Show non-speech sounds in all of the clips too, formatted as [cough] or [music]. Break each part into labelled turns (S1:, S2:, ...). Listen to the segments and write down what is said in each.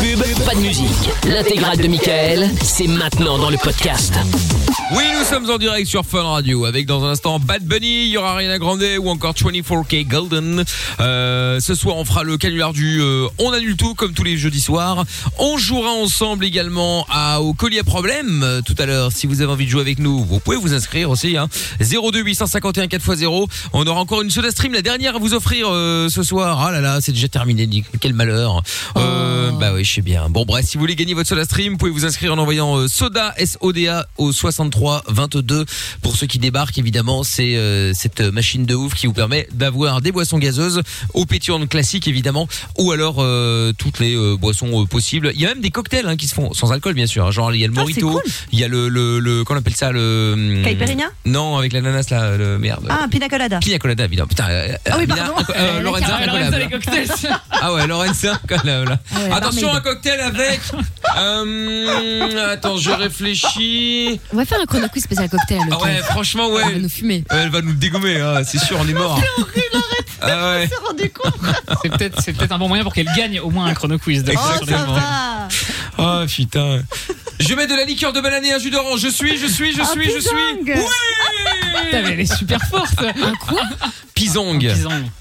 S1: pub, pas de musique. L'intégrale de Michael, c'est maintenant dans le podcast.
S2: Oui, nous sommes en direct sur Fun Radio avec dans un instant Bad Bunny, il y aura Ariana Grande ou encore 24K Golden. Euh, ce soir, on fera le canular du euh, On annule tout comme tous les jeudis soirs. On jouera ensemble également à, au collier à problème euh, tout à l'heure. Si vous avez envie de jouer avec nous, vous pouvez vous inscrire aussi. Hein. 02 851 4x0. On aura encore une soda stream, la dernière à vous offrir euh, ce soir. Ah là là, c'est déjà terminé, Nick. quel malheur. Euh,
S3: Oh.
S2: Bah oui, je sais bien. Bon bref, si vous voulez gagner votre soda stream, vous pouvez vous inscrire en envoyant euh, soda SODA au 63 22. Pour ceux qui débarquent, évidemment, c'est euh, cette machine de ouf qui vous permet d'avoir des boissons gazeuses au pétillant classique évidemment ou alors euh, toutes les euh, boissons euh, possibles. Il y a même des cocktails hein, qui se font sans alcool bien sûr. hein. Genre il y a le
S3: Ah,
S2: morito,
S3: c'est cool.
S2: il y a le le, le- comment on appelle ça le hum,
S3: Caipirinha
S2: Non, avec l'ananas là, le merde.
S3: Ah, un pina colada.
S2: Pina colada, évidemment. Putain, euh,
S3: Ah oui,
S2: Amina,
S3: pardon.
S2: euh, euh,
S3: La
S2: Lorenza,
S3: Cara-
S2: incollable.
S3: Lorenza, les
S2: [laughs]
S3: cocktails.
S2: Ah ouais, Lorenza, incollable.
S4: ouais,
S2: Attention,
S4: barmaid.
S2: un
S5: [laughs]
S2: cocktail avec. Euh, attends, je réfléchis.
S4: On va faire un chrono quiz spécial cocktail.
S2: Ah ouais,
S4: ok.
S2: franchement,
S4: On va
S2: ouais.
S4: nous fumer.
S2: Elle va nous dégommer, hein, c'est sûr, on est mort. Ah ouais.
S5: C'est peut-être c'est peut-être un bon moyen pour qu'elle gagne au moins un chrono
S3: Oh,
S5: quiz. de- sur les
S2: Exactement.
S5: moments.
S2: Oh putain. Je mets de la liqueur de banane et un jus d'orange. Je suis, je suis,
S3: Ah,
S2: je suis, je suis.
S5: Putain, mais
S2: Oui
S5: elle est super forte. Un
S4: quoi
S2: Pisong.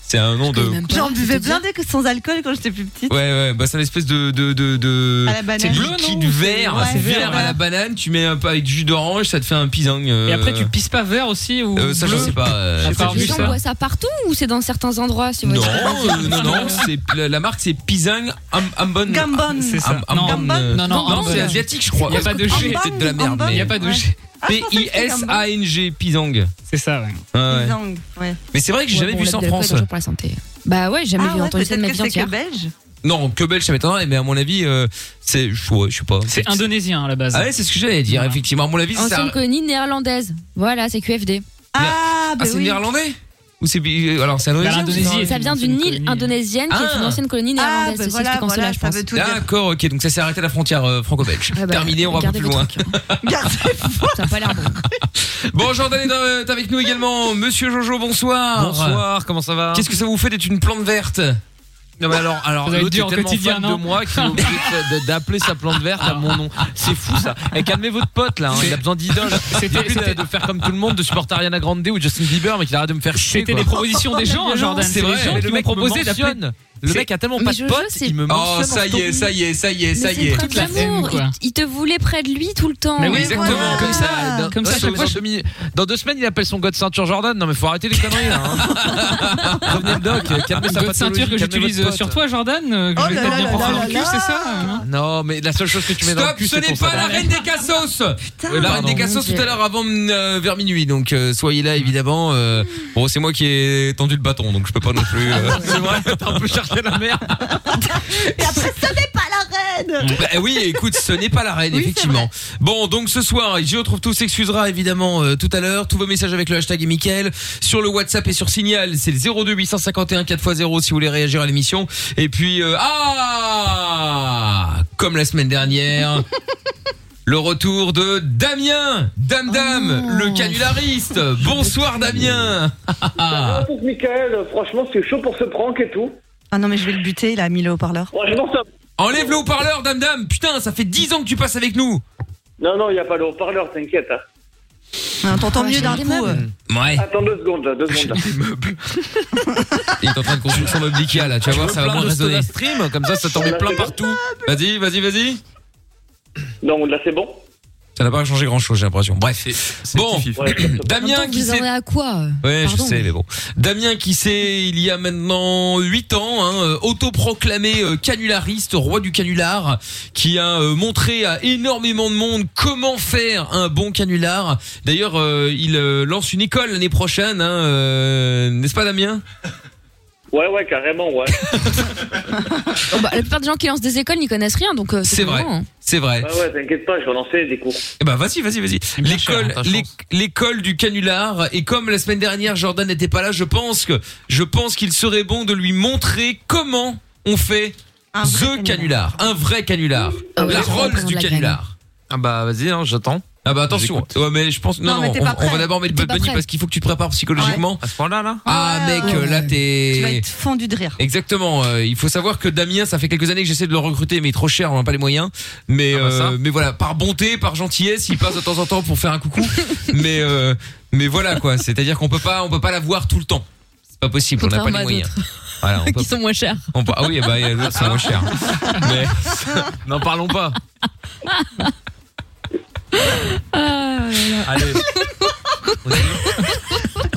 S2: C'est un nom de.
S4: même pas.
S3: J'en
S4: Je
S3: buvais
S4: te
S3: plein dès que sans alcool quand j'étais plus petite.
S2: Ouais, ouais, bah c'est une espèce de. de, de, de...
S3: À la banane.
S5: C'est bleu,
S2: liquide
S5: non
S2: vert,
S3: Ouais,
S2: c'est
S3: vert,
S2: vert à
S3: voilà.
S2: la banane, tu mets un peu avec du jus d'orange, ça te fait un pisang. euh,
S5: Et après, tu pisses pas vert aussi ou
S2: euh, ça je
S5: bleu
S2: sais pas. euh,
S5: J'ai
S2: je sais
S5: pas
S2: pas.
S4: Les
S5: vu
S4: gens
S5: ça.
S4: boivent ça partout ou c'est dans certains endroits si vous
S3: [laughs]
S2: Non,
S4: voulez
S2: euh, non, non, c'est la, la marque c'est Pisang Am, Ambon.
S3: Gambon.
S5: C'est ça.
S2: Am- Ambon,
S5: Non,
S2: euh,
S5: non, non,
S2: non,
S5: Ambon.
S2: c'est asiatique, je crois.
S5: Il y a pas de
S2: Ah,
S5: G.
S2: peut-être de la merde.
S3: Ambon.
S5: Il
S2: mais-
S5: n'y a pas de
S3: Ouais. Ah,
S5: G.
S2: P-I-S-A-N-G, Pisang.
S5: C'est ça, ouais.
S2: Ouais, ouais.
S3: Pisang, ouais.
S2: Mais c'est vrai que j'ai jamais vu ça en France.
S4: pour la santé. Bah ouais, j'ai jamais
S3: Ah
S4: vu
S3: ouais,
S4: entendu ça de ma
S3: peut-être que
S4: vie
S3: c'est que
S4: entière.
S3: belge.
S2: Non, que belge, ça m'étonnerait, mais à mon avis, euh, c'est. je- ouais, je sais pas.
S5: C'est indonésien à la base.
S2: Ah ouais, c'est ce que j'allais dire,
S5: Voilà.
S2: effectivement. À mon avis, c'est. un-
S4: Ancienne colonie néerlandaise. Voilà, c'est QFD.
S3: Ah,
S2: Ah,
S3: bah
S2: c'est
S3: oui.
S2: néerlandais Ah Ou c'est. euh, Alors, c'est
S5: Bah,
S2: indonésien
S5: l'Indonésie.
S4: Ça vient d'une île indonésienne qui est une
S2: Ah.
S4: ancienne colonie
S3: Ah,
S4: néerlandaise.
S3: bah
S4: C'est
S3: voilà,
S4: en cela,
S3: voilà,
S4: je
S3: ça
S4: pense.
S3: veut tout dire.
S2: D'accord, ok, donc ça s'est arrêté à la frontière euh, franco-belge.
S4: Ah bah,
S2: Terminé, on va pas
S4: regardez
S2: plus
S4: vos
S2: loin.
S4: trucs, hein.
S2: [laughs]
S3: Gardez-
S4: Ça a pas l'air bon.
S2: Bon, Jordan est euh, est avec nous également. Monsieur Jojo,
S5: hein.
S2: bonsoir.
S6: Bonsoir, comment ça va
S2: Qu'est-ce que ça vous fait d'être une plante verte Non, mais alors, alors
S5: Ça doit être
S2: l'autre
S5: dur
S2: est
S5: au
S2: tellement
S5: quotidien,
S2: fan
S5: non
S2: de
S6: de moi
S5: [laughs]
S6: qui est obligé de- de- d'appeler sa plante verte à mon nom. C'est fou ça. Et calmez votre pote là, hein, il a besoin d'idoles. Il a
S5: C'était-
S6: plus de,
S5: C'était
S6: de faire comme tout le monde, de supporter Ariana Grande ou Justin Bieber, mais qu'il arrête de me faire chier.
S5: c'était
S6: quoi.
S5: des propositions
S6: [laughs]
S5: des gens, hein, Jordan.
S2: C'est
S5: C'est
S2: vrai,
S5: les gens
S2: mais
S6: Et
S5: qui
S6: le
S5: m'ont
S6: mec
S5: proposé
S6: proposé
S5: d'appeler.
S6: d'appeler. Le
S5: C'est-
S6: mec a tellement
S4: Mais
S6: pas de
S4: Jojo,
S6: potes,
S4: c'est-
S6: il me
S2: Oh,
S6: mentionne en
S2: ça y est,
S6: story.
S2: ça y est, ça y est, ça
S4: Mais
S2: y
S4: c'est
S2: est.
S4: preuve
S5: Toute la haine,
S4: d'amour.
S5: quoi.
S4: Il, il te voulait près de lui tout le temps.
S5: Mais
S2: Oui,
S5: oui,
S2: exactement,
S5: voilà.
S2: comme
S3: ça.
S5: Comme ça,
S6: Ouais,
S5: à chaque
S6: dans,
S5: fois, je-
S6: deux minutes- dans deux semaines, il appelle son god ceinture Jordan. Non, mais faut arrêter les conneries là. hein. Revenez le doc, calmez sa
S5: Votre ceinture que
S6: pathologie, calmez
S5: j'utilise
S6: votre
S5: euh,
S6: pote.
S5: sur toi, Jordan, euh, que
S3: Oh
S5: je vais
S3: là
S5: peut-être
S3: là
S5: bien
S3: là
S5: prendre
S3: là
S5: dans le
S3: là
S5: cul, c'est ça hein
S6: Non, mais la seule chose que tu mets dans le
S2: Stop,
S6: cul,
S2: ce
S6: c'est
S2: n'est
S6: ton
S2: pas
S6: salaire.
S2: la reine des cassos
S3: Putain.
S2: La reine des
S4: pardon.
S2: cassos tout à l'heure avant euh, vers minuit, donc euh, soyez là évidemment. euh, bon, c'est moi qui ai tendu le bâton, donc je peux pas non plus. euh,
S6: C'est vrai, t'as un peu cherché la merde.
S3: Et après, ce n'est pas la reine.
S2: Bah oui, écoute, ce n'est pas la reine,
S3: Oui, c'est
S2: effectivement. Bon, donc ce soir, je retrouve tout s'excusera évidemment euh, tout à l'heure. Tous vos messages avec le hashtag et Mickaël sur le WhatsApp et sur Signal, c'est le 02 851 4x0 si vous voulez réagir à l'émission. Et puis euh, ah, comme la
S3: [laughs]
S2: semaine dernière. Le retour de Damien, Dame Dame,
S3: Oh.
S2: le canulariste. Bonsoir Damien. Ah.
S7: Pour Michael, euh, franchement, c'est chaud pour ce prank et tout.
S3: Ah non, mais je vais le buter, il a mis le haut-parleur.
S7: Franchement, ça.
S2: Enlève le haut-parleur, Dame Dame. Putain, ça fait 10 ans que tu passes avec nous.
S7: Non, non, il n'y a pas de haut-parleur, t'inquiète. hein.
S3: Ah, On t'entend
S4: Ah,
S3: mieux
S4: j'ai
S3: d'un
S4: des
S3: coup.
S4: meubles.
S3: euh.
S2: Ouais.
S7: Attends deux secondes, là, deux
S2: [laughs]
S7: secondes. là.
S2: Il est en train de construire son meuble Ikea, là. Tu vas voir, ça va
S6: plein
S2: moins
S6: de
S2: résonner.
S6: Soda stream, comme ça, ça
S3: Ah,
S6: t'en met plein partout.
S2: Vas-y, vas-y, vas-y.
S7: Non, là, c'est bon.
S2: Ça n'a pas changé grand-chose, j'ai l'impression. Bref. Bon,
S7: Ouais, ça, ça-
S4: En même temps,
S2: Damien qui
S4: vous en
S2: s'est...
S4: êtes à quoi euh
S2: Ouais,
S4: Pardon.
S2: je sais, mais bon. Damien qui s'est, il y a maintenant 8 ans, hein, euh, autoproclamé euh, canulariste, roi du canular, qui a euh, montré à énormément de monde comment faire un bon canular. D'ailleurs, euh, il euh, lance une école l'année prochaine, hein, euh, n'est-ce pas Damien
S7: ouais, ouais, carrément, ouais.
S4: Oh, bah, La plupart des gens qui lancent des écoles n'y connaissent rien, donc euh,
S2: C'est vrai.
S4: marrant, hein.
S2: C'est vrai.
S7: Ah Ouais, ouais, t'inquiète pas, je vais lancer des cours.
S2: Eh ben vas-y, vas-y, vas-y.
S6: bien cher,
S2: L'école,
S6: hein, ta
S2: l'éc-
S6: chance.
S2: l'école du canular. Et comme la semaine dernière Jordan n'était pas là, je pense que je pense qu'il serait bon de lui montrer comment on fait
S3: Un
S2: the
S3: vrai
S2: canular. un vrai canular,
S4: Ah ouais,
S2: la
S4: je comprends
S2: Rolls
S4: de
S2: du
S4: la
S2: canular.
S6: Ah bah vas-y, hein, j'attends.
S2: Ah bah attention. Ouais mais je pense non
S3: Non,
S2: non,
S3: mais t'es
S2: on,
S3: pas
S2: on va
S3: prêt.
S2: d'abord mettre
S4: T'es
S2: Bad
S4: pas
S2: Bunny
S4: prêt.
S2: parce qu'il faut que tu te prépares psychologiquement.
S6: À ce point-là, là
S2: Ah
S3: Ouais,
S2: mec
S3: ouais,
S2: euh, là
S3: ouais. Tu vas
S2: t'es
S3: être fendu de rire.
S2: Exactement, euh, il faut savoir que Damien, ça fait quelques années que j'essaie de le recruter, mais il est trop cher, on n'a pas les moyens. Mais,
S6: Ah bah ça.
S2: euh, mais voilà, par bonté, par gentillesse, il passe de temps en temps pour faire un
S6: [laughs]
S2: coucou. mais, euh, mais voilà quoi, c'est-à-dire qu'on peut pas, on peut pas l'avoir tout le temps. C'est pas possible, on n'a pas les
S4: Contrairement à
S2: moyens.
S4: d'autres
S2: Voilà, on
S4: [laughs]
S2: peut,
S4: qui sont moins chers.
S2: on peut- ah oui, eh bah euh, l'autre c'est
S4: [laughs]
S2: moins cher. Mais
S6: N'en parlons pas.
S5: Ah,
S3: [laughs]
S6: Allez.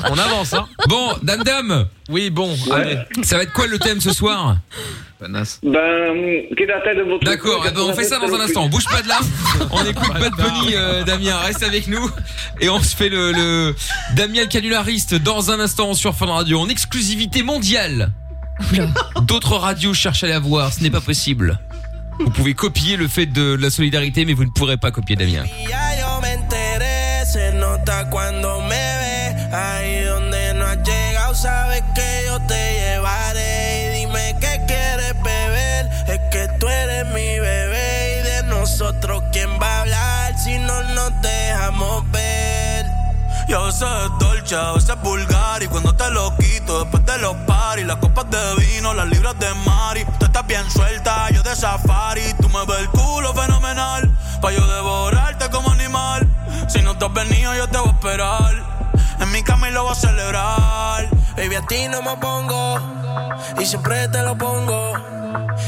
S6: On avance, hein
S2: bon, Dame Dame,
S6: Oui, bon, allez.
S2: ça va être quoi le thème ce soir
S6: Panasse.
S7: Ben, quelle est la taille de votre
S2: D'accord, eh ben, on fait ça dans un instant. Bouge pas de là. On écoute Bad Bunny, euh, Damien. Reste avec nous. Et on se fait le, le Damien le canulariste dans un instant sur Fun Radio en exclusivité mondiale. D'autres radios cherchent à la voir. Ce n'est pas possible. Vous pouvez copier le fait de la solidarité, mais vous ne pourrez pas copier Damien.
S8: Y ya yo me enteré, se nota cuando me ve. Ahí donde no has llegado, sabes que yo te llevaré. Y dime qué quieres beber, es que tú eres mi bebé. Y de nosotros, ¿quién va a hablar si no nos dejamos ver? Y a veces es dolce, a veces vulgar Y cuando te lo quito después de los paris Las copas de vino, las libras de mari Tú estás bien suelta, yo de safari Tú me ves el culo fenomenal Pa' yo devorarte como animal Si no te has venido yo te voy a esperar En mi cama y lo voy a celebrar Baby, a ti no me pongo Y siempre te lo pongo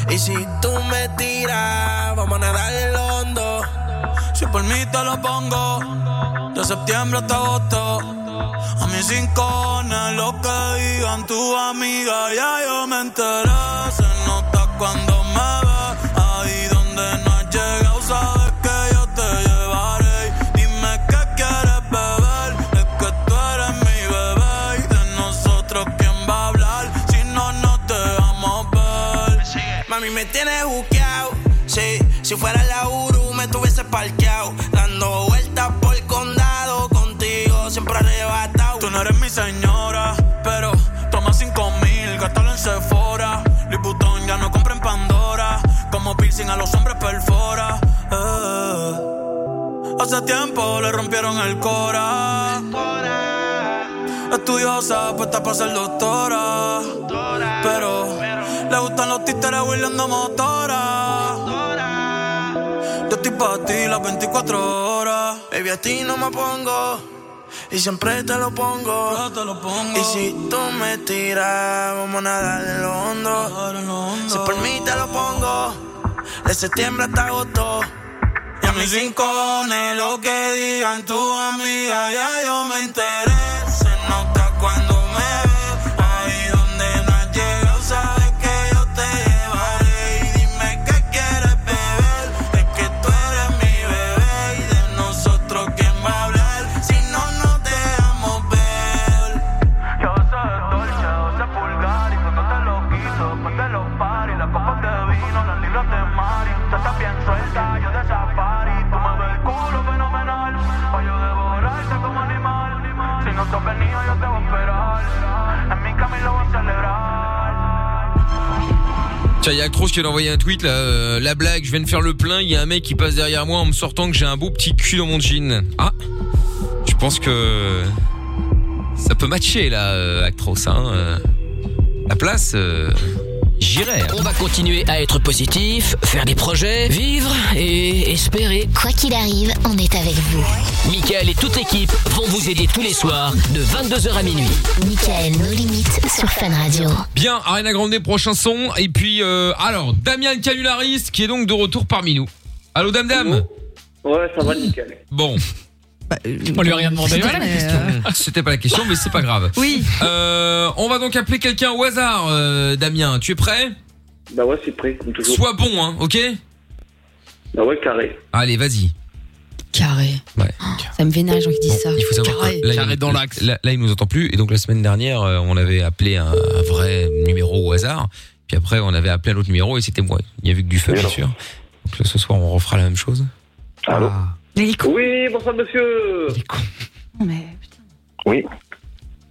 S8: Y si tú me tiras Vamos a nadar en lo hondo Si por mí te lo pongo, de septiembre hasta agosto. A mis cinco lo que digan tu amiga, ya yo me enteré. Se nota cuando me ve, ahí donde no has llegado, sabes que yo te llevaré. Dime qué quieres beber, es que tú eres mi bebé. Y de nosotros, ¿quién va a hablar si no nos dejamos ver? Mami, me tienes buqueado. Sí, si fuera la Uru, me tuviese parqueado. Dando vueltas por el condado, contigo siempre arrebatado. Tú no eres mi señora, pero toma cinco mil, gastalo en Sephora. Louis Vuitton ya no compra en Pandora. Como piercing a los hombres perfora. Eh. Hace tiempo le rompieron el cora. Estudiosa, puesta para ser doctora. Pero le gustan los títeres huirleando motora. Yo estoy para ti las 24 horas. Baby, a ti no me pongo. Y siempre te lo pongo. Y si tú me tiras, vamos a nadar en lo hondo. Si por mí te lo pongo. De septiembre hasta agosto. Y a mis rincones lo que digan tu amiga, ya yo me enteré. Se nota cuando me ve, ahí donde no has llegado, sabes que yo te llevaré. Y dime qué quieres beber, es que tú eres mi bebé. Y de nosotros, ¿quién va a hablar si no nos dejamos ver? Yo soy dolce, yo soy vulgar y cuando te lo quito, después de los paris, las copas de vino, las libras de Mari, tú estás bien suelta, yo de safari, tú me ves el culo fenomenal, pa' yo devorarte como animal, si no te has venido yo te voy a esperar, en mi camino lo voy a celebrar.
S2: Tiens, il y a Actros qui a envoyé un tweet là, euh, la blague, je viens de faire le plein, il y a un mec qui passe derrière moi en me sortant que j'ai un beau petit cul dans mon jean. Ah Je pense que ça peut matcher là, euh, Actros. Hein, euh. la place, euh, j'irai.
S1: On va continuer à être positif, faire des projets, vivre et espérer.
S9: Quoi qu'il arrive, on est avec vous.
S1: Michael et toute l'équipe vont vous aider tous les soirs de 22h à minuit.
S9: Michael, nos limites sur Fun Radio.
S2: Bien, Arena Grande, prochain son. Et puis, euh, alors, Damien Canulariste qui est donc de retour parmi nous. Allô, dame, dame
S7: Ouais, ça va
S3: Mmh.
S7: nickel.
S2: Bon,
S3: Bah,
S5: On lui a rien demandé. Voilà la
S3: Mais,
S5: question.
S3: euh,
S2: [laughs] c'était pas la question, mais c'est pas grave.
S3: Oui,
S2: Euh, on va donc appeler quelqu'un au hasard, euh, Damien. Tu es prêt
S7: Bah ouais, c'est prêt, comme toujours.
S2: Sois bon, hein, ok
S7: Bah ouais, carré.
S2: Allez, vas-y.
S4: Carré.
S2: Ouais.
S4: Ça me vénage les gens qui disent ça.
S2: Il faut savoir
S4: Carré.
S2: que là,
S6: Carré
S2: il,
S6: dans l'axe.
S2: Là, là, il nous entend plus. Et donc la semaine dernière, euh, on avait appelé un, un vrai numéro au hasard. Puis après, on avait appelé un autre numéro et c'était moi. Il n'y avait que du feu,
S7: Oui,
S2: bien
S7: alors.
S2: sûr. Donc là, ce soir, on refera la même chose. Ah.
S7: Allô
S3: les cons.
S7: Oui, bonsoir monsieur.
S3: Mais putain,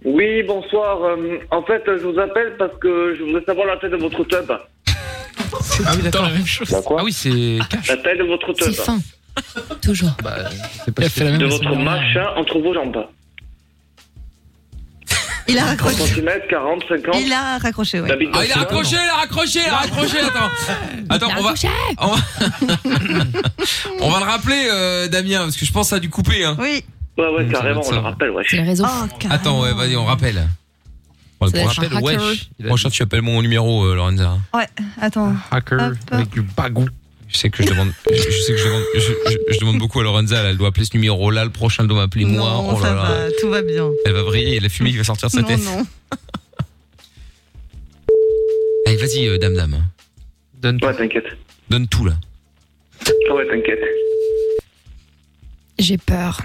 S7: Oui, bonsoir. Euh, en fait, je vous appelle parce que je voudrais savoir la taille de votre tub.
S6: Ah oui,
S5: Dans
S6: d'accord.
S5: la même chose.
S6: Ah oui, c'est.
S7: La taille de votre
S4: C'est
S7: tub.
S4: fin. Toujours.
S2: Bah,
S5: Il a fait la même
S10: de
S5: la
S10: votre
S5: semaine dernière.
S10: machin entre vos jambes.
S3: Il a
S10: 30
S3: raccroché.
S10: cm, 40, 50.
S3: Il a raccroché, oui.
S10: T'habites dans
S2: Ah, il a
S10: le
S2: raccroché, il a raccroché, il a raccroché,
S4: [laughs]
S2: attends. Attends, on va, on va, [laughs] on va le rappeler, euh, Damien, parce que je pense que ça a dû couper, hein.
S3: Oui.
S10: Ouais, ouais,
S2: Mmh,
S10: carrément,
S2: ça
S10: on
S2: va,
S10: le
S2: ça va.
S10: rappelle, ouais.
S4: C'est le réseau.
S3: Oh, carrément.
S2: Attends, ouais, vas-y, on rappelle. On
S4: doit être un
S2: rappelle,
S4: hacker.
S2: wesh. Prochain, tu appelles mon numéro, euh, Lorenza.
S3: Ouais, attends.
S2: Ah.
S11: Hacker
S3: Hop.
S11: avec du bagou.
S2: Je sais que je demande, je, je sais que je demande, je, je- je demande beaucoup à Lorenza, là, elle doit appeler ce numéro-là, le prochain elle doit m'appeler moi.
S3: non,
S2: oh
S3: ça
S2: là là.
S3: va, tout va bien.
S2: Elle va briller, la fumée qui va sortir de sa
S3: Non,
S2: tête.
S3: non.
S2: Allez, vas-y, euh, dame, dame.
S11: Donne
S10: Ouais, t'inquiète.
S2: Donne tout, là.
S10: Ah ouais, t'inquiète.
S4: J'ai peur.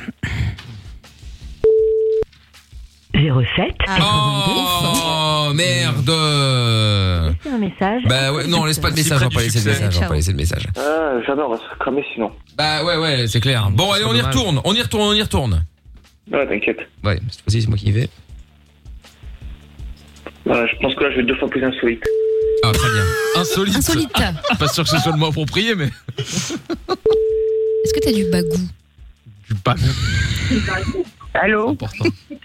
S12: 07.
S3: Ah.
S2: Oh, merde!
S12: C'est un message.
S2: Bah ouais, non, laisse pas le message, on va pas laisser le message, on va pas laisser le message.
S10: Ah, Jana, on va se cramer sinon.
S2: Bah ouais, ouais, c'est clair. Bon, allez, on y
S11: dommage.
S2: retourne, on y retourne, on y retourne.
S10: Ouais, t'inquiète.
S2: Ouais, cette fois-ci, c'est moi qui y vais.
S7: Euh,
S10: Voilà, je pense que là, je vais être deux fois plus insolite.
S2: Ah, très bien.
S11: Insolite.
S4: Insolite.
S11: [laughs] Pas sûr que ce soit le mot approprié, mais.
S4: Est-ce que t'as du bagou
S5: Ah,
S11: Du bagou.
S12: Allô
S11: Important.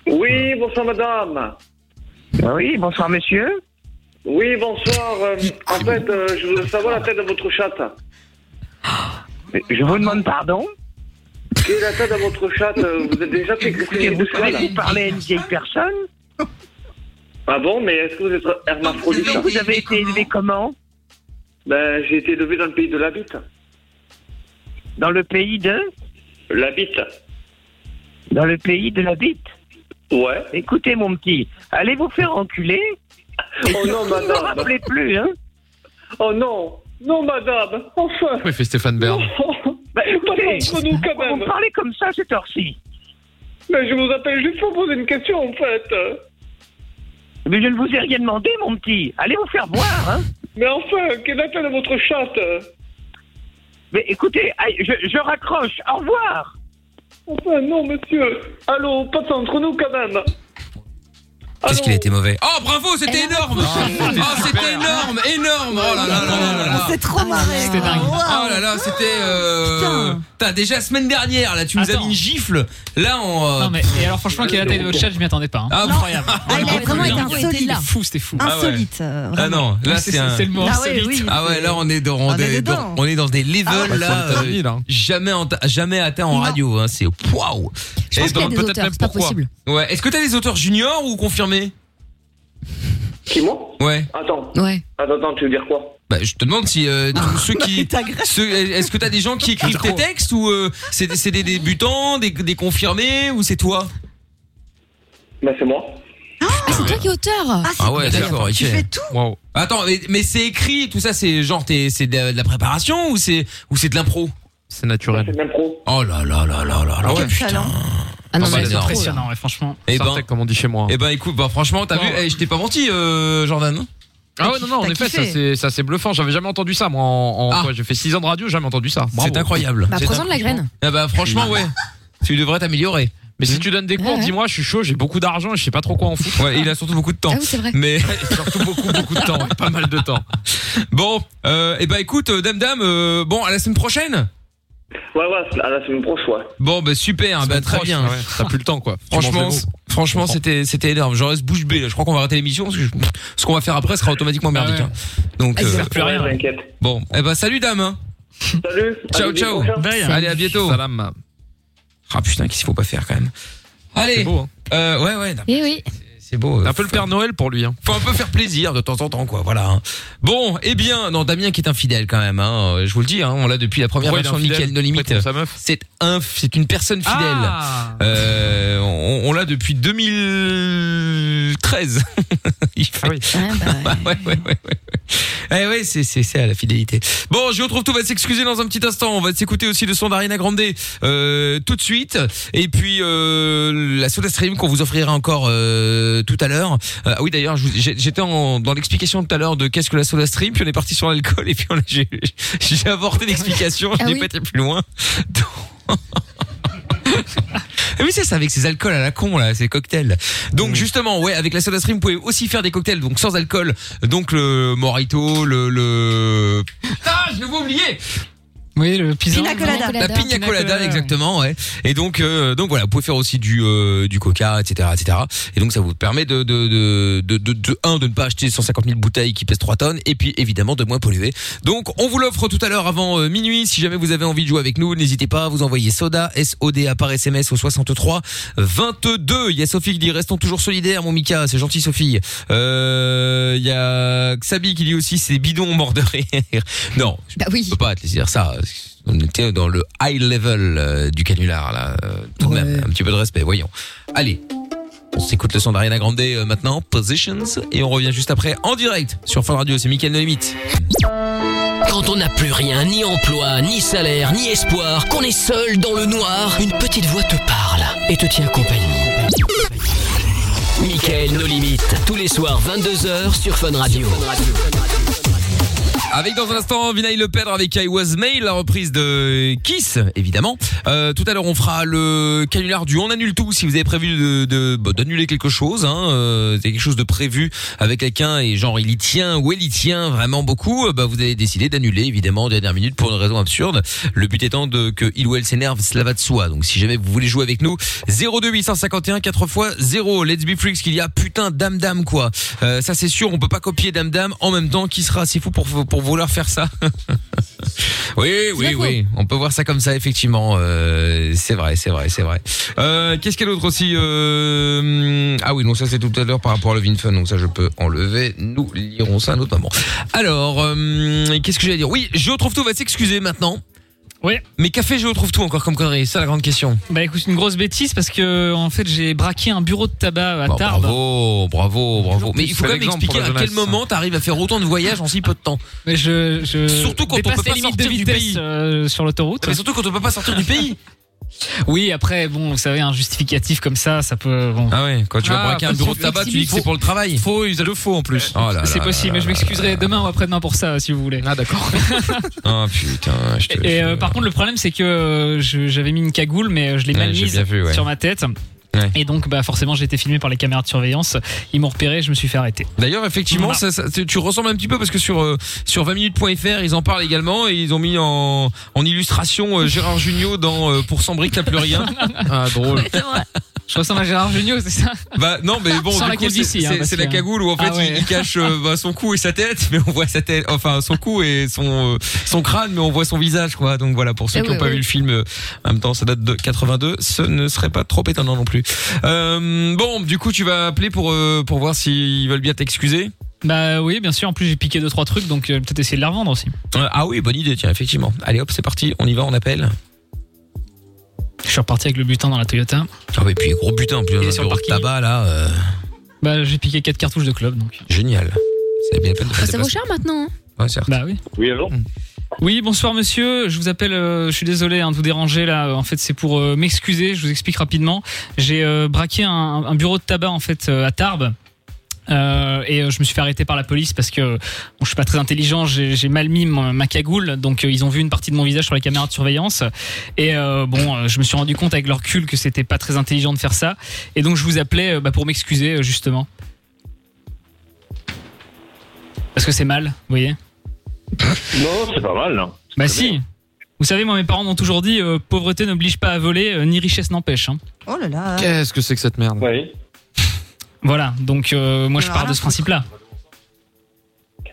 S10: Oui, bonsoir, madame.
S12: Ah Oui, bonsoir monsieur.
S10: Oui, bonsoir. euh, en fait, euh, je voulais savoir la tête de votre chatte.
S12: Je vous demande pardon.
S10: Quelle est la tête de votre chatte euh, Vous êtes déjà
S12: Et
S10: fait écouter
S12: vous
S10: vous
S12: savez vous parler à une vieille personne
S10: Ah bon, mais est-ce que vous êtes hermaphrodite
S12: Ah, Vous avez été élevé comment
S10: Ben, j'ai été élevé dans le pays de la bite.
S12: Dans le pays de
S10: La bite
S12: Dans le pays de la bite.
S10: Ouais.
S12: Écoutez mon petit, allez vous faire enculer.
S10: Oh
S12: [laughs]
S10: non,
S12: Vous ne me
S10: madame.
S12: rappelez plus, hein
S10: Oh non. Non, madame. Enfin.
S11: Pourquoi il fait Stéphane Bern
S10: [laughs] Non.
S12: Bah, écoutez,
S10: Pas nous quand
S12: vous me
S10: même.
S12: parlez comme ça cette heure-ci.
S10: Mais je vous appelle juste pour poser une question, en fait.
S12: Mais je ne vous ai rien demandé, mon petit. Allez vous faire voir, hein.
S10: Mais enfin, quelle est la tête de votre chatte
S12: Mais écoutez, aïe, je, je raccroche. Au revoir.
S10: Enfin, non, monsieur. Allô, pas ça entre nous, quand même.
S2: Qu'est-ce
S10: Allô
S2: qu'il était mauvais. Oh, bravo, c'était
S4: Elle a
S2: énorme! Ah, c'était énorme, énorme! Oh là là là là là là.
S3: On s'est trop marré.
S5: C'était dingue.
S2: Oh là là, c'était. Euh...
S3: Putain.
S2: Putain, déjà semaine dernière, là, tu nous as
S5: Attends.
S2: mis une gifle. Là, on. euh,
S5: Non, mais et alors, franchement, quelle est la taille de votre chat Je m'y attendais pas. hein.
S2: Ah,
S5: Incroyable.
S3: Ah, il a
S5: Incroyable.
S3: vraiment été
S4: Il était
S3: insolite.
S5: C'était fou, c'était fou.
S2: Ah ouais.
S3: Insolite. euh,
S2: Ah
S3: vraiment.
S2: non, là, c'est un.
S5: le mot
S3: Ah ouais,
S5: insolite.
S3: oui.
S2: Ah ouais, là, on est dans,
S3: On est
S2: des,
S3: dedans.
S2: dans- on est dans des levels,
S3: Ah ouais.
S2: là. euh, jamais, enta- jamais atteint en
S3: Non.
S2: radio. Hein, c'est waouh!
S4: Je pense
S2: Et
S4: qu'il y a
S2: donc,
S4: des
S2: peut-être
S4: auteurs,
S2: même
S4: c'est pas
S2: pourquoi.
S4: possible.
S2: Ouais. Est-ce que t'as des auteurs juniors ou confirmés?
S10: Qui, moi
S2: Ouais.
S10: Attends,
S4: Ouais.
S10: attends, attends, tu veux dire quoi
S2: Bah, je te demande si euh, tous ceux qui.
S3: t'agresse.
S2: ceux- Est-ce que t'as des gens qui écrivent tes textes ou euh, c'est des, c'est des débutants, des, des confirmés ou c'est toi
S10: Ben, c'est moi.
S4: Ah, c'est toi qui es auteur
S3: Ah, c'est- Tu
S2: ok.
S3: fais tout
S11: Waouh.
S2: Attends, mais, mais c'est écrit, tout ça, c'est genre, t'es- c'est de, de la préparation ou c'est ou c'est de l'impro
S11: C'est
S10: C'est
S11: naturel.
S10: de l'impro.
S2: Oh là là là là là là.
S3: Quel
S2: ouais.
S3: talent.
S4: Ah
S2: non,
S4: non,
S2: mais
S4: mais
S2: c'est
S4: c'est trop là.
S5: Impressionnant, ouais, franchement.
S2: Eh ben,
S11: Sartec, comme on dit chez moi.
S2: eh ben, écoute, bah franchement, t'as
S11: Wow.
S2: vu, eh, je t'ai pas menti, euh, Jordan.
S11: Ah ouais, non, non, en
S3: T'as
S11: effet,
S3: kiffé.
S11: ça c'est- ça c'est bluffant. J'avais jamais entendu ça, moi. En, en-
S2: Ah.
S11: quoi, J'ai fait 6 ans de radio, jamais entendu ça. Bravo.
S2: C'est incroyable.
S4: Bah,
S11: C'est
S4: prends de la
S11: dingue,
S4: graine.
S2: Ah bah franchement, ouais. Tu devrais t'améliorer.
S11: Mais si tu donnes des cours,
S4: Ouais, ouais.
S11: dis-moi, je suis chaud, j'ai beaucoup d'argent et je sais pas trop quoi en foutre.
S2: Ouais, il a surtout beaucoup de temps.
S4: Ah oui, c'est vrai.
S2: [laughs] Mais
S11: Surtout beaucoup, beaucoup de temps, pas mal de temps.
S2: bon, euh, eh ben écoute, euh, dame dame, euh, bon à la semaine prochaine.
S10: Ouais, ouais, à la semaine prochaine, ouais.
S2: Bon bah super, bah,
S11: Semaine
S2: très
S11: proche,
S2: bien.
S11: ouais. T'as plus le temps, quoi. Tu
S2: Franchement,
S11: manges les
S2: c-
S11: mots.
S2: franchement,
S11: comprends.
S2: c'était c'était énorme. J'en reste bouche bée. Là. Je crois qu'on va arrêter l'émission parce que je- ce qu'on va faire après sera automatiquement merdique.
S5: Ah ouais.
S2: hein. Donc
S4: Ah,
S2: euh,
S4: c'est
S5: Plus
S10: Ouais,
S5: rien. ouais.
S10: t'inquiète.
S2: bon, eh ben salut dame. hein.
S10: Salut.
S2: Ciao,
S10: à jeudi
S2: ciao.
S10: prochain.
S5: Bye.
S2: Allez à bientôt.
S11: Salam.
S2: Ah putain, qu'est-ce qu'il faut pas faire quand même.
S11: C'est
S2: Allez,
S11: beau, hein.
S2: euh, ouais ouais, non,
S4: Eh oui.
S2: c'est beau. euh,
S11: Un peu le Père Noël pour lui, hein.
S2: faut un peu faire plaisir de temps en temps quoi voilà hein. bon eh bien non Damien qui est infidèle quand même hein, euh, je vous le dis hein, on l'a depuis la première
S11: Pourquoi il est
S2: version de
S11: infidèle
S2: Mickaël No Limite
S11: Pourquoi il trompe sa meuf.
S2: c'est un c'est une personne fidèle
S11: Ah.
S2: Euh, on, on l'a depuis 2013 [laughs] Il fait-
S11: Ah oui.
S4: Ah, bah, ouais.
S2: [laughs] Ouais, ouais, ouais, ouais, ouais. Eh ouais, c'est, c'est, c'est à la fidélité. Bon, je retrouve tout, va s'excuser dans un petit instant. On va s'écouter aussi le son d'Ariana Grande, euh, tout de suite. Et puis, euh, la Soda Stream qu'on vous offrira encore, euh, tout à l'heure. Euh, ah oui, d'ailleurs, je vous- j'ai- j'étais en- dans l'explication tout à l'heure de qu'est-ce que la Soda Stream, puis on est parti sur l'alcool, et puis on a- j'ai, j'ai avorté l'explication, je
S4: Ah
S2: n'ai
S4: oui.
S2: pas été plus loin. Donc- [laughs] Ah oui, c'est ça, avec ces alcools à la con, là, ces cocktails. Donc, justement, ouais, avec la soda stream, vous pouvez aussi faire des cocktails, donc sans alcool. Donc, le morito, le, le... Ah, je l'ai oublié!
S5: Oui, le pizza.
S3: Pina colada.
S2: La Ah, pina colada, exactement, ouais. Et donc, euh, donc voilà, vous pouvez faire aussi du, euh, du coca, etc., etc. Et donc, ça vous permet de, de, de, de, de, de- un, de ne pas acheter 150 000 bouteilles qui pèsent 3 tonnes, et puis évidemment de moins polluer. Donc, on vous l'offre tout à l'heure avant euh, minuit. Si jamais vous avez envie de jouer avec nous, n'hésitez pas, vous envoyez soda, SODA par SMS au 63 22. Il y a Sophie qui dit restons toujours solidaires, mon Mika, c'est gentil Sophie. Euh, Il y a Xabi qui dit aussi c'est bidon mort de rire. Non,
S4: bah oui.
S2: je peux pas te laisser dire ça. On était dans le high level euh, du canular là. Euh, Tout de même, un petit peu de respect, voyons. Allez, on s'écoute le son d'Ariana Grande euh, maintenant, Positions, et on revient juste après en direct sur Fun Radio. C'est Mickaël No Limite.
S1: Quand on n'a plus rien, ni emploi, ni salaire, ni espoir, qu'on est seul dans le noir, une petite voix te parle et te tient compagnie. Michael, nos limites, tous les soirs 22h sur Fun Radio.
S2: Avec dans un instant Vinay Le Pèdre avec I Was Made, la reprise de Kiss, évidemment. Euh, tout à l'heure, on fera le canular du On annule tout si vous avez prévu de- de- bah, d'annuler quelque chose. Hein, euh, c'est quelque chose de prévu avec quelqu'un et genre il y tient ou elle y tient vraiment beaucoup. euh, bah, vous avez décidé d'annuler évidemment en dernière minute pour une raison absurde. Le but étant de que il ou elle s'énerve, cela va de soi. Donc si jamais vous voulez jouer avec nous, 02 851 4 x 0. Let's be freaks qu'il y a putain dame dame quoi. Euh, ça c'est sûr, on peut pas copier dame dame en même temps. Qui sera assez fou pour pour vouloir faire ça [laughs] Oui oui oui, on peut voir ça comme ça effectivement. Euh, c'est vrai c'est vrai c'est vrai. Euh, Qu'est-ce qu'il y a d'autre aussi Euh, Ah oui non ça c'est tout à l'heure par rapport à Love in Fun donc ça je peux enlever. Nous lirons ça à un autre moment. Alors euh, qu'est-ce que j'allais dire Oui, Géo trouve tout va s'excuser maintenant.
S5: Oui.
S2: Mais café Géo trouve tout encore comme connerie, c'est ça la grande question.
S5: Bah écoute, une grosse bêtise parce que en fait j'ai braqué un bureau de tabac à
S2: Bon,
S5: Tarbes.
S2: Bah, bravo, bravo, bravo. Mais il faut quand même
S5: l'exemple pour
S2: expliquer
S5: la
S2: à quel
S5: jeunesse.
S2: moment t'arrives à faire autant de voyages en si peu de temps.
S5: Mais je, je
S2: Surtout quand on
S5: dépasse
S2: peut
S5: les
S2: pas
S5: limites
S2: sortir
S5: de
S2: du
S5: vitesse,
S2: pays. Ah,
S5: euh, sur l'autoroute.
S2: Mais surtout quand on peut pas sortir du pays.
S5: Oui, après bon, vous savez un justificatif comme ça, ça peut bon.
S2: Ah ouais, quand tu vas braquer un bureau de tabac, tu dis que c'est pour le travail. Oh
S6: Faux, il le faux en plus.
S2: Ah
S5: C'est possible, mais je m'excuserai demain ou après-demain pour ça si vous voulez.
S6: Ah
S5: [laughs]
S6: d'accord.
S2: Ah putain, je te.
S5: Et euh, par contre, le problème, c'est que euh, je- j'avais mis une cagoule, mais euh, je l'ai
S2: Ouais,
S5: mal
S2: j'ai
S5: mise
S2: bien vu, ouais.
S5: sur ma tête.
S2: Ouais.
S5: Et donc, bah, forcément, j'ai été filmé par les caméras de surveillance. Ils m'ont repéré, je me suis fait arrêter.
S2: D'ailleurs, effectivement,
S5: Voilà.
S2: ça- ça- tu tu ressembles un petit peu parce que sur euh, sur 20minutes.fr, ils en parlent également et ils ont mis en, en illustration euh, Gérard Jugnot dans euh, Pour sans briques, t'as plus [laughs] rien. Ah drôle.
S5: Je ressemble à Gérard Jugnot, c'est ça
S2: Bah non,
S5: [laughs]
S2: mais bon,
S5: Sans
S2: du
S5: la
S2: coup, c'est
S5: calvitie, hein,
S2: c'est-
S5: parce
S2: c'est la
S5: que-
S2: cagoule où en fait
S5: Ah ouais.
S2: il, il cache euh, bah, son cou et sa tête, [laughs] mais on voit sa tête, enfin son cou et son euh, son crâne, mais on voit son visage quoi. Donc voilà, pour ceux
S5: Eh
S2: qui
S5: oui,
S2: n'ont pas
S5: oui.
S2: vu le film, euh, en même temps ça date de 82, ce ne serait pas trop étonnant non plus. Euh, bon, du coup tu vas appeler pour euh, pour voir s'ils veulent bien t'excuser.
S5: Bah oui, bien sûr. En plus, j'ai piqué deux trois trucs, donc euh, peut-être essayer de les revendre aussi.
S2: Euh, ah oui, bonne idée, tiens effectivement. Allez hop, c'est parti, on y va, on appelle.
S5: Je suis reparti avec le butin dans la Toyota.
S2: Ah oui, puis gros butin, en plus
S5: Il
S2: on
S5: est
S2: a
S5: sur
S2: bureau
S5: le
S2: de tabac là, euh,
S5: Bah, j'ai piqué quatre cartouches de club, donc.
S2: génial. C'est bien la peine de
S4: Ah,
S2: faire
S4: ça
S2: des
S4: vaut
S2: places.
S4: cher maintenant. hein.
S2: Ouais, certes.
S5: Bah oui.
S7: Oui, alors
S2: Mm.
S5: Oui, bonsoir monsieur. Je vous appelle. euh, je suis désolé hein, de vous déranger là. En fait, c'est pour euh, m'excuser. Je vous explique rapidement. J'ai euh, braqué un, un bureau de tabac en fait euh, à Tarbes. Euh, et euh, je me suis fait arrêter par la police parce que bon, je suis pas très intelligent, j'ai j'ai mal mis mon- ma cagoule, donc euh, ils ont vu une partie de mon visage sur les caméras de surveillance. Et euh, bon, euh, je me suis rendu compte avec leur recul que c'était pas très intelligent de faire ça. Et donc je vous appelais euh, bah, pour m'excuser euh, justement. Parce que c'est mal, vous voyez.
S13: Non, c'est pas mal, non.
S5: Bah si. Vous savez, moi, mes parents m'ont toujours dit euh, pauvreté n'oblige pas à voler, euh, ni richesse n'empêche. hein.
S3: Oh là là.
S6: Qu'est-ce que c'est que cette merde
S13: Oui.
S5: Voilà. Donc euh, moi, je pars de ce principe-là.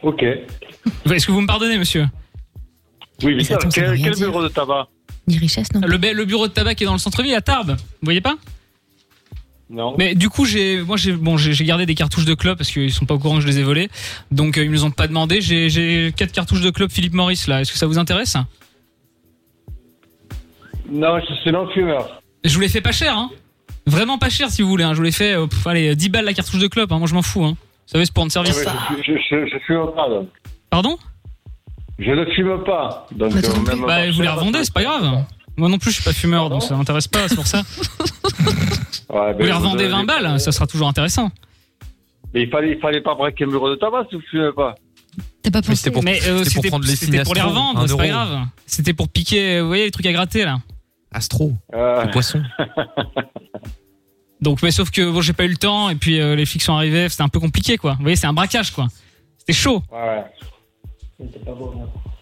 S13: Ok.
S5: Est-ce que vous me pardonnez, monsieur
S13: Oui,
S4: Mais
S13: mais
S4: attends, ça veut
S13: quel,
S4: rien hein.
S13: quel
S4: dire.
S13: bureau de tabac
S4: Ni richesse, non.
S5: le, ba- le bureau de tabac est dans le centre-ville à Tarbes. Vous voyez pas
S13: Non.
S5: Mais du coup, j'ai, moi, j'ai, bon, j'ai j'ai gardé des cartouches de club parce qu'ils sont pas au courant que je les ai volées. Donc euh, ils me les ont pas demandé. J'ai- J'ai quatre cartouches de club Philippe Maurice là. Est-ce que ça vous intéresse
S13: Non, je suis non-fumeur.
S5: Je vous les fais pas cher, hein. Vraiment pas cher si vous voulez. hein. Je vous les fais, euh, pff, allez, 10 balles la cartouche de club. hein. Moi, je m'en fous. Hein. Vous savez, c'est pour rendre
S13: Je,
S10: Ah
S5: service.
S13: je, je, je fume pas, donc.
S5: Pardon
S13: Je ne fume pas. Donc,
S4: Bah, attends,
S13: euh, même
S5: Bah,
S13: pas
S5: vous les
S13: cher.
S5: revendez, c'est pas grave. Moi non plus, je suis pas fumeur, donc ça m'intéresse pas, c'est pour ça.
S13: Ouais, ben,
S5: bah, Vous les revendez
S13: avez-
S5: 20 balles, ça sera toujours intéressant.
S13: Mais il fallait, il fallait pas braquer un bureau de tabac si vous fumez pas.
S4: T'as pas
S6: Mais
S4: pensé.
S6: c'était pour,
S5: Mais
S6: c'était
S5: euh,
S6: pour
S5: c'était
S6: prendre les
S5: c'était
S6: signes
S5: pour les
S6: Astro, un
S5: revendre, c'est
S6: euro.
S5: pas grave. C'était pour piquer, euh, vous voyez, les trucs à gratter là.
S6: Astro,
S13: Euh,
S6: le
S13: [laughs]
S6: poisson.
S5: Donc, mais sauf que bon, j'ai pas eu le temps, et puis euh, les flics sont arrivés, c'était un peu compliqué quoi. Vous voyez, c'est un braquage quoi. C'était chaud.
S13: ouais.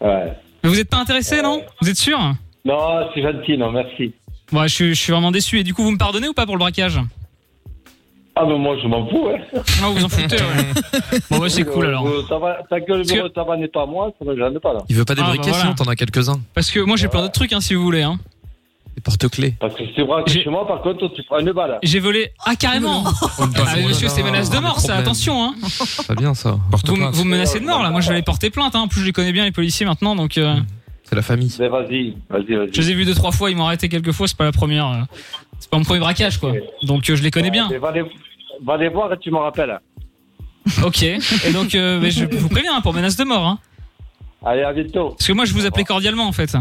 S13: Ouais.
S5: Mais vous êtes pas intéressé, non Vous êtes sûr
S14: Non, c'est gentil, non, merci.
S5: Bon, je, suis- je suis vraiment déçu. Et du coup, vous me pardonnez ou pas pour le braquage
S14: Ah, mais moi, je m'en fous, hein.
S5: [laughs] Ah, vous en foutez,
S10: [laughs]
S5: ouais. Bon, bah, c'est cool alors.
S14: Euh, ça va, ta gueule,
S5: Parce que-
S14: que... ça va n'est pas à moi, ça va, j'en ai pas là.
S5: Il veut pas des Ah, bah briquets, voilà. sinon,
S6: T'en as quelques-uns.
S5: Parce que moi, j'ai plein d'autres trucs, hein, si vous voulez. Hein.
S6: Des porte-clés.
S14: Parce que si tu braques chez moi, par contre, tu prends une balle.
S5: J'ai volé. Ah, carrément Ah, mais monsieur, c'est menace de mort, ça, attention, hein
S6: Pas bien ça.
S5: Vous, me- vous me menacez de mort, là. Moi, je vais aller porter plainte, hein. En plus, je les connais bien, les policiers, maintenant, donc. euh,
S6: C'est la famille.
S14: Mais vas-y, vas-y, vas-y.
S5: Je les ai vus deux, trois fois, ils m'ont arrêté quelques fois, c'est pas la première. euh, C'est pas mon premier braquage, quoi. Donc, euh, je les connais bien.
S14: Mais Va les, va les voir et tu me rappelles.
S5: Ok. Et donc, euh, mais je vous préviens, hein, pour menace de mort, hein.
S14: Allez, à bientôt.
S5: Parce que moi, je vous appelais cordialement, en fait.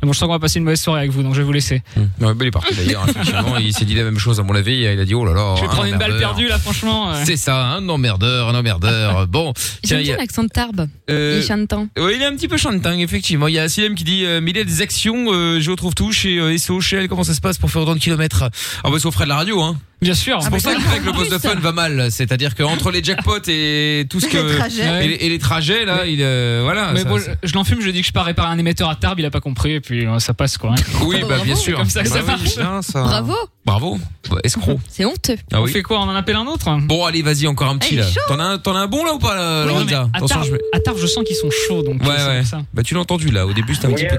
S5: Mais Bon, je sens qu'on va passer une mauvaise soirée avec vous, donc je vais vous laisser.
S2: Hum. Non, mais il est parti d'ailleurs, hein.
S5: [laughs]
S2: effectivement. il s'est dit la même chose à mon avis. Il a dit, oh là là.
S5: Je vais
S2: un
S5: prendre une balle
S2: emmerdeur.
S5: perdue, là, franchement. euh, ouais. Ah,
S2: C'est ça, un emmerdeur, un emmerdeur. Bon, tiens,
S4: J'aime
S2: il y
S4: bien
S2: a.
S4: l'accent de Tarbes.
S2: Euh,
S4: Il chante tant.
S2: Oui, il est un petit peu chanting, effectivement. Il y a Silem qui dit, euh, mais il y a des actions, euh, je retrouve tout chez euh, SO, chez elle, comment ça se passe pour faire autant de kilomètres Ah bah, c'est au frais de la radio, hein.
S5: Bien sûr.
S2: C'est pour ça que Greg, le boss de fun va mal. C'est-à-dire qu'entre les jackpots et tout ce que.
S5: Les trajets.
S2: Et, les, et les trajets, là, il. euh, voilà.
S5: Mais
S2: ça-
S5: bon,
S2: ça-
S5: je, je l'enfume, je dis que je pars réparer un émetteur à Tarbes, il a pas compris, et puis euh, ça passe quoi.
S2: Oui, bah, bien
S5: C'est
S2: sûr.
S5: comme ça que ça
S2: Bah oui,
S5: marche.
S2: bien, ça.
S4: Bravo.
S2: Bravo. Bah, escroc.
S4: C'est honteux.
S2: Ah oui.
S5: On fait quoi On en appelle un autre
S2: Bon, allez, vas-y, encore un
S5: Ah,
S2: petit,
S5: il est
S2: là.
S5: chaud.
S2: T'en as, un- t'en as un bon, là, ou pas, là,
S5: Oui, non, mais
S2: Lorenza
S5: à
S2: Attention,
S5: Tarbes,
S2: je vais-
S5: à Tarbes, je sens qu'ils sont chauds, donc. euh,
S2: Ouais,
S5: c'est pour
S2: ouais.
S5: ça.
S2: Bah, tu l'as entendu, là. Au début, c'était un petit peu.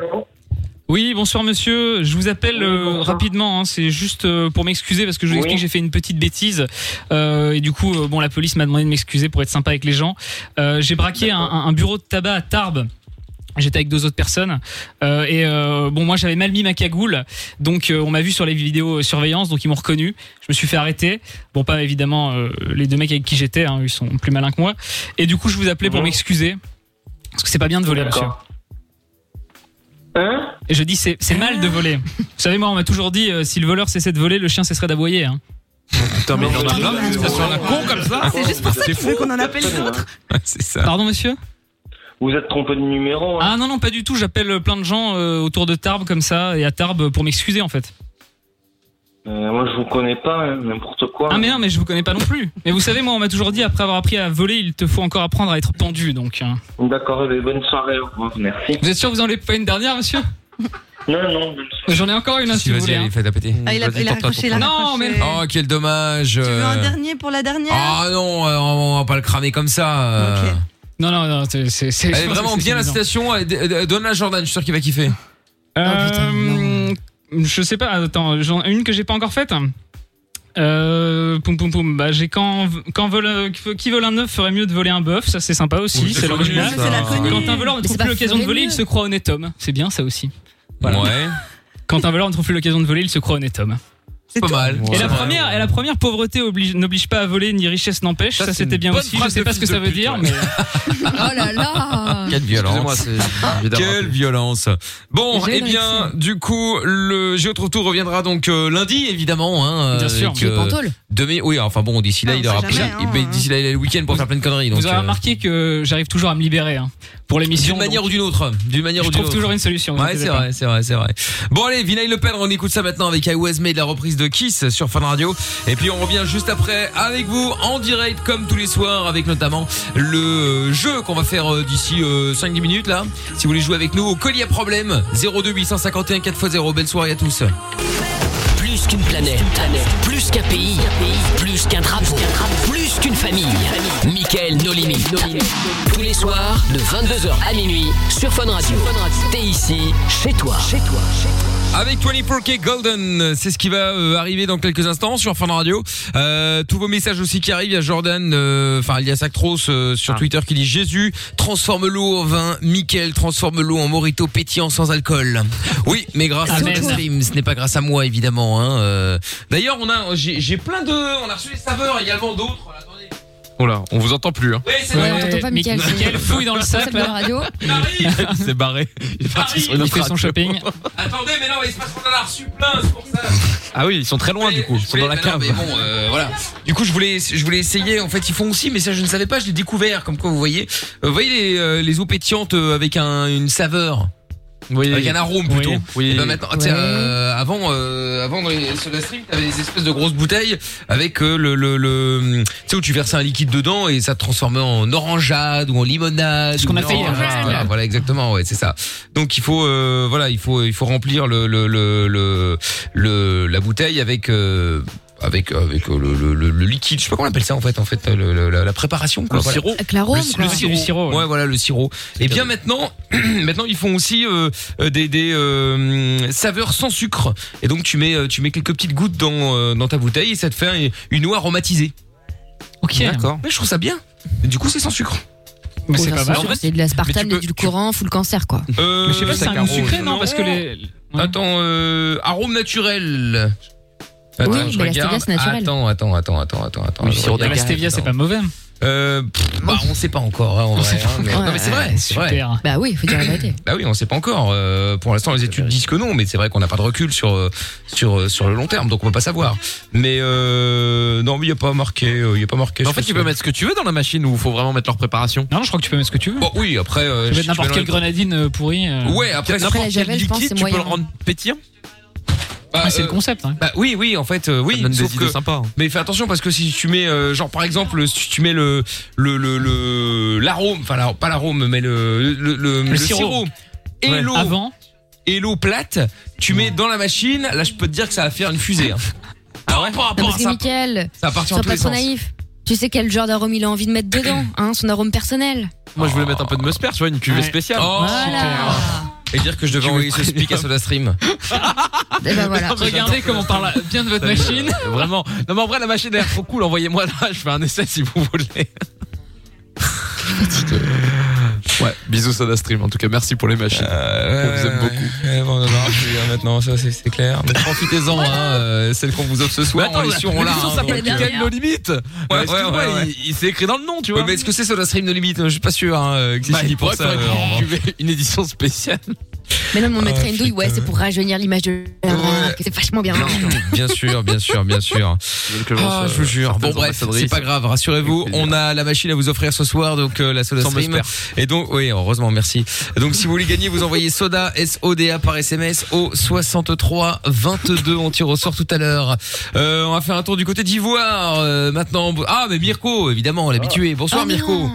S5: Oui, bonsoir monsieur. Je vous appelle euh, rapidement. hein. C'est juste euh, pour m'excuser parce que je vous
S2: Oui.
S5: explique que j'ai fait une petite bêtise Euh, et du coup, euh, bon, la police m'a demandé de m'excuser pour être sympa avec les gens. Euh, j'ai braqué un, un bureau de tabac à Tarbes. J'étais avec deux autres personnes Euh, et euh, bon moi j'avais mal mis ma cagoule donc euh, on m'a vu sur les vidéos euh, surveillance donc ils m'ont reconnu je me suis fait arrêter bon pas évidemment euh, les deux mecs avec qui j'étais hein, ils sont plus malins que moi et du coup je vous appelais pour m'excuser parce que c'est pas bien de voler monsieur
S14: D'accord. Hein
S5: et je dis c'est c'est mal de voler. Vous savez moi on m'a toujours dit euh, si le voleur cessait de voler le chien cesserait d'aboyer. Hein.
S2: Putain, mais dans la blague, ça sent la con comme ça.
S5: C'est juste pour ça
S2: C'est
S5: qu'il veut
S2: fou.
S5: qu'on en appelle d'autres.
S2: C'est ça.
S5: Pardon monsieur
S14: Vous êtes trompé de
S13: hein.
S14: numéro.
S5: Ah non non pas du tout j'appelle euh, plein de gens euh, autour de Tarbes comme ça et à Tarbes pour m'excuser en fait.
S14: Euh, moi, je vous connais pas, hein, n'importe quoi.
S5: Ah mais non mais je vous connais pas non plus. Mais vous savez moi on m'a toujours dit après avoir appris à voler il te faut encore apprendre à être pendu donc. hein.
S14: D'accord, eh bien, bonne soirée, au revoir, merci.
S5: Vous êtes sûr que vous en avez pas une dernière monsieur
S14: Non, non.
S5: J'en ai encore une
S2: Si,
S5: si, vous
S2: vas-y,
S5: voulez.
S2: allez,
S5: hein.
S2: faites la péter.
S5: Ah, il a-
S2: Vas-y,
S5: il a
S2: tente la
S5: raccroché, il a
S2: tente.
S5: Non, mais- raccroché.
S2: Oh, quel dommage. Tu
S3: Un dernier pour la dernière.
S2: Euh. Ah non, euh, on va pas le cramer comme ça. euh.
S5: Non non non c'est c'est- [laughs] c'est-
S2: Elle
S5: je
S2: est
S5: pense
S2: vraiment
S5: que c'est
S2: bien la
S5: évident.
S2: citation. Elle- d- d- Donne la Jordan, je suis sûr qu'il va kiffer.
S5: Euh, je sais pas, attends, j'en- une que j'ai pas encore faite. Euh, poum poum poum, bah j'ai quand, quand vole, qui vole un œuf ferait mieux de voler un bœuf, ça c'est sympa aussi,
S2: Oui, c'est
S5: c'est l'original.
S2: connu, ça. C'est la connue.
S5: Quand un voleur ne
S2: Mais
S5: trouve
S2: c'est pas
S5: plus l'occasion de
S2: ferait
S5: voler,
S2: mieux.
S5: il se croit honnête homme, c'est bien ça aussi. Voilà.
S2: Ouais.
S5: Quand un voleur ne trouve plus l'occasion de voler, il se croit honnête homme.
S2: C'est pas mal.
S5: Et la,
S2: Ouais.
S5: première, et la première pauvreté oblige- n'oblige pas à voler ni richesse n'empêche,
S2: Ça,
S5: ça,
S2: c'est
S5: c'était
S2: une
S5: bien
S2: bonne
S5: aussi, je
S2: phrase
S5: sais
S2: de
S5: pas ce que
S2: fils
S5: ça
S2: de
S5: veut
S2: pute,
S5: dire,
S2: ouais. [laughs]
S5: mais.
S4: Oh là là
S2: Quelle violence. [laughs] Quelle violence. Bon,
S4: J'ai
S2: eh bien, du coup, le Géo Trouve Tout reviendra donc euh, lundi, évidemment. Hein,
S5: Bien
S2: euh,
S5: sûr. Ah,
S2: avec,
S5: Chez Pantole.
S2: demain, oui, enfin bon, d'ici là, il aura pris- mais d'ici là, il a le week-end pour faire plein de conneries. Donc,
S5: hein. Vous aurez
S2: euh,
S5: remarqué que j'arrive toujours à me libérer hein, pour l'émission.
S2: D'une manière ou d'une autre. D'une manière
S5: Je
S2: ou d'une
S5: trouve
S2: autre.
S5: toujours une solution, vous
S2: Ouais,
S5: inquiétez
S2: c'est
S5: pas.
S2: vrai, c'est vrai, c'est vrai. Bon, allez, Vinay Le Pen, on écoute ça maintenant avec I Was Made, la reprise de Kiss sur Fan Radio. Et puis, on revient juste après avec vous en direct, comme tous les soirs, avec notamment le euh, jeu qu'on va faire euh, d'ici euh, 5-10 minutes, là. Si vous voulez jouer avec nous au collier à problème, 02 851 4x0. Belle soirée à tous.
S1: Plus qu'une planète, plus qu'un pays, plus qu'un drapeau, plus qu'une famille. Michael No Limites. Tous les soirs, de 22h à minuit, sur Fun Radio. T'es ici, chez toi. Chez toi.
S2: Avec 24K Golden, c'est ce qui va euh, arriver dans quelques instants sur Fun Radio. Euh, tous vos messages aussi qui arrivent. Il y a Jordan, euh, enfin alias Actros euh,
S5: Ah.
S2: sur Twitter qui dit Jésus, transforme-le en vin. Mickaël, transforme-le en morito pétillant sans alcool. Oui, mais grâce à
S5: Amen.
S2: notre stream, ce n'est pas grâce à moi évidemment. Hein. euh. D'ailleurs, on a, j'ai j'ai plein de, on a reçu des saveurs également d'autres.
S6: Oh là, on vous entend plus. Hein.
S2: c'est vrai.
S4: on t'entend pas, Mickaël. c'est-
S5: Mickaël fouille dans le
S4: c'est
S5: sac,
S4: de la
S5: là.
S4: radio.
S6: C'est barré. Il est parti sur une
S5: Il
S6: autre
S5: fait son
S6: radio.
S5: [laughs] shopping.
S2: Attendez, mais non, mais c'est parce qu'on en a reçu plein.
S6: Ah oui, ils sont très loin du coup. Ils sont dans la
S2: Mais non,
S6: cave.
S2: mais bon, euh, voilà. Du coup, je voulais, je voulais essayer. En fait, ils font aussi, mais ça, je ne savais pas. Je l'ai découvert. Comme quoi, vous voyez, Euh, vous voyez les, euh, les eaux pétillantes euh, avec un- une saveur. Oui. Avec un arôme plutôt.
S11: Oui.
S2: Et ben maintenant, tu sais,
S11: Oui.
S2: euh, avant, euh, avant dans les soda stream, t'avais des espèces de grosses bouteilles avec euh, le, le, le- tu sais où tu versais un liquide dedans et ça te transformait en orangeade ou en limonade. Ce
S5: qu'on a fait hier.
S2: Voilà, voilà, exactement, ouais, c'est ça. Donc il faut, euh, voilà, il faut, il faut remplir le, le, le, le, le- la bouteille avec. euh, avec avec euh, le, le, le- le liquide je sais pas comment on appelle ça en fait en fait le- le- la, la préparation quoi
S11: Le
S2: voilà.
S11: sirop. Avec l'arôme,
S2: Le si- le,
S11: quoi.
S2: sirop,
S11: Du sirop,
S2: ouais.
S11: ouais.
S2: voilà le sirop et bien maintenant [clears throat] maintenant ils font aussi euh, euh, des, des euh, saveurs sans sucre et donc tu mets euh, tu mets quelques petites gouttes dans euh, dans ta bouteille et ça te fait un- une eau aromatisée
S5: ok
S2: d'accord mais je trouve ça bien du coup c'est sans sucre
S5: Mais
S4: Oh,
S5: c'est
S4: ça,
S5: pas mal.
S4: sûr,
S5: En fait,
S4: C'est de l'aspartame, du courant, full cancer, quoi.
S2: Euh,
S5: Mais je sais pas si c'est un goût
S2: saccharose.
S5: sucré, non, parce que les-
S2: Attends, euh, arôme naturel. Attends,
S5: Oui,
S2: je
S5: mais la stevia,
S2: regarde.
S5: c'est naturel.
S2: Attends, attends, attends, attends, attends, attends.
S5: Oui,
S2: je
S5: sirop
S2: regarde.
S5: de la stevia, c'est pas mauvais. hein.
S2: Euh, pff, bah, on sait pas encore, hein, en vrai.
S5: sait pas
S2: hein, mais...
S5: encore.
S2: Non, mais c'est vrai, c'est vrai.
S4: Bah oui, il faut dire la vérité.
S2: Bah oui, on sait pas encore. Euh, pour l'instant, les études disent que non, mais c'est vrai qu'on n'a pas de recul sur euh, sur euh, sur le long terme, donc on peut pas savoir. Mais euh, non, mais il y a pas marqué, euh, il y a pas marqué.
S11: En fait, tu peux mettre ce que tu veux dans la machine ou faut vraiment mettre leur préparation
S5: Non, je crois que tu peux mettre ce que tu veux.
S2: Bon, oui, après. euh,
S5: Ça peut
S2: si
S5: être
S2: tu
S5: n'importe
S2: mets
S5: quelle
S2: dans les-
S5: grenadine euh, pourrie. euh.
S2: Ouais, après,
S5: Après, la
S2: n'importe quel
S5: javel, je pense,
S2: liquide,
S5: c'est
S2: tu peux le
S5: moyen.
S2: rendre pétillant.
S5: Ah, c'est le concept. hein.
S2: Bah oui, oui, en fait, euh, oui.
S11: Ça donne des
S2: sauf
S11: idées
S2: que-
S11: sympas, hein.
S2: Mais fais attention parce que si tu mets, euh, genre par exemple, si tu mets le le le- le l'arôme, enfin la- pas l'arôme, mais le le, le, le
S5: sirop.
S2: et
S5: Ouais.
S2: l'eau
S5: Avant.
S2: et l'eau plate, tu mets dans la machine. Là, je peux te dire que ça va faire une fusée. hein.
S4: Non,
S2: Ah ouais. Par rapport à
S4: parce que
S2: ça.
S4: Mickaël,
S2: ça part sur
S4: sois
S2: tous
S4: pas
S2: les
S4: trop
S2: sens.
S4: naïf. Tu sais quel genre d'arôme il a envie de mettre
S2: [clears throat]
S4: dedans, hein, son arôme personnel.
S11: Moi, je voulais mettre un peu de Musper, tu vois, une cuvée spéciale.
S2: Oh, Et dire que je devais envoyer ce speak à [laughs] SodaStream.
S4: Et ben voilà.
S11: Non, mais Regardez comment on parle bien de votre [laughs] machine. Euh, Vraiment. Non, mais en vrai, la machine elle est trop cool. Envoyez-moi là, je fais un essai si vous voulez. Ouais, bisous SodaStream. En tout cas, merci pour les machines.
S2: Euh,
S11: on vous aime beaucoup.
S2: bon, non, non, je vais dire maintenant, ça c'est- c'est clair. Mais profitez-en, hein, euh, celle qu'on vous offre ce soir.
S11: Attends,
S2: on les
S11: la-
S2: sur, on l'a.
S11: l'émission
S2: hein,
S11: s'appelle
S2: donc, euh,
S11: Mickaël nos limites.
S2: Ouais,
S11: Mais excuse-moi,
S2: ouais, ouais, ouais.
S11: il- Il s'est écrit dans le nom, tu vois.
S2: Ouais, mais est-ce que c'est SodaStream de limite Je suis pas sûr. Hein, euh, que c'est
S11: Bah,
S2: fini
S11: il
S2: pour
S11: pourrait
S2: ça.
S11: quand même
S2: euh,
S11: qu'il y ait une édition spéciale.
S4: Mais non, mais on
S2: Oh,
S4: mettrait une douille, ouais, c'est pour rajeunir l'image de la marque. C'est vachement bien.
S2: Bien sûr, bien sûr, bien sûr. Ah, je vous jure. Bon bref, c'est pas grave, rassurez-vous, on a la machine à vous offrir ce soir donc euh, la Soda
S11: Sans
S2: Stream.
S11: Musper.
S2: Et donc oui, heureusement, merci. Donc si vous voulez gagner, vous envoyez Soda S O D A par SMS au 63 22, on tire au sort tout à l'heure. Euh, on va faire un tour du côté d'Ivoire euh, maintenant. Ah mais Mirko, évidemment, l'habitué. Bonsoir Mirko.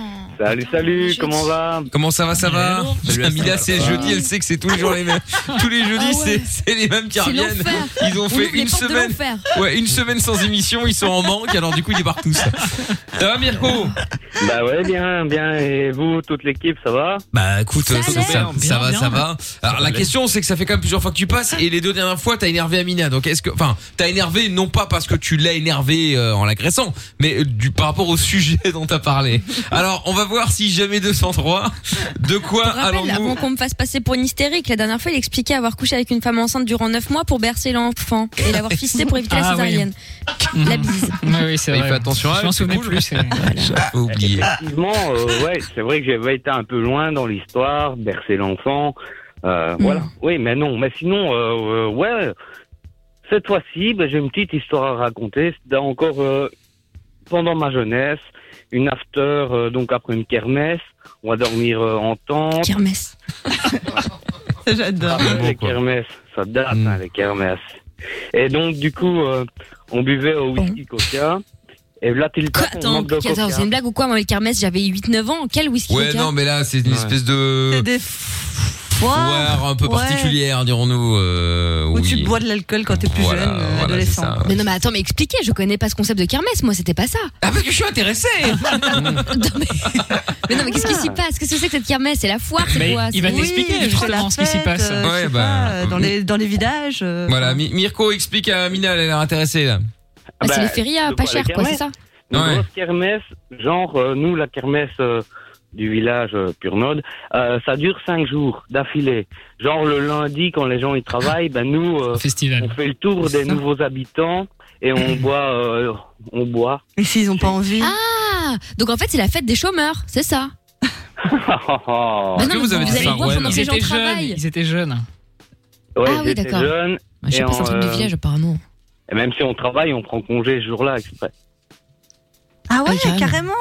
S7: Salut, Ah. salut, comment on va
S2: Comment ça va, ça va
S7: Salut,
S2: Amida,
S7: ça
S2: c'est
S7: va.
S2: jeudi, elle sait que c'est tous les jours les
S7: [laughs]
S2: mêmes. Tous les
S5: Ah
S4: Ah
S2: jeudis, c'est- c'est les mêmes qui
S11: C'est
S2: reviennent.
S11: l'enfer.
S2: Ils ont
S11: On
S2: fait
S11: ouvre les
S2: une
S11: portes de
S2: semaine.
S11: l'enfer.
S2: Ouais, une semaine sans émission, ils sont en manque, alors du coup, ils débarquent tous. [laughs] Ça va, Mirko
S7: Bah ouais, bien, bien. Et vous, toute l'équipe, ça va
S2: Bah écoute, ça, ça,
S7: allait.
S2: ça va,
S7: Bien,
S2: ça
S7: bien.
S2: va. Alors la question, c'est que ça fait quand même plusieurs fois que tu passes, et les deux dernières fois, t'as énervé Amina. Donc est-ce que, enfin, t'as énervé non pas parce que tu l'as énervé euh, en l'agressant, mais euh, du par rapport au sujet [laughs] dont t'as parlé. Alors on va voir si jamais 203, de quoi
S4: Pour rappel,
S2: allons-nous
S4: avant qu'on me fasse passer pour une hystérique, la dernière fois, il expliquait avoir couché avec une femme enceinte durant 9 mois pour bercer l'enfant et
S2: [laughs]
S4: l'avoir fistée pour éviter la
S5: Ah oui.
S4: césarienne. La bise.
S5: Ouais, oui, c'est
S11: Il
S5: vrai.
S11: fait attention à
S5: Je
S11: elle,
S5: m'en
S11: c'est
S5: souvenais
S11: cool.
S5: plus. [laughs] c'est-
S2: J'avais oublié.
S5: Ah
S7: Effectivement, euh, ouais, c'est vrai que j'avais été un peu loin dans l'histoire, bercer l'enfant. euh, Voilà. Oui, mais non. Mais sinon, euh, euh, ouais, cette fois-ci, bah, j'ai une petite histoire à raconter. C'était encore euh, pendant ma jeunesse, une after, euh, donc après une kermesse. On va dormir euh, en tente. [laughs]
S4: Kermesse.
S7: J'adore. les kermesses, ça date, hein, les kermesses. Et donc, du coup, euh, on buvait au whisky coca. Et là, t'es le
S4: Attends, attends, c'est une blague ou quoi Moi, le kermesse, j'avais 8-9 ans. Quel whisky
S2: Ouais,
S4: Coca
S2: non, mais là, c'est une espèce de
S4: hein C'est des
S2: foire un peu
S4: Ouais.
S2: particulière, dirons-nous. euh,
S4: Où tu
S2: oui. Ah,
S4: bois de l'alcool quand t'es plus
S2: Voilà,
S4: jeune, euh,
S2: voilà,
S4: adolescent.
S2: c'est ça, ouais.
S4: Mais non, mais attends, mais expliquez, je connais pas ce concept de kermesse, moi c'était pas ça.
S2: Ah, parce que je suis intéressé
S4: Mais non, mais qu'est-ce qui s'y passe Qu'est-ce que c'est que cette kermesse C'est la foire, c'est
S2: Mais
S4: quoi
S2: il va
S4: C'est-
S2: t'expliquer,
S4: Ah. Oui,
S2: justement,
S4: la
S2: ce qui s'y
S4: fête,
S2: passe.
S4: euh, je
S2: Ouais,
S4: sais
S2: bah,
S4: pas, euh, dans, les, dans les villages. euh,
S2: [laughs] Voilà, Mi- Mirko explique à Mina, elle a l'air intéressée là.
S4: Ah, c'est les férias, pas cher, quoi, c'est ça
S7: Une
S2: Ouais.
S7: grosse kermesse, genre, euh, nous, la kermesse euh, du village euh, Purnode, euh, ça dure cinq jours d'affilée. Genre, le lundi, quand les gens y travaillent, ben nous, euh, on fait le tour des nouveaux habitants et on boit. euh, on boit.
S4: Mais s'ils ont pas
S7: [laughs]
S4: envie. Ah Donc en fait, c'est la fête des chômeurs, c'est ça
S7: Est-ce ah.
S5: Est-ce
S4: Ah
S5: que vous avez
S4: allez boire pendant que
S5: Ils
S4: les gens
S5: étaient jeunes.
S4: travaillent.
S5: Ils étaient jeunes.
S7: Ouais,
S4: Ah oui,
S7: j'étais
S4: d'accord.
S7: jeune,
S4: Je sais
S7: et
S4: pas, c'est un
S7: en,
S4: truc de
S7: euh,
S4: village apparemment.
S7: Et même si on travaille, on prend congé ce jour-là exprès.
S4: Ah ouais, carrément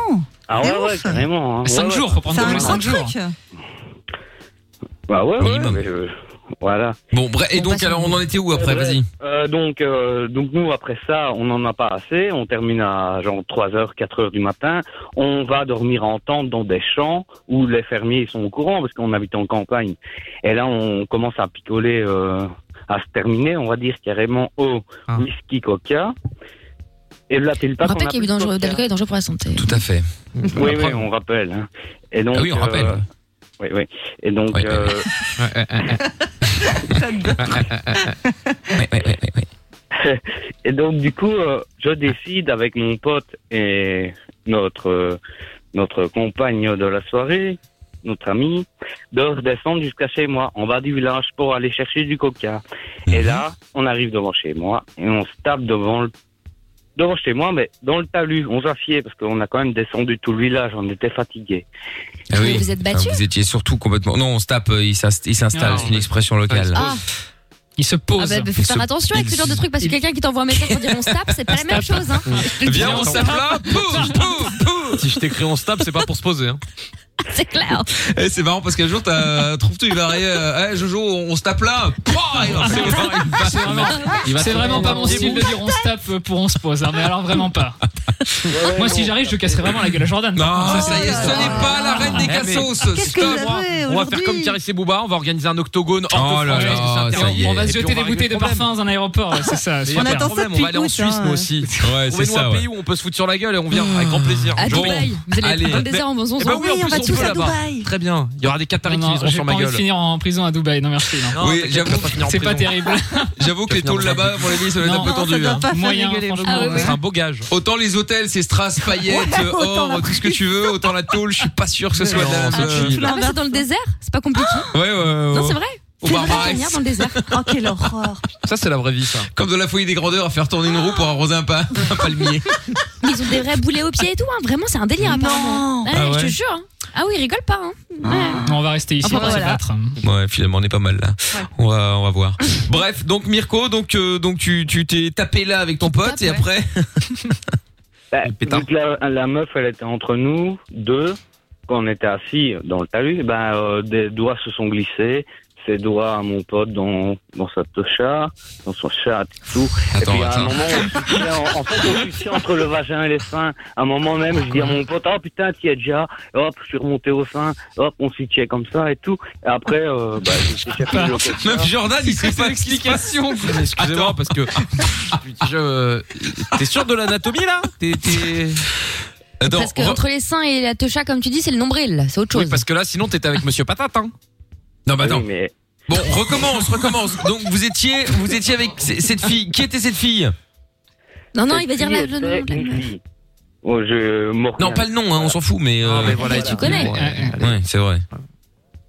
S7: Ah ouais, ouais, carrément. hein.
S5: Cinq
S7: Ouais, ouais.
S5: jours, faut prendre
S3: C'est un
S5: congé
S3: gros
S5: cinq jours.
S3: truc.
S7: Bah ouais, ouais, mais, euh, voilà.
S2: Bon, bref, et donc, alors, on en était où après Vas-y.
S7: Euh, donc, euh, donc nous, après ça, on n'en a pas assez. On termine à genre 3h, 4h du matin. On va dormir en tente dans des champs où les fermiers ils sont au courant parce qu'on habite en campagne. Et là, on commence à picoler, euh, à se terminer, on va dire carrément au
S2: Ah.
S7: whisky coca. Et là, t'es le
S4: On
S7: pas
S4: rappelle
S7: qu'on a
S4: qu'il y a eu
S7: plus de
S4: dangereux
S7: coca.
S4: d'alcool et dangereux pour la santé.
S2: Tout à fait.
S7: Oui, oui, on rappelle. hein. Et donc,
S2: Ah oui, on rappelle.
S7: euh, oui, oui. Et donc. euh, [laughs] et donc, du coup, euh, je décide avec mon pote et notre, euh, notre compagne de la soirée, notre ami, de redescendre jusqu'à chez moi, en bas du village, pour aller chercher du coca. Et là, on arrive devant chez moi et on se tape devant le devant chez moi, mais dans le talus, on s'affiait parce qu'on a quand même descendu tout le village, on était fatigué.
S2: Ah oui.
S7: Vous êtes battus
S2: Vous étiez surtout complètement. Non, on se tape, euh, il s'inst- il s'installe,
S5: Non,
S2: c'est une expression locale.
S4: Ah.
S5: Il se
S4: Ah bah, bah, faut faire attention avec ce genre de truc parce que quelqu'un qui t'envoie un message pour dire on se tape, c'est pas la
S2: [laughs]
S4: même chose. Hein.
S2: Viens, on se tape là, pouf, pouf, pouf.
S6: Si je t'écris on se tape, c'est pas pour se poser. Hein.
S4: C'est clair.
S2: Eh, c'est marrant parce qu'un jour, t'as- trouve-tu, il va arriver. euh, Eh, Jojo, on se tape là. Pouah, il va recevoir
S5: [laughs]
S2: une baffe.
S5: C'est vraiment,
S2: Il va
S5: c'est
S2: se
S5: vraiment
S2: prendre
S5: pas
S2: dans
S5: mon
S2: des
S5: style de
S2: bouts.
S5: dire on se tape pour on se pose, hein, mais alors vraiment pas. Moi, si j'arrive, je casserai vraiment la gueule à Jordan.
S2: Non,
S5: ça,
S2: ça y est, ce n'est pas la reine des cassos.
S5: Qu'est-ce que
S6: Stop.
S5: vous avez
S6: On va
S5: aujourd'hui
S6: faire comme Carissi Booba, on va organiser un octogone hors
S2: Oh là
S6: de France,
S2: là,
S6: parce que c'est
S2: ça y
S6: interdit.
S2: est.
S5: On va se
S6: Et puis
S5: jeter
S6: on
S5: des
S6: va régler
S5: bouteilles de
S6: le problème.
S5: parfum dans un aéroport, c'est ça.
S6: Mais il y a pas de problème, on va aller en Suisse, nous aussi.
S2: Ouais,
S6: Trouvez-nous
S2: c'est ça,
S6: un
S2: ouais.
S6: pays où on peut se foutre sur la gueule et on vient avec grand plaisir.
S4: À Dubaï. Vous allez prendre des airs en bonzon.
S6: Eh ben oui, en
S4: on
S6: plus,
S4: va tous
S6: peut
S4: à
S6: là-bas.
S2: Ah
S4: Dubaï.
S6: Très bien. Il y aura des Qataris qui
S5: Non,
S6: viseront
S5: j'ai
S6: sur ma
S5: pas envie de
S6: gueule.
S5: finir en prison à Dubaï, non merci. non.
S6: Non,
S2: Oui,
S6: t'inquiète,
S2: j'avoue,
S6: on va pas finir en
S5: C'est pas
S6: prison.
S5: terrible.
S2: J'avoue que les tôles là-bas, pour les vie, ça va être un
S5: Non,
S2: peu
S5: ça
S2: tendu.
S5: doit
S2: hein.
S5: pas faire Moyen, rigoler les franchement, gens. ouais.
S2: C'est un beau gage. Autant les hôtels, c'est strass, paillettes,
S4: Ouais, autant
S2: or,
S4: la
S2: tout ce que tu veux, autant la tôle, je suis pas sûr que ce soit de la
S4: Ah,
S2: même chose.
S4: mais c'est dans le désert C'est pas compliqué.
S2: Ouais, ouais, ouais.
S4: Non, c'est vrai.
S2: Euh, Au
S4: C'est vrai,
S2: Barbares.
S4: la dans le désert. [laughs] Oh, quelle horreur.
S2: Ça, c'est la vraie vie, ça. Comme dans la folie des grandeurs, à faire tourner une roue pour arroser un, pa- un palmier.
S4: Mais ils ont des vrais boulets aux pieds et tout, hein. vraiment, c'est un délire apparemment. Ouais,
S2: Ah ouais.
S4: Je te jure. hein. Ah oui, ils rigolent pas. Hein.
S5: On va rester ici
S4: Enfin,
S5: pour se
S4: voilà.
S5: battre.
S2: Ouais, finalement, on est pas mal là. On va, on va
S6: [laughs]
S2: voir. Bref, donc Mirko, donc, euh, donc tu, tu t'es tapé là avec ton pote et après.
S7: Bah, vu que la, la meuf, elle était entre nous, deux, quand on était assis dans le talus, ben, euh, des doigts se sont glissés, ses doigts à mon pote dans, dans sa tocha, dans son chat et tout. et puis à un
S2: attends.
S7: moment,
S2: [laughs]
S7: on suçait, en, en fait, on suçait entre le vagin et les seins. À un moment même, je dis à mon pote, oh putain, t'y es déjà. Et hop, je suis remonté au sein, hop, on s'y comme ça et tout. Et après, euh,
S2: [laughs]
S7: bah, j'ai cherché le coca.
S2: Même Jordan, il sait pas l'explication.
S6: Excusez-moi, parce que. je- euh, T'es sûr de l'anatomie là T'es- t'es-
S4: Parce que entre les seins et la techa, comme tu dis, c'est le nombril. là. C'est autre
S6: Oui,
S4: chose.
S6: parce que là, sinon, t'étais avec Monsieur Patate. Hein.
S2: Non, bah attends. Bon, recommence, recommence. Donc vous étiez, vous étiez avec c- cette fille. Qui était cette fille
S4: Non, non, il va dire la. le- le- le-
S7: Oh, je,
S2: Non, pas le nom, hein, on s'en fout, mais. euh,
S4: tu connais.
S2: Ouais, c'est vrai.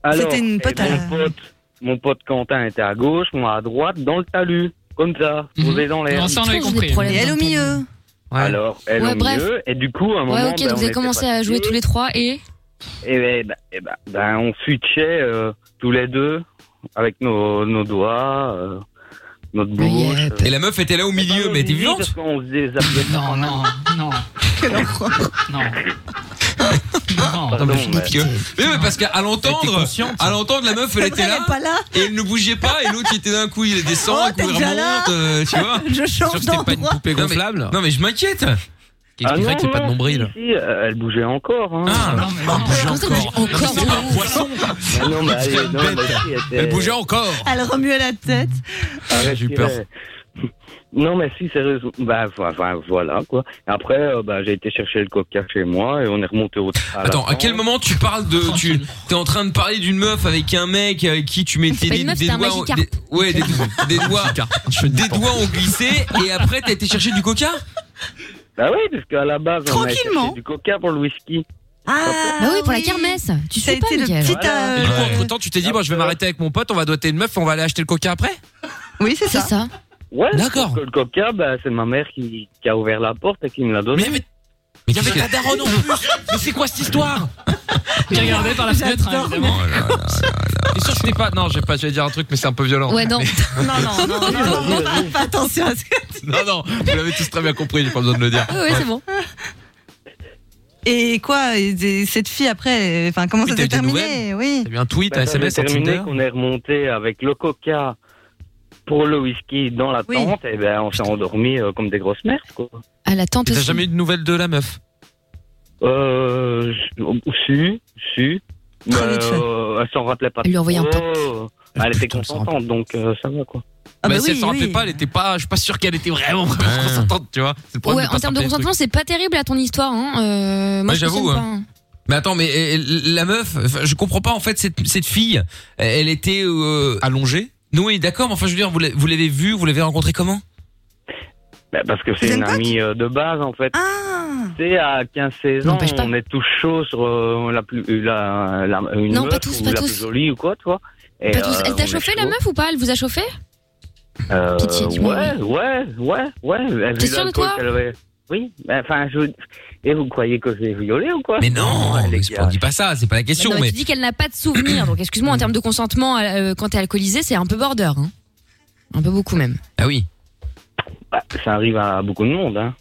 S7: Alors,
S3: C'était une
S7: et
S3: pote à-
S7: mon, pote, mon pote Quentin était à gauche, moi à droite, dans le talus, comme ça,
S2: Mhm.
S7: posé dans l'air.
S5: Non, ça, on avait compris.
S3: Et elle au milieu.
S7: Alors, elle
S4: Ouais,
S7: au
S4: bref.
S7: milieu, et du coup, à un moment,
S4: Ouais, ok,
S7: ben,
S4: donc
S7: on
S4: vous avez
S7: était
S4: commencé à
S7: fatigués,
S4: jouer tous les trois et.
S7: Et ben, ben, eh ben, ben, on switchait euh, tous les deux avec nos, nos doigts, euh, notre bouche. ben,
S2: Et la meuf était là au milieu, mais elle était vivante.
S7: On se déshabillait.
S5: Ah, Non, non, non. Non.
S2: Non, mais, mais ouais, parce qu'à l'entendre, à l'entendre, la meuf, elle
S3: C'est
S2: était
S3: vrai,
S2: là,
S3: elle est pas là.
S2: et elle ne bougeait pas, et l'autre, il était d'un coup, il descend,
S3: Oh,
S2: un coup, il
S3: t'es déjà là.
S2: remonte, euh, tu vois.
S3: Je change
S2: Sûr que c'était
S3: d'endroit.
S2: poupée gonflable. Non, mais, je m'inquiète. Qui
S7: Ah
S2: expliquerait
S7: non,
S2: qu'il n'y a pas de
S7: non,
S2: nombril.
S7: si, si, euh, elle bougeait encore. Hein. Ah, non,
S2: Poisson.
S7: Ah non, mais elle, non, mais si, était-
S2: encore.
S3: Elle remuait la tête.
S7: Arrête,
S3: J'ai eu peur.
S7: Thierry. [laughs] Non, mais si, sérieusement. Bah, enfin, enfin, voilà, quoi. Après, euh, bah, j'ai été chercher le coca chez moi et on est remonté au. à la
S2: Attends, à
S7: fin.
S2: quel moment tu parles de, tu, t'es en train de parler d'une meuf avec un mec avec qui tu mettais
S4: C'est pas
S2: des,
S4: une meuf,
S2: des
S4: c'est un
S2: doigts,
S4: Magikarp.
S2: des, ouais, des, des doigts, des doigts ont glissé et après t'as été chercher du coca?
S7: Bah oui, parce qu'à la base, on a été
S4: Tranquillement.
S7: chercher du coca pour le whisky.
S3: Ah,
S4: Bah oui, pour la kermesse. Tu sais pas, Mickaël.
S7: euh,
S6: Et du coup, entre temps, tu t'es dit, moi, je vais m'arrêter avec mon pote, on va doter une meuf, on va aller acheter le coca après
S3: Oui, c'est
S4: ça.
S7: Ouais, d'accord. Le coca, bah, c'est ma mère qui, qui a ouvert la porte et qui me l'a donné. Mais,
S2: mais, mais
S6: Ta daronne en plus Mais c'est quoi cette histoire Oh
S5: Qui regardait par la fenêtre, hein, évidemment.
S6: Et sûr, c'était pas. Non, j'ai pas, j'allais dire un truc, mais c'est un peu violent.
S3: [laughs]
S5: Ouais,
S15: [laughs]
S5: non.
S6: Mais-
S5: Non, non, non, non,
S3: non. Fais
S6: [laughs]
S3: attention à ce que
S15: Ah
S6: Non, non, vous l'avez tous très bien compris, j'ai pas besoin de le dire.
S4: Ouais, ouais, c'est bon.
S3: Et quoi et- et Cette fille après, enfin, comment
S2: Oui,
S3: ça
S2: t'as eu
S3: s'est
S2: des
S3: terminé Oui.
S2: T'as eu un tweet, un
S7: Bah, ça
S2: SMS,
S7: s'est
S2: un
S7: terminé
S2: Tinder
S7: qu'on est remonté avec le coca pour le whisky dans la
S15: Oui.
S7: tente, et ben on s'est endormi euh, comme des grosses merdes, quoi.
S15: À Ah, la tente
S7: Et t'as
S15: aussi.
S7: jamais
S6: eu de nouvelles de la meuf
S7: Euh. Si, si. Mais, euh, elle s'en rappelait pas.
S15: Elle lui a envoyé un
S7: trop. Elle était contente, donc euh, ça va, quoi.
S15: ah
S6: bah, si elle s'en rappelait pas, elle était pas. Je suis pas sûr qu'elle était vraiment consentante, tu vois. C'est le
S15: Ouais,
S6: problème
S15: en termes de consentement, c'est pas terrible à ton histoire. Hein. Euh, moi,
S2: Ouais,
S15: je
S2: j'avoue,
S15: consomme
S2: hein.
S15: pas, hein.
S2: Mais attends, mais euh, la meuf, enfin, je comprends pas en fait cette, cette fille, elle était allongée. Non, oui, d'accord, mais enfin je veux dire, vous l'a- vous l'avez vue, vous l'avez rencontrée comment
S7: Bah, parce que c'est une amie euh, de base, en fait.
S15: Ah.
S7: Tu sais, à 15-16 ans, on est tous chauds sur euh, la plus, euh, la, la- une
S15: Non,
S7: meuf
S15: pas tous,
S7: ou
S15: pas
S7: la
S15: tous.
S7: plus jolie ou quoi, tu vois. Et,
S15: Pas tous.
S7: euh,
S15: Elle
S7: on
S15: t'a
S7: est
S15: chauffé la
S7: chaud.
S15: meuf ou pas Elle vous a chauffé
S7: Euh,
S15: Pitié, dis-moi
S7: ouais, ouais, ouais, ouais, Elle a vu
S15: T'es sûr de
S7: l'alcool
S15: toi
S7: qu'elle avait. Oui, mais enfin, je. Et vous croyez que j'ai violé ou quoi Ah,
S2: Mais non, mais c'est- on dit pas ça, c'est pas la question.
S15: Non, mais
S2: mais
S15: Tu dis qu'elle n'a pas de souvenir. Donc, excuse-moi, en termes de consentement, euh, quand t'es alcoolisé, c'est un peu border. hein. Un peu beaucoup même.
S2: Ah oui.
S7: Bah, ça arrive à beaucoup de monde, hein.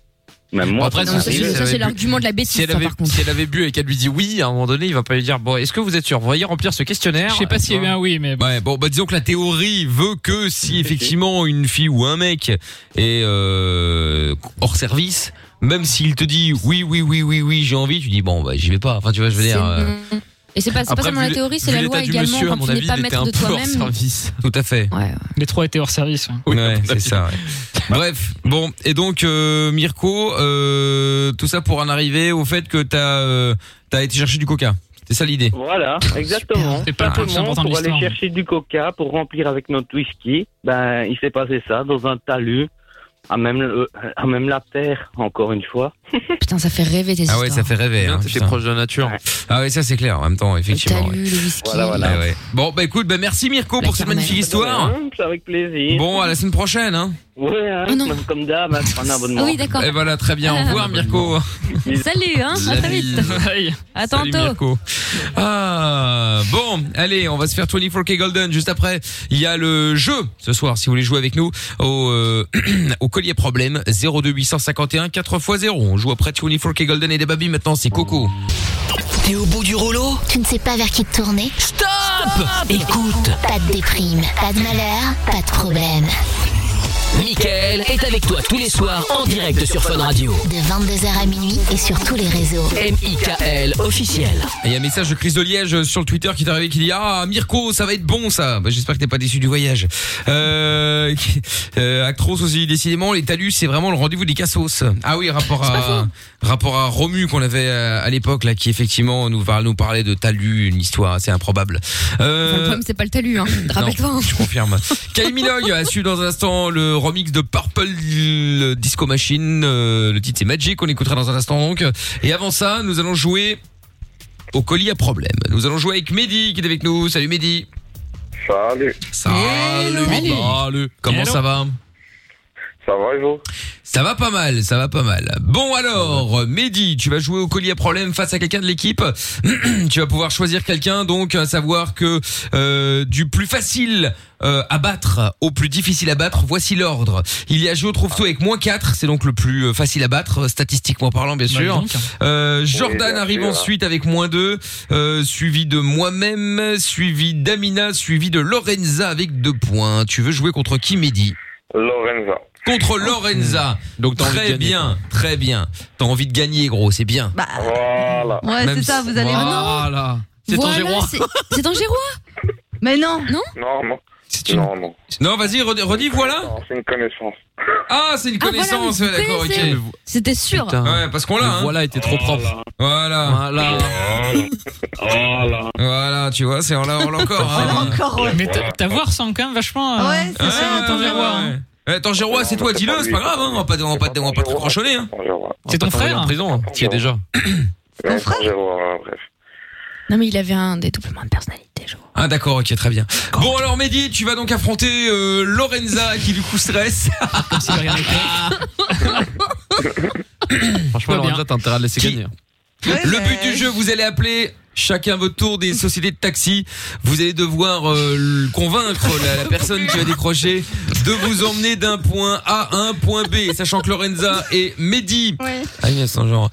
S7: Même moi.
S6: Après,
S15: Non, ça,
S6: si
S15: c'est-
S6: elle
S15: ça,
S6: avait
S15: c'est
S6: bu-
S15: l'argument de la bêtise.
S6: Si elle,
S15: ça,
S6: avait,
S15: par
S6: si elle avait bu et qu'elle lui dit oui, à un moment donné, il va pas lui dire Bon, est-ce que vous êtes sûr Vous voyez remplir ce questionnaire
S5: Je sais pas s'il y a eu un oui, mais.
S2: Ouais, bon, Euh, bah disons que la théorie veut que si effectivement une fille ou un mec est euh, hors service, même s'il te dit oui, oui, oui, oui, oui, j'ai envie, tu dis bon, bah j'y vais pas. Enfin, tu vois, je veux dire. euh,
S15: contre. Et c'est pas, c'est pas
S2: Après,
S15: seulement
S2: vu
S15: la
S2: l'é-
S15: théorie, c'est
S2: vu
S15: la loi
S2: l'état du
S15: également.
S2: monsieur, à mon
S15: quand tu
S2: avis,
S15: n'es pas
S2: il était
S15: maître de
S2: un peu hors
S15: toi-même.
S2: Tout à fait.
S5: Les trois étaient hors service. hein.
S2: Ouais, c'est ça. ouais. [laughs] Bref, bon, et donc euh, Mirko, euh, tout ça pour en arriver au fait que t'as euh, t'as été chercher du coca. C'est ça l'idée. Ah.
S7: Voilà, exactement.
S2: C'est pas le plus
S7: Simplement,
S2: important de
S7: Pour aller
S2: l'histoire.
S7: chercher du coca, pour remplir avec notre whisky, ben, il s'est passé ça dans un talus, à même, le- euh, à même la terre, encore une fois.
S15: [laughs] Putain, ça fait rêver tes
S2: Ah ouais,
S15: histoires.
S2: ça fait rêver. Hein, T'es proche
S6: de la nature.
S2: Ah ouais, ça c'est clair. En même temps, effectivement.
S15: Talus, le whisky.
S2: Voilà, voilà. Ouais, ouais. Bon, bah écoute, bah merci Mirko pour cette magnifique histoire.
S7: Ouais, C'est avec plaisir.
S2: Bon, à la semaine prochaine, hein.
S7: Ouais, hein, comme d'hab, hein, prends un abonnement.
S15: Oh Ah Oui, d'accord. Ah.
S2: Et voilà, très bien. Au revoir, Mirko.
S15: Salut, hein, à très vite. À
S2: Salut,
S15: tantôt.
S2: Mirko. Ah, bon, allez, on va se faire 24K Golden juste après. Il y a le jeu ce soir, si vous voulez jouer avec nous, au, euh, [clears throat] au collier problème 02851 4x0. On joue après 24K Golden et des babies maintenant, c'est Coco.
S9: T'es au bout du rouleau Tu ne sais pas vers qui te tourner
S1: Stop, Écoute.
S9: Pas de déprime, pas de malheur, pas de problème.
S1: Michael est avec toi tous les soirs en direct sur Fun Radio.
S9: De 22h à minuit et sur tous les réseaux.
S1: M.I.K.L. officiel.
S2: Et il y a un message de Chris de Liège sur le Twitter qui est arrivé qui dit Ah Mirko ça va être bon ça Bah, J'espère que t'es pas déçu du voyage euh, euh, Actros aussi décidément les talus c'est vraiment le rendez-vous des cassos Ah oui rapport à rapport à Romu qu'on avait euh, à l'époque là qui effectivement nous, par- nous parlait de talus une histoire assez improbable euh,
S15: Enfin, le problème, c'est pas le talus, hein. Rappelle-toi.
S2: non,
S15: hein.
S2: je confirme. [laughs] Kylie Minogue a su dans un instant le remix de Purple Disco Machine. euh, le titre c'est Magic, on l'écoutera dans un instant donc. Et avant ça, nous allons jouer au colis à problème. Nous allons jouer avec Mehdi qui est avec nous. Salut Mehdi.
S11: Salut.
S2: Salut.
S11: Salut.
S2: Salut. Comment
S11: Hello.
S2: ça va
S11: Ça va et vous
S2: Ça va pas mal, ça va pas mal. Bon alors, Mehdi, tu vas jouer au collier à problème face à quelqu'un de l'équipe. [clears throat] tu vas pouvoir choisir quelqu'un, donc à savoir que euh, du plus facile euh, à battre au plus difficile à battre, voici l'ordre. Il y a Joe trouve tout avec moins 4, c'est donc le plus euh, facile à battre, statistiquement parlant bien
S6: Bah,
S2: sûr.
S6: dis donc.
S2: Euh, Jordan
S6: Oui, bien
S2: arrive
S6: sûr.
S2: ensuite avec moins 2, euh, suivi de moi-même, suivi d'Amina, suivi de Lorenza avec 2 points. Tu veux jouer contre qui Mehdi
S11: Euh, Lorenza.
S2: contre Lorenza. Donc
S6: envie de
S2: très
S6: gagner,
S2: bien, très bien. T'as envie de gagner, gros, c'est bien.
S11: Voilà.
S3: Bah, Ouais, c'est ça, vous allez- Ah
S2: Voilà.
S15: Voilà, c'est- C'est dangereux.
S3: Mais non.
S15: Non.
S11: Non, non. Non, non.
S2: Non, vas-y, redis, redis, voilà.
S11: C'est une connaissance.
S2: Ah, c'est une
S15: Ah, voilà,
S2: connaissance,
S15: vous
S2: ouais, d'accord, ok.
S15: connaissez. C'était sûr.
S2: Ouais, parce qu'on l'a.
S6: Le voilà
S2: était trop propre. Voilà.
S6: Voilà.
S2: Voilà. tu vois, c'est on l'a on l'a encore. hein.
S5: Mais ta, ta voix ressemble quand même vachement à. Ouais,
S2: c'est ça,
S5: ton miroir. hein.
S2: Eh, attends, Gérois, c'est toi, dis-le, c'est pas grave, hein. on va pas, on va pas, on va pas te cranchonner. Hein.
S5: C'est ton frère
S6: en prison, hein. T'y es déjà.
S2: [coughs]
S11: Ton frère Bref.
S15: Non, mais il avait un dédoublement de personnalité.
S2: Ah d'accord, ok, très bien. Bon alors Mehdi, tu vas donc affronter euh, Lorenza qui du coup stresse.
S5: Franchement,
S2: [laughs]
S6: Lorenza, t'as intérêt à le laisser gagner.
S2: le but du jeu, vous allez appeler chacun votre tour des sociétés de taxi. Vous allez devoir euh, le convaincre la, la personne qui va décrocher de vous emmener d'un point A à un point B, sachant que Lorenza et Mehdi Agnès Saint-Jean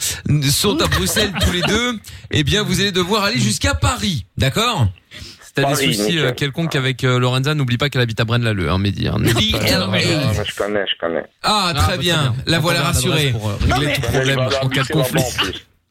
S2: sont à Bruxelles tous les deux. Eh bien, vous allez devoir aller jusqu'à Paris, d'accord si
S6: t'as des Paris, soucis, nickel. euh,
S2: quelconques avec Lorenza, n'oublie pas qu'elle habite à Braine-l'Alleud, hein, Mehdi.
S11: Ah, mais je connais, je connais.
S2: Ah, très bien. La voilà rassurée.
S11: euh,
S2: Régler tout problème en cas de conflit.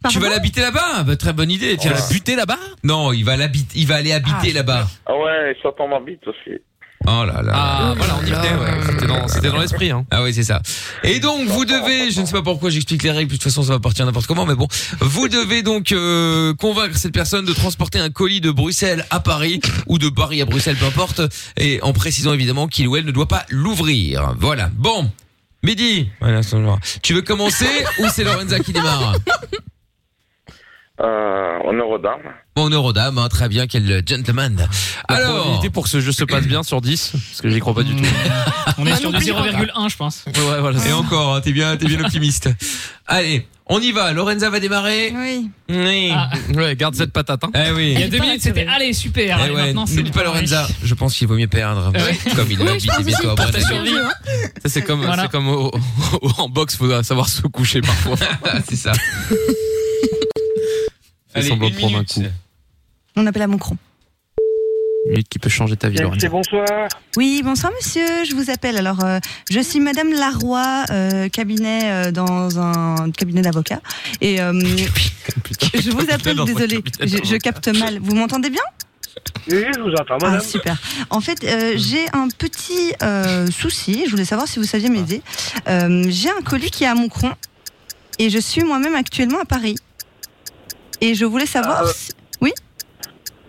S2: Tu vas l'habiter là-bas Bah, Très bonne idée. Tu vas
S6: Oh.
S11: Ouais.
S2: la buter là-bas Non, il va l'habiter, il va aller habiter là-bas.
S11: Ah ouais, ça t'en m'habite aussi. euh,
S2: Oh là là. Ah, voilà, on y était, ouais. C'était dans, c'était dans l'esprit, hein. Ah oui, c'est ça. Et donc, vous devez, je ne sais pas pourquoi j'explique les règles, puis de toute façon, ça va partir n'importe comment, mais bon. Vous devez donc, euh, convaincre cette personne de transporter un colis de Bruxelles à Paris, ou de Paris à Bruxelles, peu importe, et en précisant évidemment qu'il ou elle ne doit pas l'ouvrir. Voilà. Bon. Mehdi. Tu veux commencer, [laughs] ou c'est Lorenza qui démarre?
S11: Euh, en Eurodame.
S2: Bon, Eurodame, hein, très bien, quel gentleman.
S6: Alors, probabilité pour que ce jeu se passe bien sur 10, parce que j'y crois pas du tout.
S2: [laughs]
S5: On est
S6: Ah,
S5: sur
S6: non
S5: du
S6: plus,
S5: 0,1, je pense.
S2: Ouais, voilà. Et encore, hein, t'es bien, t'es bien optimiste. [laughs] Allez, on y va. Lorenza va démarrer.
S3: Oui.
S2: Oui. Ouais, garde cette patate. Hein. Ah. Eh oui.
S5: Il y a deux minutes, c'était allez, super.
S2: Eh
S5: Allez,
S2: ouais,
S5: maintenant, c'est
S2: n'oublie pas
S5: bon.
S2: Lorenza. Je pense qu'il vaut mieux perdre. Comme il
S5: Oui,
S2: l'a
S5: je pense
S2: oublié
S5: aussi.
S2: bientôt après.
S5: Pour ta survie.
S6: Ça, C'est comme,
S5: Voilà.
S6: c'est comme au- au- en boxe, faut savoir se coucher parfois.
S2: [laughs] c'est ça.
S6: Fais semblant de prendre un coup.
S3: On appelle à Macron.
S6: Une minute qui peut changer ta vie, Lorenza.
S11: bonsoir.
S3: Oui, bonsoir monsieur, je vous appelle. Alors, euh, je suis Madame Larroy, euh, cabinet euh, dans un cabinet d'avocat. Et euh, je vous appelle,
S13: dans un
S3: désolé, je, je capte mal. Vous m'entendez bien
S13: Oui, je vous entends, madame.
S3: Ah, super. En fait, euh, j'ai un petit euh, souci. Je voulais savoir si vous saviez m'aider. Euh, j'ai un colis qui est à Montcron et je suis moi-même actuellement à Paris. Et je voulais savoir.
S13: Ah.
S3: si- Oui.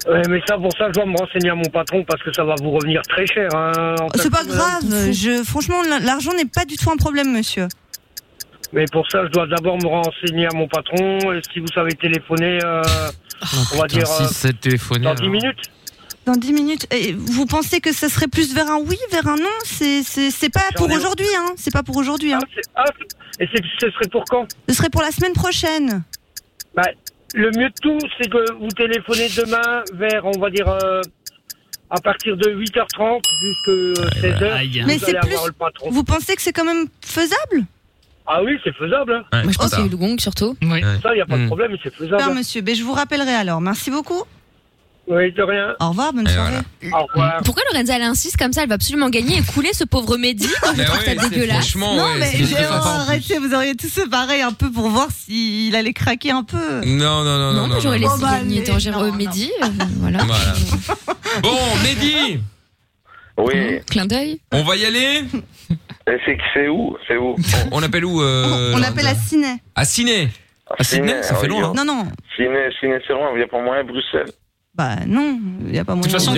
S13: Ouais, mais ça, pour ça, je dois me renseigner à mon patron parce que ça va vous revenir très cher. hein, en
S3: C'est
S13: fait,
S3: pas
S13: madame.
S3: grave. Je, franchement, l'argent n'est pas du tout un problème, monsieur.
S13: Mais pour ça, je dois d'abord me renseigner à mon patron. Et si vous savez téléphoner, euh,
S5: Ah,
S13: on va dire euh,
S6: si c'est téléphoné.
S13: dans 10 minutes.
S3: Dans 10 minutes. Et vous pensez que ça serait plus vers un oui, vers un non C'est- C'est c'est pas pour aujourd'hui, hein. C'est pas pour aujourd'hui, hein.
S13: Et Ah, c'est- ce serait pour quand
S3: Ce serait pour la semaine prochaine.
S13: bah, Le mieux de tout, c'est que vous téléphonez demain vers, on va dire, euh, à partir de 8h30 jusqu'à 16h.
S3: Mais
S13: vous
S3: c'est
S13: allez
S3: plus.
S13: avoir le patron.
S3: Vous pensez que c'est quand même faisable
S13: Ah oui, c'est faisable. hein.
S2: Moi, je
S3: pense
S15: c'est le gong surtout.
S13: Ça, il n'y a pas de problème, c'est faisable.
S3: Super, monsieur. Ben, je vous rappellerai alors. Merci beaucoup.
S13: Oui, de rien.
S3: Au revoir, bonne soirée.
S13: Au revoir.
S15: Pourquoi Lorenza elle insiste comme ça Elle va absolument gagner et couler ce pauvre Mehdi quand je
S2: Bah
S15: trouve
S2: ouais,
S15: ça
S2: c'est-
S15: dégueulasse.
S2: franchement,
S3: Non,
S2: ouais, c'est
S3: mais
S2: une
S3: j'ai
S2: très sympa.
S3: arrêté, vous auriez tous se pareil un peu pour voir s'il allait craquer un peu.
S2: Non, non, non, non. non,
S15: J'aurais
S2: non.
S15: laissé
S3: Bon, bah,
S15: gagner
S3: allez,
S15: dans Jérôme Mehdi. euh, [laughs] Voilà.
S5: [laughs]
S2: Voilà. Bon, Mehdi,
S11: Oui.
S15: Clin d'œil.
S2: on va y aller.
S11: Et c'est c'est où C'est où
S2: On, on appelle où euh,
S3: Oh, On appelle à Ciné.
S2: À Ciné. À Ciné, ça fait
S11: oui,
S2: loin.
S11: hein.
S3: Non, non.
S11: Ciné, ciné, c'est loin. Il n'y a pas moyen à Bruxelles.
S3: Bah non, il n'y a pas moyen.
S6: il y a pas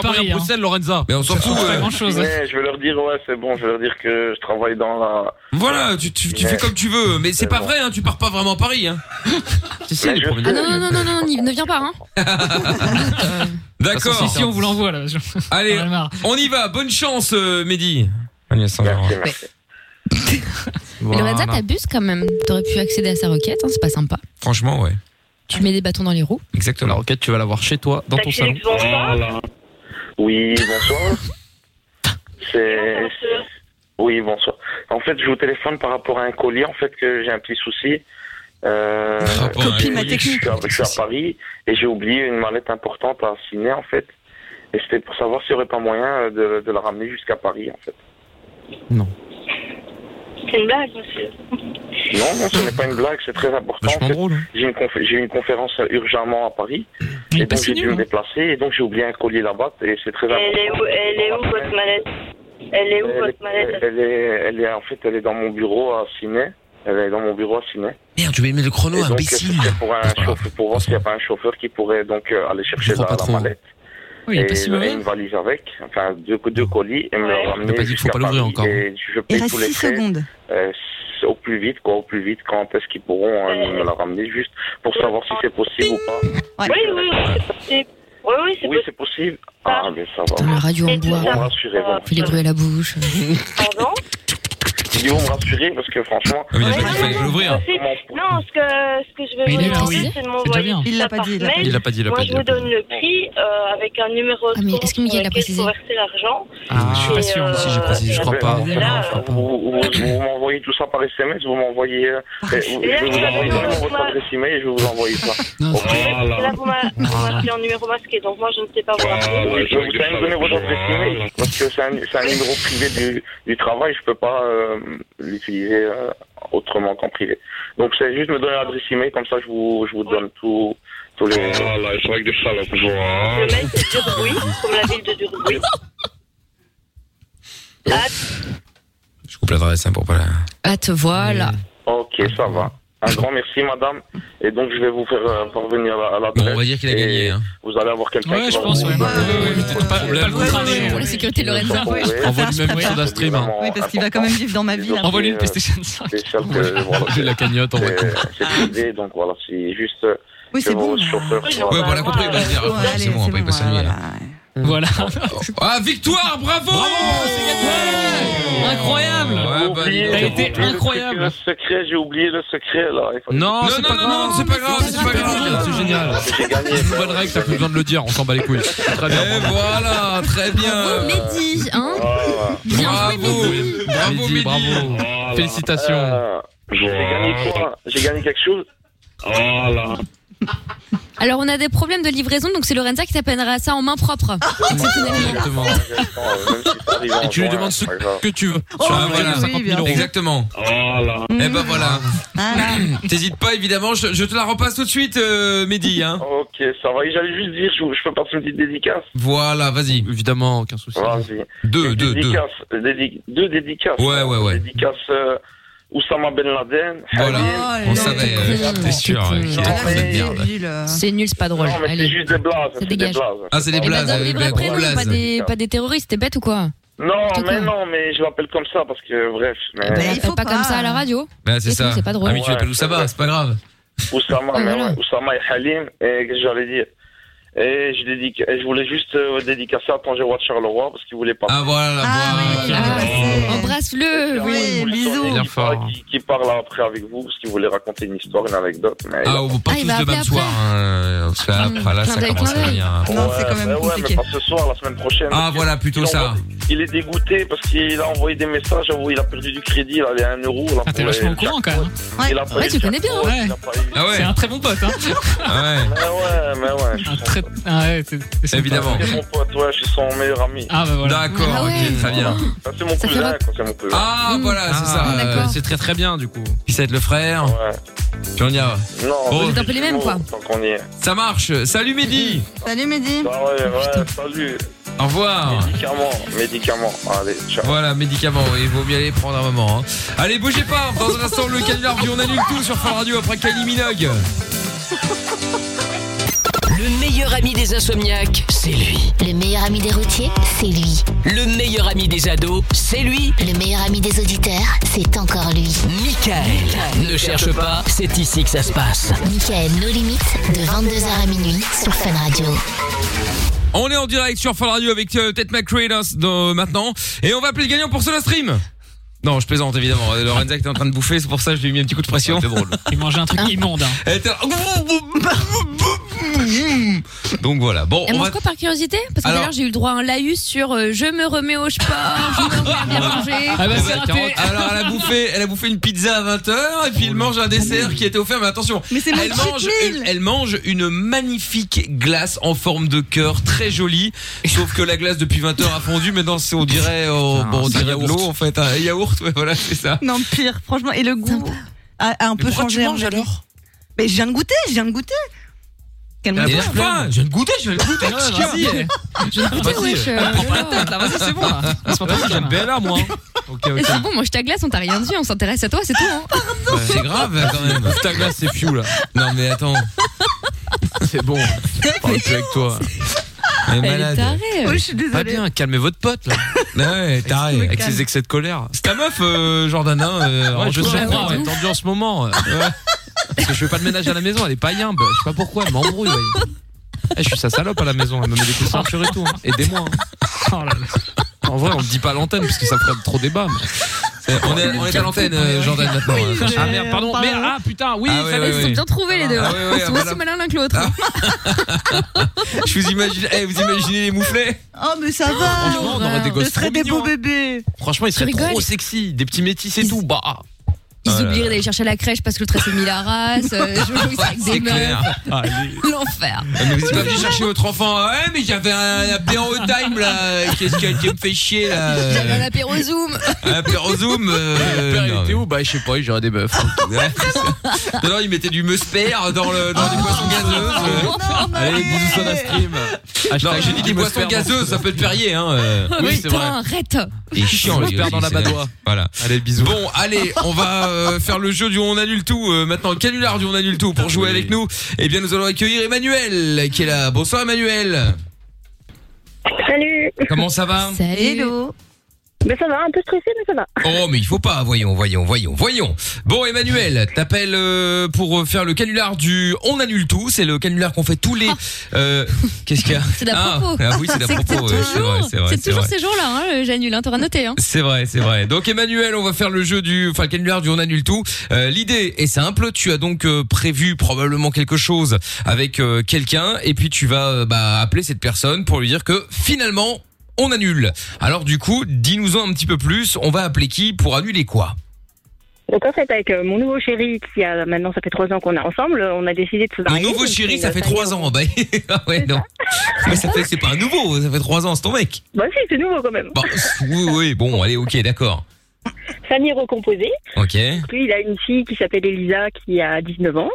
S6: moyen
S2: hein.
S6: à Bruxelles, Lorenza.
S2: Mais on s'en fout. euh.
S11: Mais je vais leur dire, ouais, c'est bon. Je vais leur dire que je travaille dans la.
S2: Voilà, tu, tu, tu fais comme tu veux, mais c'est pas vrai, hein, tu pars pas vraiment à Paris. Hein. [laughs] si, si, les
S15: Ah non, non, non, non, non, n'y- ne viens pas. Hein.
S5: Si,
S2: D'accord.
S5: si, on vous l'envoie là.
S2: Allez,
S5: On en a marre.
S2: on y va. Bonne chance, euh, Mehdi. [laughs]
S15: Lorenza, t'abuses quand même. T'aurais pu accéder à sa requête, hein, c'est pas sympa.
S2: Franchement, ouais.
S15: Tu mets des bâtons dans les roues.
S2: Exactement.
S6: La requête, tu vas l'avoir chez toi, dans ton salon.
S11: Oui,
S16: [laughs]
S11: bonsoir. C'est. Oui, bonsoir. En fait, je vous téléphone par rapport à un collier. En fait, que j'ai un petit souci. Euh,
S3: Copie ma
S11: je, suis à, je suis à Paris et j'ai oublié une mallette importante à signer en fait. Et c'était pour savoir s'il n'y aurait pas moyen euh, de, de la ramener jusqu'à Paris en fait.
S16: C'est une blague, monsieur.
S11: Non, non, ce n'est pas une blague, c'est très important. En fait, J'ai une, confé- j'ai une conférence euh, urgemment à Paris et donc j'ai dû me déplacer et donc j'ai oublié un collier là-bas et c'est très important.
S16: Elle est où, elle est où votre mallette Elle est où
S11: Elle,
S16: votre
S11: est,
S16: mallette
S11: elle est- elle est- en fait, elle est dans mon bureau à Ciné. Elle est dans mon bureau à Ciné.
S2: Merde, je vais mettre le
S11: Et
S2: chrono,
S11: donc,
S2: imbécile.
S11: c'était pour, un chauffeur, pour voir s'il n'y a pas un chauffeur qui pourrait donc euh, aller chercher la,
S2: crois pas
S11: la
S2: trop.
S11: mallette.
S2: Oui, il est
S11: et,
S2: pas si
S11: le- et
S2: mauvais.
S11: une valise avec, enfin deux, deux colis et me le
S2: Il a pas
S11: ramener
S2: dit qu'il faut
S11: jusqu'à
S2: pas l'ouvrir
S11: Paris.
S2: encore. hein.
S11: Et je paye tous les
S3: six
S11: frais,
S3: secondes.
S11: euh, s- au plus vite, quoi, au plus vite. Quand est-ce qu'ils pourront euh, me la ramener, juste pour savoir si c'est possible ou pas.
S16: Oui, oui, oui, c'est possible. Oui, oui, c'est
S11: Oui,
S16: possible.
S11: c'est possible. Ah, mais ça va.
S15: Putain, la radio en
S11: Vous me
S15: bois.
S11: rassurez, vous me
S15: Fais les bruits à la bouche.
S16: Pardon
S11: si vous me rassurez, parce que franchement.
S2: mais Ah il a jamais
S11: fallait l'ouvrir.
S16: Non, ce que, ce que je
S11: Mais il
S16: vais
S11: est là,
S16: vous
S11: oui.
S16: dire, c'est de
S11: C'est déjà
S16: m'envoyer
S11: bien.
S16: tout
S11: Il
S16: ça
S11: l'a pas
S16: par
S11: dit, il l'a
S16: mail.
S11: pas dit. Il l'a pas dit, il l'a
S16: Moi,
S11: pas
S16: je
S11: dit, il
S16: vous
S11: l'a pas
S16: donne le prix euh, avec un numéro de compte sur lequel faut verser l'argent.
S11: Ah, Ben, je suis
S16: pas sûr,
S11: si j'ai
S16: précisé,
S11: je crois pas. Vous, vous- vous m'envoyez tout ça par SMS, vous m'envoyez. euh, euh, vous-
S16: Et là,
S11: je vous
S16: vous avez
S11: envoie
S16: mon
S11: vraiment votre
S16: numéro
S11: adresse email et je vais vous envoyer ça. Ok.
S16: Parce que Là, vous m'a- vous m'appelez en numéro masqué, donc moi, je ne sais pas vous
S11: Je
S16: rappeler.
S11: vais hein. vous quand même donner votre adresse email parce que c'est un, c'est un numéro privé du, du travail, je peux pas euh, l'utiliser euh, autrement qu'en privé. Donc c'est juste me donner l'adresse email, comme ça je vous, je vous donne tout, tous les. Ah là, c'est vrai que des salopes, hein.
S16: Le mail,
S11: [laughs]
S16: c'est Durbouy, comme la ville de Durbouy.
S2: Je coupe l'adresse hein, pour pas la.
S15: Ah, te voilà.
S11: Ok, ça va. Un grand merci, madame. Et donc, je vais vous faire euh, parvenir à la Bon, on va dire qu'il a gagné. hein. Vous allez avoir quelqu'un qui va vous...
S15: Pour la sécurité de Lorenza.
S6: Envoie-lui même une sonde à stream. hein.
S3: Oui, parce qu'il va quand même vivre dans ma ville. après.
S11: euh,
S6: Envoie-lui une PlayStation 5. J'ai la cagnotte, on va
S11: C'est privé, donc voilà, c'est juste... euh,
S3: Oui,
S11: que
S3: c'est bon,
S11: vos chauffeurs soient-
S2: Ouais, bon, on a compris, il va se dire.
S3: Ouais,
S2: C'est bon, on va y
S5: Ah,
S2: passer la nuit. là.
S5: Voilà.
S2: [laughs] Ah, victoire, bravo C'est gagné
S5: Incroyable
S2: Ouais, bah, dis donc.
S11: J'ai oublié le secret, Le secret, j'ai oublié le secret, là. Il faut-
S6: Non, c'est pas grave, c'est pas grave, c'est pas grave, c'est génial.
S11: J'ai gagné.
S6: C'est une bonne règle, t'as plus besoin de le dire, on s'en bat les couilles. Très bien.
S2: Et voilà, très bien.
S15: Mehdi, hein
S6: Ah,
S15: Bien joué, Mehdi.
S2: Ah, Bravo, Mehdi. Oh Bravo.
S6: Félicitations.
S11: Euh, J'ai gagné quoi J'ai gagné quelque chose Oh là
S15: Alors, on a des problèmes de livraison, donc c'est Lorenza qui t'appellera ça en main propre.
S3: Ah,
S6: Exactement. Et tu lui demandes ce que tu veux.
S15: Oh,
S6: Oh
S2: Ah,
S6: Sur un budget
S2: voilà.
S6: de 50 000 euros.
S2: Exactement.
S15: Mmh.
S2: Et ben voilà. [clears throat] T'hésites pas évidemment, je, je te la repasse tout de suite, euh, Mehdi. Hein.
S11: Ok, ça va. Et J'allais juste dire, je, je peux passer une petite dédicace.
S2: Voilà, vas-y.
S6: Évidemment, aucun souci.
S11: Vas-y.
S2: Deux, deux, deux.
S11: Dédicace, dédi- deux dédicaces.
S2: Ouais, ouais, ouais.
S11: Dédicace euh, Oussama Ben Laden.
S2: Voilà.
S15: Oh,
S2: On savait, euh, t'es sûr. euh, qu'il y a
S15: Ah,
S2: des trucs de merde.
S15: Hein C'est nul, c'est pas drôle.
S11: Non, mais c'est juste des blagues. C'est des
S15: dégage.
S11: blagues.
S2: Ah, c'est des
S15: Bah,
S2: blagues.
S15: donne
S2: des
S15: des vrais
S2: blagues, des
S15: prénoms, pas
S2: blagues.
S15: des, pas des terroristes, t'es bête ou quoi
S11: Non,
S15: Tout con.
S11: mais
S15: Bah,
S11: non, mais je l'appelle comme ça parce que, bref. Mais...
S15: On l'appelle pas comme ça à la radio.
S2: Bah, c'est
S15: Et tout,
S2: ça.
S15: C'est pas drôle. Ah,
S2: Ah, mais tu l'appelles Oussama, c'est pas grave.
S11: Oussama, mais ouais, Oussama et Halim, et qu'est-ce que j'allais dire et je, dédic- et je voulais juste euh, dédicacer à ton Gérard Charleroi parce qu'il voulait pas.
S2: Ah voilà, Oh.
S15: Embrasse-le. Oui,
S11: Il
S15: bisous.
S11: y en a qui, qui parle après avec vous parce qu'il voulait raconter une histoire, une anecdote. Mais
S2: Ah, on va pas
S15: Ah, il
S2: tous
S15: va
S2: le
S15: appeler
S2: même soir. hein, Parce que là, après, là,
S15: Clin
S2: ça
S15: d'œil,
S2: commence à
S15: clin d'œil.
S2: venir. hein.
S11: Ouais, mais ouais, mais pas ce soir, la semaine prochaine.
S2: Ah,
S11: Il-
S2: voilà, plutôt
S11: il
S2: ça.
S11: envoie- Il est dégoûté parce qu'il a envoyé des messages, j'avoue, il a perdu du crédit, il avait 1 euro. là,
S5: Ah, t'es
S11: pour
S5: vachement
S11: les-
S5: au courant quand même.
S11: Il a
S5: Ouais,
S11: payé
S5: tu
S11: chaque
S5: connais bien.
S11: fois,
S5: Ouais.
S11: il a payé-
S2: Ah ouais.
S5: C'est un très bon pote. Hein.
S11: [laughs]
S2: Ah ouais.
S11: Mais ouais, mais ouais. je suis son
S5: Très... Ah, ouais, t'es- t'es sympa.
S2: Évidemment.
S11: C'est mon pote, ouais, je suis son meilleur ami.
S5: Ah bah voilà.
S2: D'accord, ok, très bien.
S11: Ça, c'est mon cousin, quoi, c'est mon cousin.
S2: Ah, voilà, c'est ça. euh,
S6: Euh,
S2: c'est-
S6: C'est très très bien du coup.
S2: Puis ça va être le frère.
S11: Ouais.
S2: Puis on y va.
S11: Non,
S2: Bon.
S11: mais
S2: Vous êtes un
S15: peu les mêmes, quoi.
S11: Tant qu'on y est.
S2: Ça marche. Salut Mehdi.
S3: Salut Mehdi.
S11: Ah ouais, ouais, salut.
S2: Au revoir.
S11: Médicaments, médicaments. Allez, ciao.
S2: Voilà, médicaments, il vaut mieux aller prendre un moment. hein. Allez, bougez pas, dans un instant, le canular du On annule tout sur Fun Radio après Kylie Minogue.
S1: Le meilleur ami des insomniaques, c'est lui.
S9: Le meilleur ami des routiers, c'est lui.
S1: Le meilleur ami des ados, c'est lui.
S9: Le meilleur ami des auditeurs, c'est encore lui.
S1: Michael. Ne cherche pas, c'est ici que ça se passe.
S9: Michael, nos limites, de 22h à minuit sur Fun Radio.
S2: On est en direct sur Fun Radio avec euh, Ted McRae là, dans- euh, maintenant. Et on va appeler le gagnant pour la stream. Non, je plaisante évidemment. Euh, Lorenza était en train de bouffer, c'est pour ça que je lui ai mis un petit coup de pression. C'est drôle.
S5: Il mangeait un truc
S2: [laughs]
S5: immonde. hein.
S2: Donc voilà. Bon,
S15: Elle
S2: on
S15: mange
S2: va.
S15: quoi par curiosité Parce que tout à
S2: Alors-
S15: l'heure j'ai eu le droit à un laïus sur euh, je me remets au sport, je me remets à bien manger.
S5: Ah bah c'est
S2: Bah,
S5: raté.
S2: Alors elle a bouffé, elle a bouffé une pizza à 20h et puis
S6: Oh,
S2: elle mange un dessert qui était offert mais attention.
S3: Mais c'est mon
S2: elle
S3: cheat
S2: mange
S3: meal.
S2: une, elle mange une magnifique glace en forme de cœur très jolie sauf que la glace depuis 20h a fondu maintenant c'est on dirait oh,
S6: Putain,
S2: bon on
S6: c'est un
S2: dirait de
S6: yaourt.
S2: l'eau en fait un yaourt ouais, voilà c'est ça.
S3: Non, pire, franchement. Et le goût a, a un peu
S2: pourquoi
S3: changé.
S2: tu
S3: à
S2: manges,
S3: mon avis. Mais je viens de goûter, je viens de goûter. Calme-toi.
S2: Et la faim, Ah, je viens de goûter, je viens de goûter.
S5: Vas-y. Je vais goûter,
S2: Vas-y.
S5: wesh. euh, prends pas la tête là, vas-y, c'est bon là. Laisse-moi
S6: Vas-y,
S5: tranquille,
S6: j'aime
S5: là.
S6: bien là moi. Ok
S15: Et
S6: ok.
S15: c'est bon, mange ta glace, on t'a rien dit, on s'intéresse à toi, c'est tout. hein.
S2: C'est grave hein, quand même.
S6: Ta glace c'est fiou là.
S2: Non mais attends,
S6: C'est bon. Oh, Je parle plus avec toi.
S2: elle est
S15: Elle est
S2: malade.
S15: tarée.
S3: Oui, je suis
S6: Pas
S3: désolée.
S6: bien, calmez votre pote [laughs] là.
S2: Ouais, taré.
S6: Avec
S3: calme.
S6: ses excès de colère.
S2: C'est ta meuf euh, Jordana euh,
S6: Ouais,
S2: en
S6: je
S2: tout
S6: sais,
S2: cas.
S6: elle est tendue en ce moment. euh, Parce que je fais pas de ménage à la maison, elle est pas yimbe. Je sais pas pourquoi, elle m'embrouille. ouais. Eh, je suis sa salope à la maison, elle me met des coups de ceinture et tout. hein. Aidez-moi. hein.
S5: Oh là là.
S6: En vrai, on le dit pas à l'antenne parce que ça ferait trop débat. mais-
S2: Euh, on est, on est à l'antenne, euh, Jordan, maintenant. hein. Ah merde, pardon.
S5: Mais
S2: Merde,
S5: ah putain, oui,
S2: Ah ouais,
S5: fallait-
S2: ouais,
S15: Ils
S2: ouais.
S15: sont bien trouvés les deux.
S2: Ah ouais, ouais,
S15: Ils sont
S2: voilà. Ah.
S15: aussi malins l'un que l'autre.
S2: Je vous imagine, eh, vous imaginez les mouflets
S3: Oh, mais ça va
S2: Franchement, on aurait des gosses
S3: Ce serait
S2: trop
S3: des
S2: mignons, hein.
S3: beaux bébés
S2: Franchement, ils
S15: Tu
S2: seraient trop
S15: rigoles
S2: sexy, des petits métis et tout. Bah.
S15: Ils
S2: Ah là là.
S15: oublieraient d'aller chercher à la crèche parce que l'autre s'est mis la race. euh,
S2: [laughs]
S15: Jojo, il sera avec des
S2: C'est
S15: meufs.
S2: clair. Ah, les-
S15: L'enfer.
S2: Ah, Mais vous êtes pas venu chercher votre enfant. Ah, Ouais, mais j'avais un apéro time là. Qu'est-ce que tu me fais chier là
S15: J'avais [laughs] un apéro Zoom.
S2: Un apéro zoom. Euh,
S6: Père, il était
S2: où Bah, je sais pas, j'aurais des [laughs] bœufs. non, non, il mettait du musper dans, le, dans les boissons
S3: Oh,
S2: gazeuses.
S15: Oh,
S2: Allez, bisous sur la stream. Non, j'ai dit des boissons
S6: Musper dans-
S2: gazeuses, ça peut être férié. Hein. euh.
S15: Oh, Putain, arrête.
S2: Il est chiant, les
S6: Musper
S2: gars,
S6: dans la
S2: c'est dingue.
S6: badoie.
S2: Voilà. Allez, bisous. Bon, allez, on va euh, faire le jeu du on annule tout euh, maintenant. Canular du on annule tout pour jouer avec nous. Eh bien, nous allons accueillir Emmanuel qui est là. Bonsoir, Emmanuel.
S16: Salut.
S2: Comment ça va
S16: Hello. Mais ça va, un peu stressé, mais ça va.
S2: Oh, mais il faut pas. Voyons, voyons, voyons, voyons. Bon, Emmanuel, t'appelles euh, pour faire le canular du on annule tout. C'est le canular qu'on fait tous les.
S15: [laughs]
S2: euh, Qu'est-ce qu'il y a
S15: C'est d'à
S2: Ah,
S15: propos.
S2: Ah, oui, c'est
S15: [laughs]
S2: d'à
S15: C'est
S2: propos. ouais, C'est vrai, c'est vrai.
S15: C'est toujours
S2: vrai.
S15: ces jours-là, hein, le- j'annule, hein, t'auras noté. Hein.
S2: C'est vrai, c'est vrai. Donc Emmanuel, on va faire le jeu du, enfin le canular du on annule tout. Euh, L'idée est simple. Tu as donc euh, prévu probablement quelque chose avec euh, quelqu'un, et puis tu vas euh, bah, appeler cette personne pour lui dire que finalement on annule. Alors du coup, dis-nous-en un petit peu plus. On va appeler qui pour annuler quoi
S16: Donc en fait, avec euh, mon nouveau chéri, qui a maintenant, ça fait trois ans qu'on est ensemble, on a décidé de se
S2: Mon
S16: marier.
S2: nouveau
S16: Donc,
S2: chéri,
S16: c'est,
S2: ça
S16: euh,
S2: fait trois ans. [laughs] Bah, ah ouais, non. Mais ça fait, c'est pas un nouveau. Ça fait trois ans, c'est ton mec.
S16: Bah si, c'est nouveau quand même.
S2: Bon, oui, oui, bon, allez, ok, d'accord.
S16: Famille recomposée.
S2: Ok.
S16: Donc, lui, il a une fille qui s'appelle Elisa, qui a 19 ans.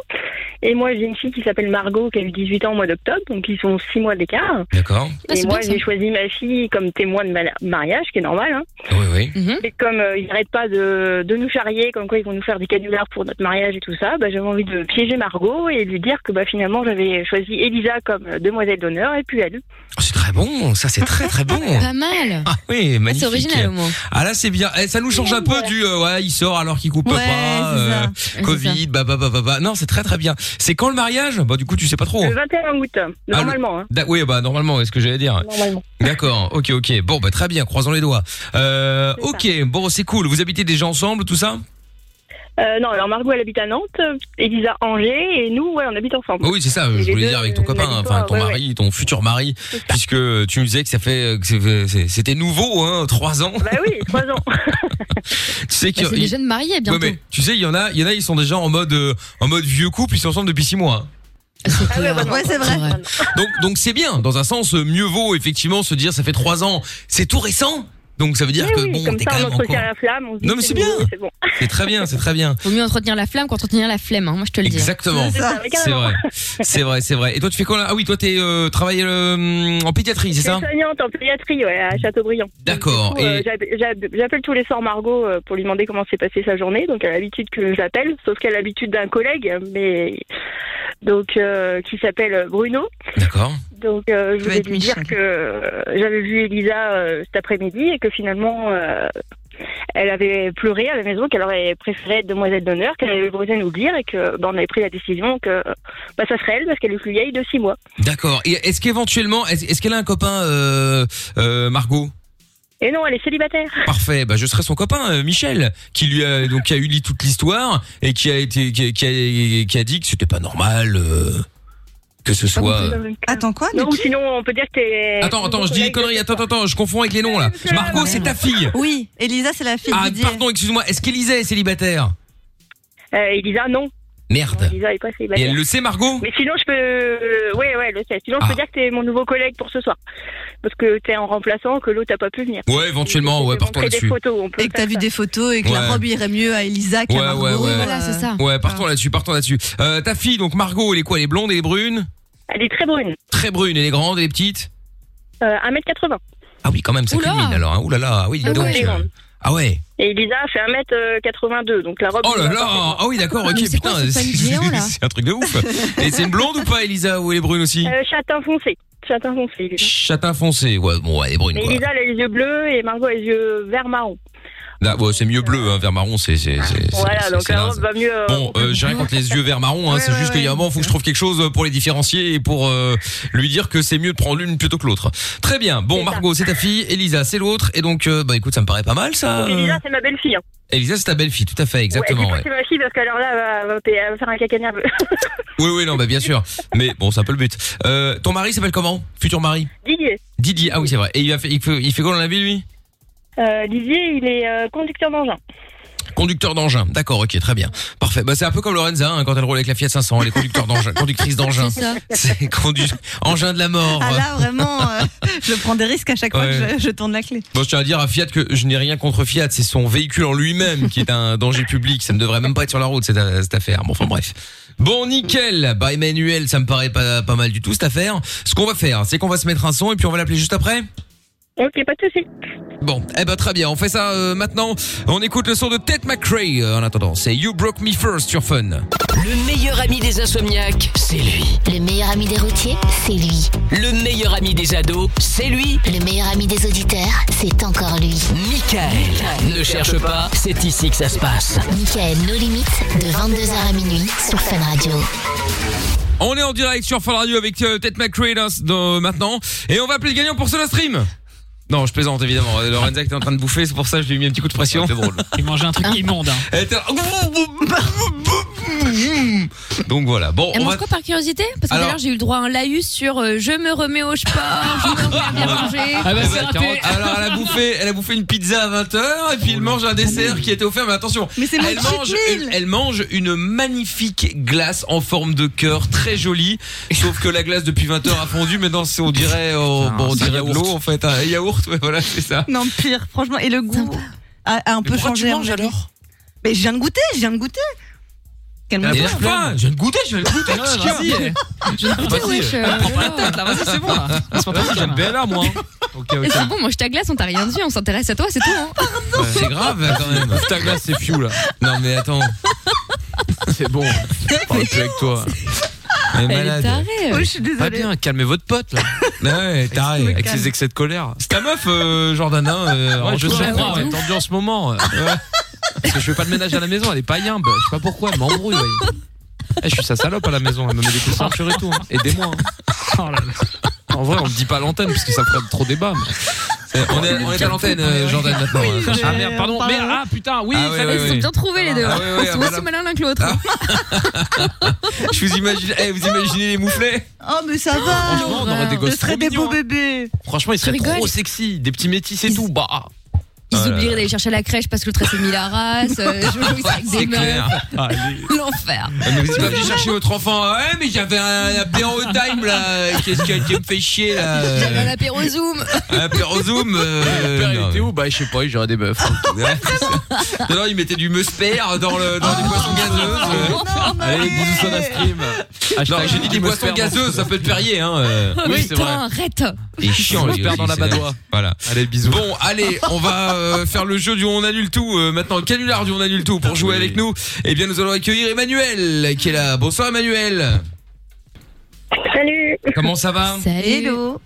S16: Et moi, j'ai une fille qui s'appelle Margot, qui a eu 18 ans au mois d'octobre. Donc ils sont six mois d'écart.
S3: Bah,
S2: D'accord.
S17: Ah,
S16: et moi, j'ai choisi ma fille comme témoin de ma- mariage, ce qui est normal. Hein.
S2: Oui, oui.
S16: Et comme euh, ils n'arrêtent pas de, de nous charrier, comme quoi ils vont nous faire des canulars pour notre mariage et tout ça, bah, j'avais envie de piéger Margot et lui dire que bah, finalement, j'avais choisi Elisa comme euh, demoiselle d'honneur et puis elle.
S2: C'est très bon. Ça, c'est très, très bon.
S15: Pas mal.
S2: Ah oui, magnifique.
S15: original, au moins.
S2: Ah là, c'est bien. Eh, ça nous change un peu du euh, ouais, il sort alors qu'il coupe
S15: Ouais,
S2: pas.
S15: c'est
S2: euh,
S15: ça. Ouais, c'est
S2: Covid, bah bah bah bah bah. Non, c'est très très bien. C'est quand le mariage Bah du coup, tu sais pas trop.
S16: Le 21 août,
S2: Ah, le-
S16: normalement. hein.
S2: Da- Oui, bah normalement, est-ce que j'allais dire
S16: Normalement.
S2: D'accord. OK, OK. Bon, bah très bien, croisons les doigts. Euh, OK, bon, c'est cool. Vous habitez déjà ensemble tout ça
S16: Euh, non, alors Margot, elle habite à Nantes, Elisa Angers et nous, ouais, on habite ensemble.
S2: Bah Oui, c'est ça,
S16: Et
S2: je
S16: les
S2: voulais
S16: deux,
S2: dire avec ton
S16: euh,
S2: copain,
S16: n'habitent
S2: enfin
S16: pas,
S2: ton
S16: ouais, ouais.
S2: mari, ton futur mari, puisque tu nous disais que ça fait euh, que c'est- c'est- c'était nouveau hein, 3 ans.
S16: Bah oui, 3 ans.
S2: [laughs] tu sais
S15: Bah,
S2: qu'il y a-
S15: c'est
S2: il-
S15: des jeunes mariés,
S2: Ouais,
S15: bientôt.
S2: mais tu sais, il y en a, il y en a, ils sont déjà en mode, euh, en mode vieux couple, ils sont ensemble depuis six mois. hein.
S3: Ouais, c'est vrai.
S2: Donc, donc c'est bien. Dans un sens, euh, mieux vaut effectivement se dire, ça fait trois ans, c'est tout récent. Donc ça veut dire
S16: Oui,
S2: que
S16: oui,
S2: bon,
S16: comme
S2: t'es
S16: ça,
S2: quand
S16: on
S2: même
S16: entretient
S2: encore.
S16: la flamme. On se dit,
S2: Non, mais c'est bien.
S16: nouveau, C'est bon.
S2: C'est très bien, c'est très bien.
S15: Vaut mieux entretenir la flamme qu'entretenir la flemme, hein, moi je te le dis.
S2: Exactement. C'est vrai, c'est vrai, c'est vrai. Et toi, tu fais quoi là Ah oui, toi, t'es euh, travailles euh, en pédiatrie,
S16: Je
S2: c'est
S16: suis
S2: ça
S16: soignante en pédiatrie, ouais, à Châteaubriand.
S2: D'accord.
S16: coup, euh,
S2: Et
S16: j'app- j'app- J'appelle tous les soirs Margot euh, pour lui demander comment s'est passée sa journée. Donc elle a l'habitude que je l'appelle, sauf qu'elle a l'habitude d'un collègue, mais donc euh, qui s'appelle Bruno.
S2: D'accord.
S16: Donc euh, je
S3: Ça va
S16: voulais
S3: être
S16: lui dire que euh, j'avais vu Elisa euh, cet après-midi et que finalement euh, elle avait pleuré à la maison, qu'elle aurait préféré être demoiselle d'honneur, qu'elle avait besoin de nous le dire et que bah, on avait pris la décision que bah, ça serait elle parce qu'elle est plus vieille de six mois.
S2: d'accord. Et est-ce qu'éventuellement, est-ce est-ce qu'elle a un copain, euh, euh, Margot
S16: Et non, elle est célibataire.
S2: Parfait, bah, je serai son copain, euh, Michel, qui lui a donc qui a eu lit toute l'histoire et qui a été qui a, qui a- qui a dit que c'était pas normal euh, que ce soit.
S3: Attends quoi
S16: Non, ou sinon on peut dire que t'es.
S2: Attends, attends, je dis des conneries. Attends, attends, je confonds avec les noms là. Margot, c'est ta fille.
S3: Oui, Elisa, c'est la fille de
S2: Ah
S3: Didier.
S2: pardon, excuse-moi. Est-ce qu'Élisée est célibataire
S16: Euh, Elisa, non.
S2: Merde.
S16: Elisa est pas
S2: Et
S16: célibataire.
S2: elle le sait, Margot Ah.
S16: Mais sinon, je peux. euh, Ouais, ouais, le sais. Sinon, je peux dire que t'es mon nouveau collègue pour ce soir. Parce que t'es en remplaçant, que l'autre a pas pu venir.
S2: Ouais, éventuellement, ouais, partons
S16: Fais des
S2: là-dessus.
S16: photos, on peut.
S3: Et que t'as vu des photos et que
S2: Ouais.
S3: la robe irait mieux à Elisa qu'à
S2: Ouais,
S3: Margot.
S2: ouais, ouais.
S3: Voilà, c'est ça.
S2: Ouais, partons là-dessus, partons là-dessus. Euh, ta fille, donc Margot, elle est quoi Elle est blonde, elle est brune
S16: Elle est très brune.
S2: Très brune, elle est grande, elle est petite
S16: Euh, 1m80.
S2: Ah oui, quand même, ça
S16: Oula.
S2: culmine alors. hein. Ouh là là, ah oui, dis
S16: Ah
S2: donc.
S16: ouais.
S2: euh, Ah ouais.
S16: Et Elisa fait 1m82. Donc la robe.
S2: Oh là là Ah oui, d'accord, ok, putain, [laughs] c'est un truc de ouf. Et c'est une blonde ou pas, Elisa Ou elle est brune aussi
S16: Euh, Châtain foncé. Châtain foncé, Elisa.
S2: Châtain foncé, ouais, bon, elle est brune
S16: Mais
S2: quoi.
S16: Elisa, elle a les yeux bleus et Margot a les yeux vert marron.
S2: Là, ouais, c'est mieux bleu, hein, vert marron, c'est. c'est- c'est- c'est-
S16: Voilà,
S2: c'est-
S16: donc
S2: c'est naze.
S16: alors, va mieux. euh,
S2: Bon, euh, j'ai rien contre les yeux verts marron, hein, c'est juste qu'il y a un moment, faut que je trouve quelque chose pour les différencier et pour euh, lui dire que c'est mieux de prendre l'une plutôt que l'autre. Très bien. Bon, Margot, c'est ta fille, Elisa, c'est l'autre, et donc, euh, bah écoute, ça me paraît pas mal, ça.
S16: donc,
S2: euh.
S16: Elisa, c'est ma belle-fille. hein.
S2: Elisa, c'est ta belle fille, tout à fait, exactement.
S16: Ouais,
S2: Ouais.
S16: dis pas que C'est ma fille parce qu'alors là, elle va- elle va- elle va faire un caca nerveux. [laughs]
S2: Oui, oui, non, bah bien sûr. Mais bon, c'est un peu le but. Euh, ton mari s'appelle comment Futur mari
S16: Didier.
S2: Didier, ah oui, c'est vrai. Et il, a fait, il, fait, il fait quoi dans la vie, lui
S16: Euh, Didier, il est euh, conducteur d'engin.
S2: Conducteur d'engin. D'accord, ok, très bien. Parfait. Bah, c'est un peu comme Lorenza hein, quand elle roule avec la Fiat 500. Elle est conducteur d'engin, conductrice d'engin.
S3: C'est ça.
S2: C'est condu... engin de la mort.
S3: Ah là, vraiment,
S2: [laughs]
S3: euh, je prends des risques à chaque fois
S2: Ouais.
S3: que je, je tourne la clé.
S2: Bon, je tiens à dire à Fiat que je n'ai rien contre Fiat. C'est son véhicule en lui-même qui est un danger public. Ça ne devrait même pas être sur la route, cette, cette affaire. Bon, enfin, bref. Bon, nickel. Bah, Emmanuel, ça me paraît pas, pas mal du tout, cette affaire. Ce qu'on va faire, c'est qu'on va se mettre un son et puis on va l'appeler juste après.
S16: Ok, pas de soucis.
S2: Bon, eh ben, très bien. On fait ça euh, maintenant. On écoute le son de Ted McRae euh, en attendant. C'est You Broke Me First sur Fun.
S1: Le meilleur ami des insomniaques, c'est lui.
S9: Le meilleur ami des routiers, c'est lui.
S1: Le meilleur ami des ados, c'est lui.
S9: Le meilleur ami des auditeurs, c'est encore lui.
S1: Michael. Ne cherche pas, c'est ici que ça se passe.
S9: Michael, nos limites, de 22h à minuit sur Fun Radio.
S2: On est en direct sur Fall Radio avec euh, Ted McRae là, dans- euh, maintenant. Et on va appeler le gagnant pour cela stream. Non, je plaisante évidemment. Euh,
S6: Ah.
S2: Lorenza qui était en train de bouffer, c'est pour ça que je lui ai mis un petit coup de pression. C'est drôle.
S5: Il mangeait un truc immonde. hein.
S2: oh, Donc voilà. Bon,
S15: Elle
S2: on
S15: mange
S2: va.
S15: quoi par curiosité Parce que
S2: Alors-
S15: d'ailleurs j'ai eu le droit à un laïus sur euh, je me remets au sport, je me remets à bien
S2: [laughs]
S15: manger.
S5: Ah, bah,
S2: Eh ben, Alors elle a bouffé, elle a bouffé une pizza à 20h et puis
S6: Oh,
S2: elle mange un dessert qui était offert mais attention.
S6: Mais c'est mon
S2: elle
S6: cheat
S2: mange une, elle mange une magnifique glace en forme de cœur très jolie sauf que la glace depuis 20h a fondu maintenant c'est on dirait oh, bon, on
S6: c'est un
S2: dirait de l'eau
S6: yaourt.
S2: en fait, hein. un yaourt ouais, voilà, c'est ça.
S3: Non, pire, franchement. Et le goût a, a un peu
S2: pourquoi
S3: changé.
S2: tu
S3: à mon
S2: manges,
S3: avis.
S2: alors Ah,
S3: Mais je viens de goûter, je viens de goûter. Calme-toi.
S2: Mais lève pas, je viens de goûter, je viens de goûter.
S3: Non, non, vas-y.
S2: Ah, Je viens de goûter,
S15: wesh, euh,
S2: Prends pas la tête, là, vas-y, Ah, c'est bon. là. Vas-y, J'aime bien là, moi. Ok,
S15: Et c'est bon, mange ta glace, on t'a rien dit, on s'intéresse à toi, c'est tout. hein.
S2: Ah, C'est grave là, quand
S6: [laughs]
S2: même. Ta glace, c'est fiou là. Non mais attends. C'est bon. Je parle plus avec toi. Elle est malade.
S6: je suis désolée. Pas bien, calmez votre pote
S2: [laughs]
S6: là. Ah
S2: ouais, taré.
S6: Avec
S2: calme.
S6: ses excès de colère.
S2: C'est ta meuf, euh, Jordana. euh,
S6: Ouais,
S2: en
S6: je
S2: tout
S6: sais,
S2: cas,
S6: elle
S2: ouais.
S6: est tendue en ce moment. euh, Parce que je fais pas le ménage à la maison, elle est pas yimbe. Je sais pas pourquoi, elle m'embrouille. ouais. Eh, je suis sa salope à la maison, elle me met des coups de ceinture et tout. hein. Aidez-moi. hein. En vrai, on le dit pas à l'antenne parce que ça ferait trop débat. mais-
S2: C'est- On est, on est à l'antenne, euh, Jordan, maintenant. hein.
S6: Ah merde, pardon. Mais, ah putain, oui,
S2: Ah, ouais,
S6: fallait-
S2: ouais,
S15: Ils
S2: ouais.
S15: sont bien trouvés les deux.
S2: Ah, ouais, ouais,
S15: Ils sont
S2: voilà. Ah,
S15: aussi malins l'un que l'autre.
S2: Je vous imagine, eh, vous imaginez les mouflets
S3: Oh, mais ça va.
S6: Franchement, on aurait des
S3: Ce
S6: gosses
S3: serait
S6: trop
S3: des beaux
S6: mignons, hein.
S3: bébés.
S6: Franchement, ils seraient
S15: Tu rigoles
S6: trop sexy. Des petits métis et tout. Bah.
S15: Ils
S6: Ah
S2: Euh.
S6: là là.
S15: oublieraient d'aller chercher à la crèche parce que l'autre elle s'est mis la
S2: [laughs]
S15: race. euh, Jojo il sera avec des
S2: C'est
S15: meufs.
S2: clair. Ah, Allez.
S15: L'enfer.
S2: Mais vous êtes pas venu chercher votre enfant. Ah Ouais, mais j'avais un apéro au time là. Qu'est-ce que tu me fais chier là
S15: J'avais un apéro zoom.
S2: Un apéro zoom. Euh,
S6: Père, il était
S2: où Bah, je sais pas, j'aurais des meufs. hein. [laughs] non, non, il mettait du musper dans, le, dans des boissons gazeuses. Allez, bisous sur la stream. Non, j'ai dit des boissons gazeuses, ça peut te périer, hein. euh.
S4: Oh,
S15: Putain, arrête.
S2: Il est chiant,
S6: On
S2: les
S6: se perd dans la badoie.
S2: Voilà.
S6: Allez, bisous.
S2: Bon, allez, on va euh, faire le jeu du on annule tout euh, maintenant. Canular du on annule tout pour jouer avec nous. Eh bien, nous allons accueillir Emmanuel qui est là. Bonsoir, Emmanuel.
S16: Salut.
S2: Comment ça va
S16: Hello.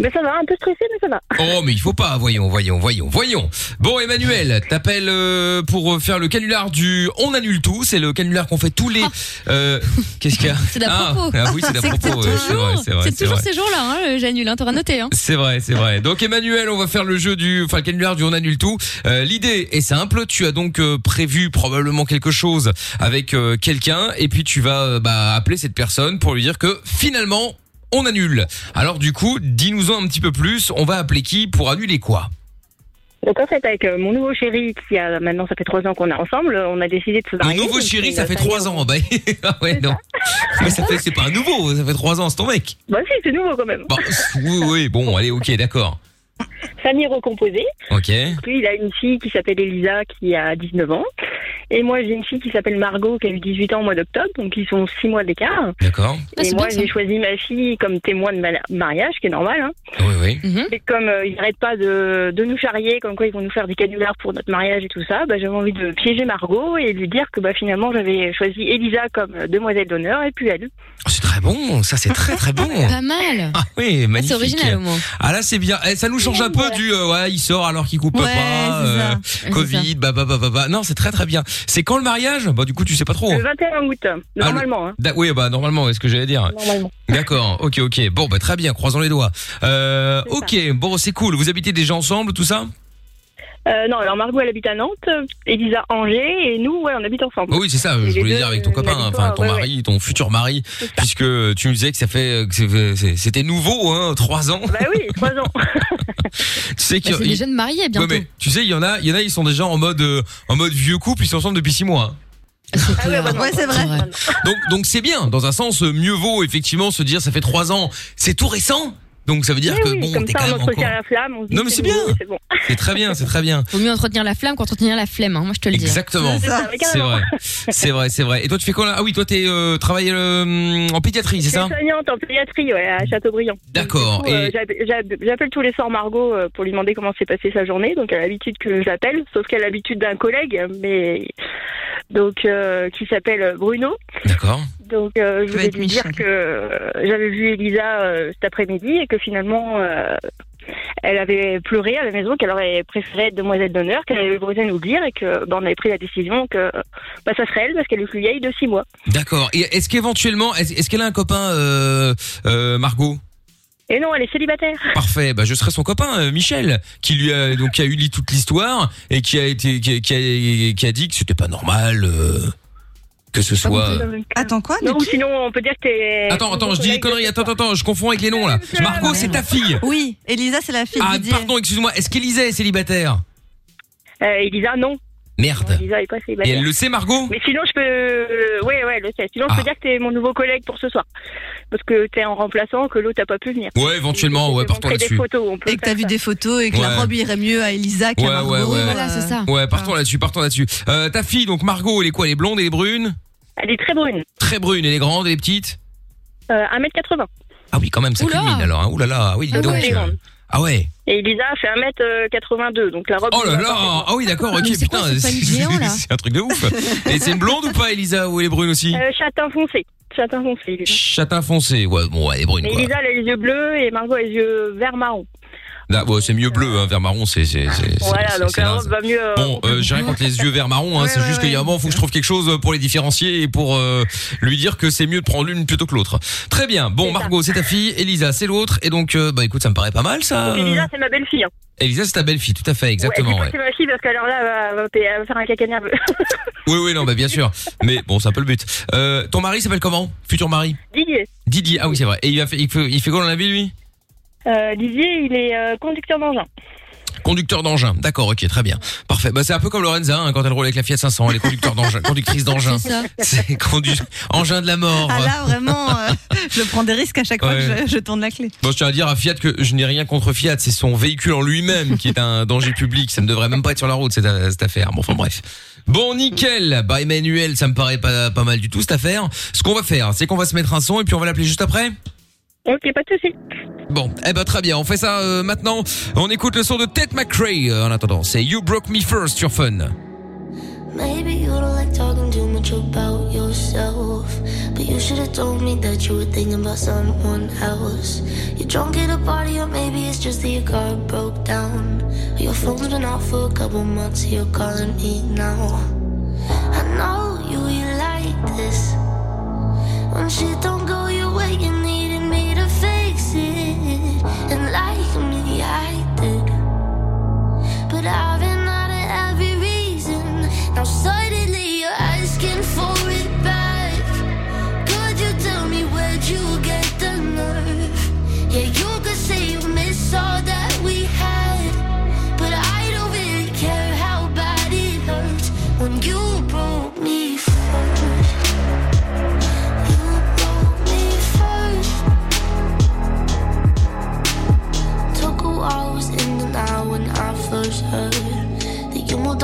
S16: Mais ça va, un peu stressé, mais ça va.
S2: Oh, mais il faut pas. Voyons, voyons, voyons, voyons. Bon, Emmanuel, t'appelles euh, pour faire le canular du on annule tout. C'est le canular qu'on fait tous les. euh, Qu'est-ce [laughs] qu'il y a
S15: C'est d'à
S2: Ah,
S15: propos.
S2: Ah oui, c'est d'à
S15: C'est
S2: propos. ouais, C'est vrai, c'est vrai.
S15: C'est toujours
S2: vrai.
S15: ces jours-là, hein, le- j'annule, hein, t'auras noté. Hein.
S2: C'est vrai, c'est vrai. Donc Emmanuel, on va faire le jeu du, enfin le canular du on annule tout. Euh, L'idée est simple. Tu as donc euh, prévu probablement quelque chose avec euh, quelqu'un, et puis tu vas euh, bah, appeler cette personne pour lui dire que finalement on annule. Alors du coup, dis-nous-en un petit peu plus. On va appeler qui pour annuler quoi
S16: Donc en fait, avec euh, mon nouveau chéri, qui a maintenant, ça fait trois ans qu'on est ensemble, on a décidé de se
S2: Mon
S16: marier.
S2: nouveau
S16: Donc,
S2: chéri,
S16: c'est,
S2: ça
S16: euh,
S2: fait trois ans. [laughs] Bah, ah ouais, non. [laughs] Mais ça fait, c'est pas un nouveau. Ça fait trois ans, c'est ton mec.
S16: Bah si, c'est nouveau quand même.
S2: Bon, oui, oui, bon, allez, ok, d'accord.
S16: Famille recomposée.
S2: Ok.
S16: Lui, il a une fille qui s'appelle Elisa, qui a 19 ans. Et moi, j'ai une fille qui s'appelle Margot, qui a eu 18 ans au mois d'octobre, donc ils sont 6 mois d'écart.
S3: Bah,
S2: D'accord.
S17: Ah,
S16: Et moi, j'ai choisi ma fille comme témoin de ma- mariage, ce qui est normal. Hein.
S2: Oui,
S16: oui. Et comme euh, ils n'arrêtent pas de, de nous charrier, comme quoi ils vont nous faire des canulars pour notre mariage et tout ça, bah, j'avais envie de piéger Margot et lui dire que bah, finalement, j'avais choisi Elisa comme euh, demoiselle d'honneur et puis elle.
S2: Très bon, ça c'est très très bon.
S15: Pas mal.
S2: Ah oui, magnifique.
S15: original, au moins.
S2: Ah là c'est bien. Eh, ça nous change un peu du euh, ouais, il sort alors qu'il coupe
S15: Ouais,
S2: pas.
S15: c'est
S2: euh,
S15: ça.
S16: C'est
S2: Covid, bah bah bah bah bah. Non, c'est très très bien. C'est quand le mariage Bah du coup tu sais pas trop.
S16: Le 21 août,
S2: Ah, le-
S16: normalement. hein.
S2: Da- Oui, bah normalement, est-ce que j'allais dire
S16: Normalement.
S2: D'accord, ok, ok. Bon, bah très bien, croisons les doigts. Euh, ok, bon, c'est cool. Vous habitez déjà ensemble, tout ça
S16: Euh, non, alors Margot, elle habite à Nantes, Elisa Angers, et nous, ouais, on habite ensemble.
S2: Bah Oui, c'est ça,
S16: Et
S2: je
S16: les
S2: voulais
S16: deux,
S2: dire avec ton
S16: euh,
S2: copain,
S16: n'habitent
S2: enfin
S16: pas,
S2: ton
S16: ouais, ouais.
S2: mari, ton futur mari, puisque tu me disais que ça fait que c'est- c'est- c'était nouveau, hein, trois ans.
S16: Bah oui, trois
S2: [laughs]
S16: ans.
S2: tu sais
S15: Bah,
S2: qu'il y a-
S15: c'est des jeunes mariés bientôt.
S2: Ouais, mais tu sais, il y en a, il y en a, ils sont déjà en mode, euh, en mode vieux couple, ils sont ensemble depuis six mois. hein.
S3: Ah Ouais, bah c'est vrai.
S2: Donc, donc c'est bien. Dans un sens, euh, mieux vaut effectivement se dire, ça fait trois ans, c'est tout récent. Donc ça veut dire
S16: Oui,
S2: que
S16: oui,
S2: bon,
S16: comme
S2: t'es
S16: ça,
S2: quand
S16: on
S2: même
S16: entretient
S2: encore.
S16: la flamme. On se dit,
S2: Non, mais c'est bien.
S16: nouveau, c'est bon.
S2: [laughs] C'est très bien, c'est
S16: [laughs]
S2: très bien.
S15: Vaut mieux entretenir la flamme qu'entretenir la flemme, hein, moi je te le dis.
S2: Exactement. C'est vrai, c'est vrai, c'est vrai. Et toi, tu fais quoi là Ah oui, toi, t'es euh, travaillé euh, en pédiatrie,
S16: Je
S2: c'est
S16: suis
S2: ça Mm.
S16: soignante en pédiatrie, ouais, à Châteaubriand.
S2: D'accord.
S16: Du coup, euh,
S2: Et-
S16: j'app- j'app- J'appelle tous les soirs Margot euh, pour lui demander comment s'est passée sa journée. Donc elle a l'habitude que je l'appelle, sauf qu'elle a l'habitude d'un collègue, mais donc euh, qui s'appelle Bruno.
S2: D'accord.
S16: Donc euh, je
S3: Ça va
S16: voulais
S3: être
S16: lui dire que euh, j'avais vu Elisa euh, cet après-midi et que finalement euh, elle avait pleuré à la maison, qu'elle aurait préféré être demoiselle d'honneur, qu'elle avait osé nous le dire et que bah, on avait pris la décision que bah, ça serait elle parce qu'elle est plus vieille de six mois.
S2: D'accord. Et est-ce qu'éventuellement, est-ce est-ce qu'elle a un copain, euh, euh, Margot
S16: Et non, elle est célibataire.
S2: Parfait. Bah, je serai son copain, euh, Michel, qui lui a donc qui a eu li- toute l'histoire et qui a été qui a, qui a- qui a dit que c'était pas normal euh, que ce soit.
S3: Attends quoi
S16: euh, Non, ou sinon on peut dire que t'es.
S2: Attends, attends, je dis des conneries. Attends, attends, je confonds avec les noms là. Margot, c'est ta fille.
S3: Oui, Elisa, c'est la fille de
S2: Ah,
S3: Didier.
S2: pardon, excuse-moi. Est-ce qu'Elisa est célibataire
S16: Euh, Elisa, non.
S2: Merde.
S16: Elisa est pas
S2: Et
S16: célibataire.
S2: elle le sait, Margot Ah.
S16: Mais sinon, je peux. euh, Ouais, ouais, le sais. Sinon, je peux dire que t'es mon nouveau collègue pour ce soir. Parce que t'es en remplaçant, que l'autre a pas pu venir.
S2: Ouais, éventuellement, ouais, partons
S16: Fais des
S2: là-dessus.
S16: photos, on peut.
S3: Et que t'as vu des photos et que
S2: Ouais.
S3: la robe irait mieux à Elisa qu'à
S2: Ouais,
S3: Margot. euh,
S2: ouais, ouais.
S3: c'est ça.
S2: Ouais, partons
S16: Ah.
S2: là-dessus, partons là-dessus. Euh, ta fille, donc Margot, elle est quoi Elle est blonde, elle est brune
S16: Elle est très brune.
S2: Très brune, elle est grande, elle est petite
S16: Euh, 1m80.
S2: Ah oui, quand même, ça
S16: Oula.
S2: culmine alors. Hein. Ouh là là, ah oui, dis
S16: Ah
S2: donc.
S16: ouais.
S2: euh, Ah ouais.
S16: Et Elisa fait 1m82. Donc la robe.
S2: Oh là là. Ah oui, d'accord, ok, putain. [laughs] c'est un truc de ouf. Et c'est une blonde ou pas, Elisa Ou elle est brune aussi
S16: Euh, Châtain foncé. Châtain foncé, Elisa.
S2: Châtain foncé. Ouais, bon, elle est brune,
S16: Mais
S2: quoi.
S16: Elisa, elle a les yeux bleus et Margot a les yeux vert marron.
S2: Là, ouais, c'est mieux bleu, hein, vert marron, c'est. c'est- c'est-
S16: Voilà,
S2: c'est-
S16: donc
S2: c'est
S16: la
S2: naze.
S16: robe va mieux. euh,
S2: Bon, euh, j'ai rien contre les yeux verts marron, hein, c'est juste qu'il y a un moment, faut que je trouve quelque chose pour les différencier et pour euh, lui dire que c'est mieux de prendre l'une plutôt que l'autre. Très bien. Bon, Margot, c'est ta fille, Elisa, c'est l'autre, et donc, euh, bah écoute, ça me paraît pas mal, ça.
S16: Donc,
S2: euh.
S16: Elisa, c'est ma belle-fille. hein.
S2: Elisa, c'est ta belle fille, tout à fait, exactement.
S16: Ouais,
S2: Ouais.
S16: dis pas que C'est ma fille parce qu'alors là, elle va- elle va, elle va faire un caca nerveux.
S2: Oui, oui, non, bah bien sûr. Mais bon, c'est un peu le but. Euh, ton mari s'appelle comment Futur mari
S16: [laughs] Didier.
S2: Didier. Ah oui, c'est vrai. Et il, a fait, il fait, il fait quoi dans la vie, lui
S16: Euh, Didier, il est euh, conducteur d'engin.
S2: Conducteur d'engin. D'accord, ok, très bien. Parfait. Bah, c'est un peu comme Lorenza hein, quand elle roule avec la Fiat 500. Elle est conducteur d'engin, conductrice d'engin.
S3: [laughs] C'est ça.
S2: C'est condu- engin de la mort.
S3: Ah là, vraiment,
S2: [laughs]
S3: euh, je prends des risques à chaque fois
S2: Ouais.
S3: que je, je tourne la clé.
S2: Bon, je tiens à dire à Fiat que je n'ai rien contre Fiat, c'est son véhicule en lui-même qui est un danger public. Ça ne devrait même pas être sur la route cette, cette affaire. Bon, enfin bref. Bon, nickel. Bah Emmanuel, ça me paraît pas pas mal du tout cette affaire. Ce qu'on va faire, c'est qu'on va se mettre un son et puis on va l'appeler juste après.
S16: Ok, pas de souci.
S2: Bon, eh ben très bien. On fait ça euh, maintenant. On écoute le son de Ted McRae. euh, en attendant, c'est You Broke Me First sur Fun.
S17: Maybe you don't like talking too much about yourself. But you should have told me that you were thinking about someone else. You're drunk at a party, or maybe it's just that your car broke down. Your phone's been off for a couple months, you're calling me now. I know you, you like this. When shit don't go your way, you needed me to fix it. And like me, I did. But I've been out of every reason. Now suddenly you're asking for it back. Could you tell me where'd you get the nerve? Yeah, you could say you miss all that we had. But I don't really care how bad it hurts when you broke me first. You broke me first. Took a while, I was in denial when I first heard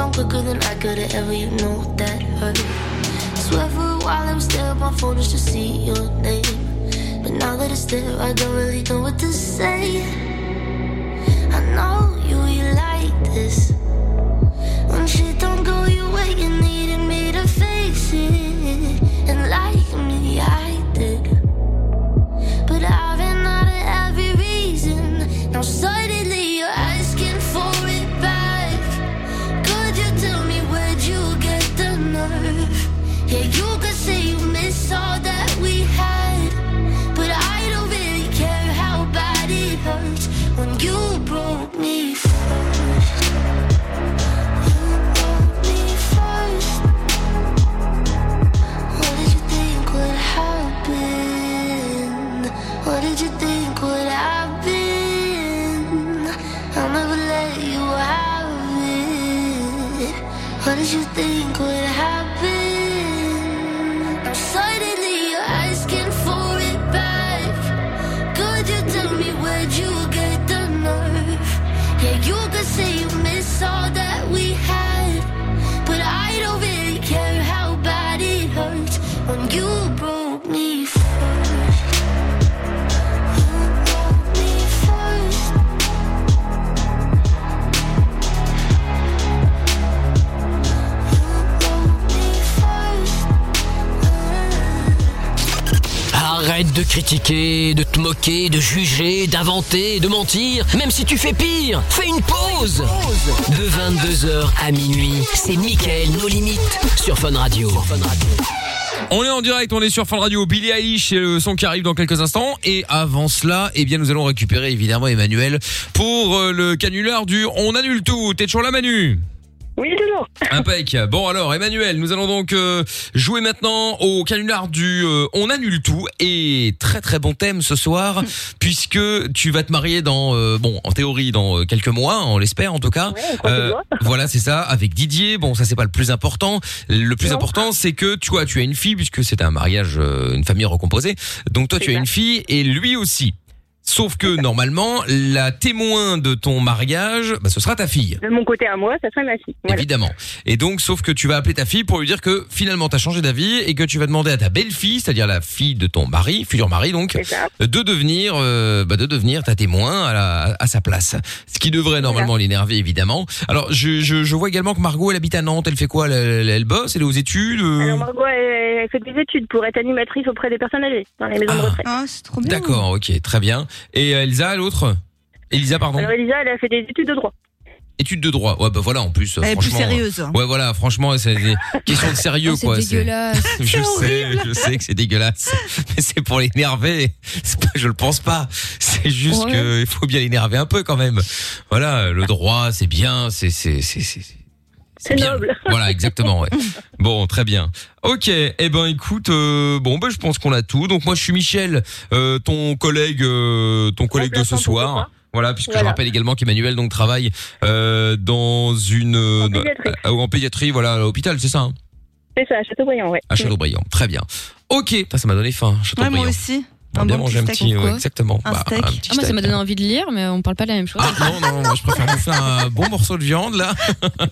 S17: done quicker than I could've ever, you know that hurt. Swear for a while I was there, my phone just to see your name. But now that it's there, I don't really know what to say. I know you, you like this. When shit don't go your way, you needed me to face it. And like me, I did. But I ran out of every reason. Now suddenly you're asking for it back. Could you tell me where'd you get the nerve? Yeah, you could say you miss all that we had. But I don't really care how bad it hurts when you broke me first. You broke me first. What did you think would happen? What did you think would happen? I'll never let you have it. What did you think would happen? Now suddenly you're asking for it back. Could you tell me where'd you get the nerve? Yeah, you could say you miss all that we had. But I don't really care how bad it hurts when you broke me first. You broke me first.
S1: Arrête de critiquer, de te moquer, de juger, d'inventer, de mentir, même si tu fais pire. Fais une pause. De 22h à minuit, c'est Mickaël nos limites sur Fun Radio.
S2: On est en direct, on est sur Fun Radio, Billy Eilish, et le son qui arrive dans quelques instants. Et avant cela, eh bien, nous allons récupérer évidemment Emmanuel pour euh, le canular du On annule tout. T'es toujours là, Manu
S16: Oui, toujours.
S2: [laughs] Impec. Bon alors, Emmanuel, nous allons donc euh, jouer maintenant au canular du euh, On annule tout et très très bon thème ce
S16: [laughs]
S2: soir puisque tu vas te marier dans euh, bon en théorie dans euh, quelques mois, on l'espère en tout cas. Euh, [laughs] voilà, c'est ça, avec Didier. Bon, ça c'est pas le plus important. Le plus important c'est que tu vois, tu as une fille puisque c'est un mariage, euh, une famille recomposée. Donc toi tu as une fille et lui aussi. Sauf que normalement, la témoin de ton mariage, bah, ce sera ta fille.
S16: De mon côté à moi, ça serait ma fille. Voilà.
S2: Évidemment. Et donc, sauf que tu vas appeler ta fille pour lui dire que finalement t'as changé d'avis et que tu vas demander à ta belle-fille, c'est-à-dire la fille de ton mari, futur mari donc, de devenir, euh, bah, de devenir ta témoin à, la- à sa place. Ce qui devrait normalement l'énerver évidemment. Alors, je, je, je vois également que Margot, elle habite à Nantes. Elle fait quoi elle, elle- elle bosse Elle est aux études euh
S16: Alors Margot, elle, elle fait des études pour être animatrice auprès des personnes âgées dans les maisons de retraite.
S3: Ah, c'est trop
S2: D'accord, ok, très bien. Et euh, Elsa, l'autre Elisa, pardon.
S16: Alors Elisa, elle a fait des études de droit.
S2: Études de droit. Ouais, bah voilà, en plus. euh,
S16: Elle est plus
S2: franchement,
S16: sérieuse, hein.
S2: Ouais, voilà, franchement,
S16: [laughs]
S2: c'est des questions de sérieux,
S16: Oh, c'est
S2: quoi.
S16: dégueulasse.
S2: [laughs] je
S16: C'est
S2: sais,
S16: horrible.
S2: je sais que c'est dégueulasse. Mais c'est pour l'énerver. C'est pas- Je le pense pas. C'est juste
S6: Ouais.
S2: que il faut bien l'énerver un peu quand même. Voilà, le droit, c'est bien, c'est, c'est, c'est, c'est-
S16: C'est noble. [laughs]
S2: voilà, exactement. Ouais. Bon,
S4: [laughs]
S2: très bien. Ok. Eh ben, écoute, euh, bon, ben, je pense qu'on a tout. Donc moi, je suis Michel, euh, ton collègue, euh, ton collègue de ce soir. Voilà, puisque je rappelle également qu'Emmanuel donc travaille euh, dans une en
S16: pédiatrie,
S2: en pédiatrie voilà, à l'hôpital, c'est ça. hein
S16: C'est ça, à Châteaubriand, ouais.
S2: à Châteaubriand, très bien. Ok, Putain, ça m'a donné faim.
S3: Ouais,
S2: Châteaubriand.
S3: moi aussi.
S2: On va bien manger un
S3: steak.
S2: petit, ouais, exactement.
S3: Un
S2: Bah,
S3: steak.
S15: Ah,
S2: un petit
S15: moi, ça
S2: steak. Ah,
S15: m'a donné envie de lire, mais on parle pas de la même chose.
S2: Non, non, moi je préfère bouffer un bon morceau de viande là. [laughs]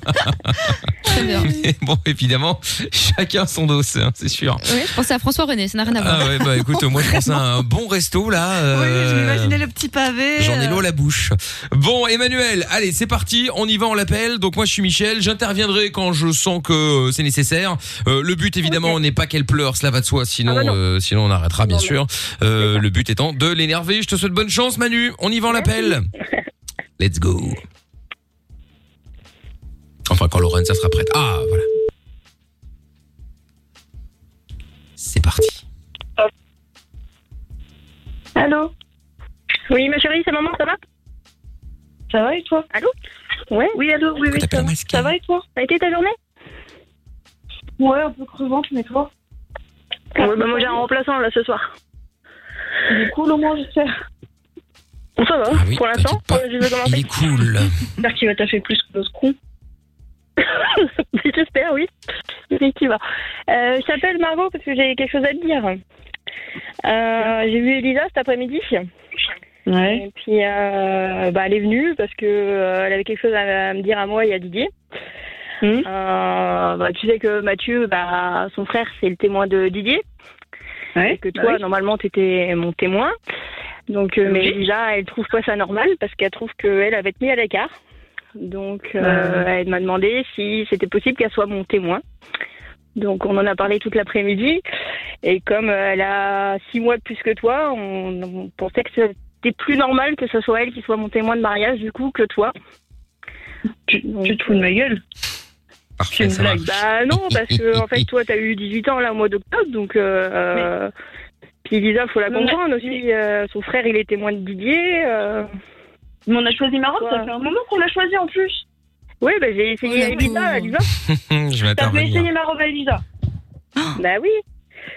S2: Mais bon, évidemment, [laughs] chacun son dos, hein, c'est sûr.
S15: [laughs] Ouais, je pensais à François René, ça n'a rien à voir.
S2: Ah ouais, bah écoute, moi je pense à un bon resto là.
S3: Je
S2: euh,
S3: m'imaginais le petit pavé.
S2: J'en ai
S3: euh,
S2: l'eau à la bouche. Bon, Emmanuel, allez, c'est parti, on y va, on l'appelle. Donc moi, je suis Michel, j'interviendrai quand je sens que euh, c'est nécessaire. Euh, le but, évidemment, n'est pas qu'elle pleure, cela va de soi,
S3: Ah
S2: sinon,
S3: bah
S2: euh, sinon on arrêtera, bien sûr. Euh, le but étant de l'énerver. Je te souhaite bonne chance, Manu. On y va, on l'appelle. Let's go. Enfin, quand Lorenza sera prête. Ah, voilà. C'est parti.
S16: Allô Oui, ma chérie, c'est maman, ça va Ça va et toi Allô Ouais Oui, allô, oui, oui, ça va. Ça va et toi Ça a été ta journée Ouais, un peu crevante, mais toi Ouais, bah moi j'ai un remplaçant là ce soir. Il est cool au moins, j'espère. Ça va,
S2: Ah
S16: pour l'instant, euh, je vais commencer.
S2: Il est cool.
S16: J'espère qu'il va taffer plus que l'autre con. [coughs] J'espère, oui. Effectivement. Euh, je t'appelle Margot parce que j'ai quelque chose à te dire. Euh, j'ai vu Elisa cet après-midi.
S12: Ouais.
S2: [laughs]
S16: Et puis, euh, bah, elle est venue parce que euh, elle avait quelque chose à, à me dire à moi et à Didier.
S12: Hmm.
S16: Euh, bah, tu sais que Mathieu, bah, son frère, c'est le témoin de Didier. et que
S12: bah
S16: toi,
S12: oui.
S16: normalement, tu étais mon témoin. Donc, euh, mais Lisa, elle trouve pas ça normal parce qu'elle trouve qu'elle avait été mise à l'écart. Donc, euh,
S12: Euh.
S16: elle m'a demandé si c'était possible qu'elle soit mon témoin. Donc, on en a parlé toute l'après-midi. Et comme euh, elle a six mois de plus que toi, on, on pensait que c'était plus normal que ce soit elle qui soit mon témoin de mariage, du coup, que toi. Tu, te fous de ma gueule
S12: Parfait, ça marche.
S16: Bah non, parce que en fait, toi, t'as eu 18 ans là au mois d'octobre, donc. Euh, Puis Lisa, faut la comprendre aussi. euh, son frère, il est témoin de Didier. euh. Mais on a choisi Maroc,
S12: ça fait un
S16: moment qu'on l'a choisi en plus. Oui, bah j'ai essayé avec Lisa. Lisa,
S12: Je vais intervenir.
S16: ma robe à Lisa. bah oui.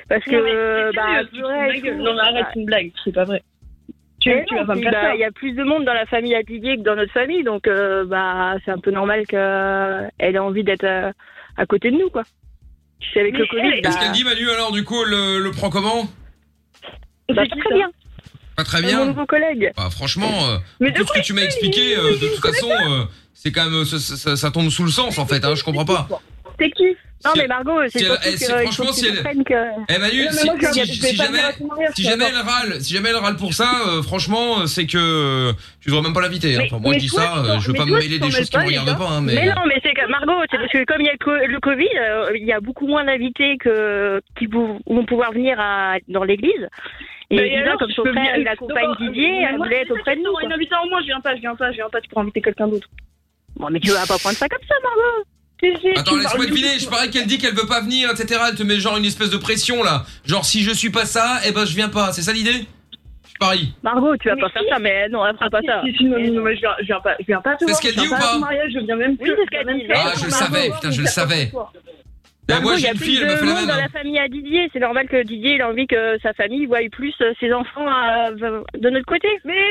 S16: Parce que.
S12: Non, mais
S16: euh,
S12: c'est
S16: bah,
S12: sérieux, tu te fous de ma gueule. Non, mais arrête, c'est une
S16: blague, c'est pas vrai.
S12: Tu-
S16: Eh
S12: tu vas pas me faire ça.
S16: bah, Il y a plus de monde dans la famille à Didier que dans notre famille, donc euh, bah, c'est un peu normal qu'elle ait envie d'être euh, à côté de nous, quoi. Tu sais, avec le Covid,
S2: Qu'est-ce
S16: bah,
S2: qu'elle dit Manu alors du coup elle le, le prend comment
S16: bah, pas très bien.
S2: Pas très
S16: Mon
S2: bien.
S16: nouveau collègue.
S2: Bah, franchement, euh,
S16: Mais
S2: tout ce que tu m'as expliqué, euh, de toute façon, euh, c'est quand même ça, ça- ça tombe sous le sens en fait. Hein, je comprends pas.
S16: C'est qui Non,
S2: Si
S16: mais
S2: elle-
S16: Margot,
S2: si
S16: c'est
S2: elle-
S16: surtout
S2: eh, c'est-
S16: que- il faut
S2: franchement,
S16: qu'ils
S2: si elle-
S16: comprennent que-
S2: Eh Manu,
S16: Non, mais
S2: si,
S16: moi, je
S2: si-
S16: vais-
S2: si
S16: je vais pas
S2: jamais,
S16: venir à ton mariage,
S2: si
S16: toi,
S2: jamais
S16: attends.
S2: elle râle, si jamais elle râle pour ça, euh, franchement, euh, c'est que euh, tu devrais même pas l'inviter. hein.
S16: Mais-
S2: Enfin, moi,
S16: mais
S2: je dis
S16: toi, tu
S2: ça, euh,
S16: t'en-
S2: je veux
S16: mais
S2: pas me
S16: toi,
S2: mêler
S16: tu
S2: des
S16: t'en
S2: choses
S16: mêles
S2: qui me
S16: les
S2: regardent
S16: gars.
S2: pas. hein, mais...
S16: mais non, mais c'est que Margot, c'est parce que comme il y a le co- le Covid, euh, il y a beaucoup moins d'invités que qui pou- vont pouvoir venir à, dans l'église. Et
S12: Mais
S16: Lisa,
S12: alors,
S16: comme
S12: je
S16: son
S12: peux
S16: frère,
S12: bien-
S16: il accompagne
S12: D'accord,
S16: Didier,
S12: mais
S16: elle
S12: moi,
S16: voulait être
S12: Lisa,
S16: auprès de nous.
S12: t'auras une invitée en moins, je viens pas, je viens pas, je viens pas, tu pourras inviter quelqu'un d'autre.
S16: Bon, mais tu vas pas prendre ça comme ça, Margot.
S2: Attends, laisse-moi deviner, je parie qu'elle dit qu'elle veut pas venir, etc. Elle te met genre une espèce de pression là. Genre, si je suis pas ça, eh ben je viens pas. C'est ça l'idée Je parie.
S16: Margot, tu vas pas faire ça, mais non, elle fera pas ça.
S12: Si, si, non, non, non, mais je viens, je viens pas, je viens pas te
S2: C'est
S12: voir,
S2: ce qu'elle
S12: je viens
S2: dit ou
S12: à ton
S2: pas
S12: mariage, je viens même
S16: Oui, c'est ce qu'elle
S12: Eh,
S16: dit.
S2: Ah, je le savais, putain, je le savais. Eh,
S16: Margot,
S2: moi,
S16: il y
S2: j'ai
S16: a
S2: une
S16: plus
S2: fille, elle me
S16: de
S2: fait hein. la
S16: monde dans
S2: même.
S16: la famille à Didier. C'est normal que Didier il a envie que sa famille voie plus euh, ses enfants euh, de notre côté. Mais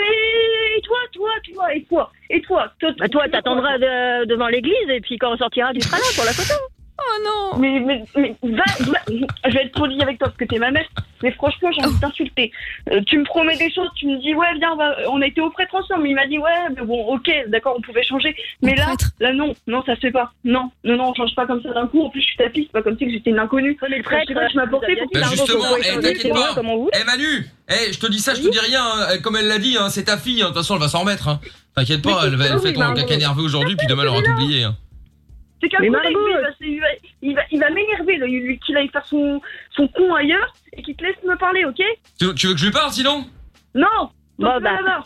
S16: toi, toi, toi, et toi, et toi, toi, Bah, toi, t'attendras de- devant l'église et puis quand on
S12: Ah,
S16: sortira, tu seras là pour la photo.
S12: Oh non Mais, mais, mais va, va- je vais être polie avec toi parce que t'es ma mère, mais franchement j'ai envie de t'insulter. Euh, tu me promets des choses, tu me dis ouais viens, on va- on a été au prêtre ensemble, il m'a dit ouais, mais bon ok, d'accord, on pouvait changer. Mais là, là non, non ça se fait pas. Non, non, non, on change pas comme ça d'un coup, en plus je suis ta fille, c'est pas comme si que j'étais une inconnue. Mais le
S16: prêtre,
S12: je sais pas, tu m'as
S16: euh,
S12: porté
S16: vous
S12: pour
S2: Bah
S12: que
S2: justement,
S12: t'arrives au
S2: eh,
S12: prêtre,
S2: t'inquiète
S12: c'est
S2: pas.
S12: moi, comment vous-
S2: Eh Manu, eh, je te dis ça, je te dis rien. hein. Comme elle l'a dit, hein, c'est ta fille. hein. De toute façon, elle va s'en remettre. hein. T'inquiète pas, elle va elle
S12: oui,
S2: fait ton
S12: Margot.
S2: caca nerveux aujourd'hui, puis demain elle aura tout oublié. hein.
S12: C'est qu'un
S2: Mais
S12: collègue, lui, il va, se- il va, il va, il va m'énerver, là, lui, qu'il aille faire son, son con ailleurs et qu'il te laisse me parler, ok
S2: Tu tu veux que je lui parle sinon
S12: Non
S16: Bon,
S12: Bon,
S16: bah.
S12: bah.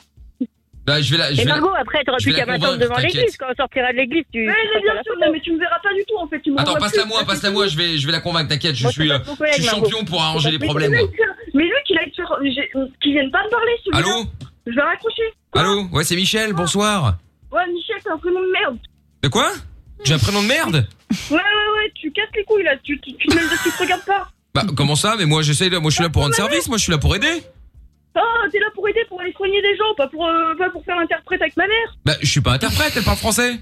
S2: Bah, je vais la. je
S16: Et
S2: vais la-
S16: Margot, après, t'auras
S2: je
S16: plus
S2: vais la
S16: qu'à m'attendre
S2: convaincre,
S16: devant l'église.
S2: t'inquiète.
S16: Quand on sortira de l'église, tu.
S12: Mais, mais bien sûr, non, mais tu me verras pas du tout, en fait. Tu me
S2: Attends,
S12: revois
S2: passe-la
S12: plus.
S2: moi, passe-la moi, je vais, je vais la convaincre, t'inquiète, je
S12: Moi,
S2: suis,
S12: c'est
S2: euh,
S12: pas mon
S2: je
S12: collègue,
S2: suis
S12: Margot.
S2: champion pour arranger les
S12: Mais
S2: problèmes.
S12: lui,
S2: moi.
S12: qu'il aille faire- Mais lui, qu'il aille faire. j'ai- Qu'il vienne pas me parler, celui-là.
S2: Allô
S12: Je vais raccrocher.
S2: Allô Ouais, c'est Michel, bonsoir.
S12: Ouais, Michel, t'es un prénom de merde.
S2: De quoi J'ai un prénom de merde
S12: Ouais, ouais, ouais, tu casses les couilles, là. Tu, tu, tu te mets dessus, tu te regardes pas.
S2: Bah, comment ça Mais moi, j'essaie, de- moi, je suis là pour rendre service, moi, je suis là pour aider.
S12: Ah, t'es là pour aider, pour aller soigner des gens, pas pour, euh, pas pour faire l'interprète avec ma mère.
S2: Bah, je suis pas interprète, elle parle français.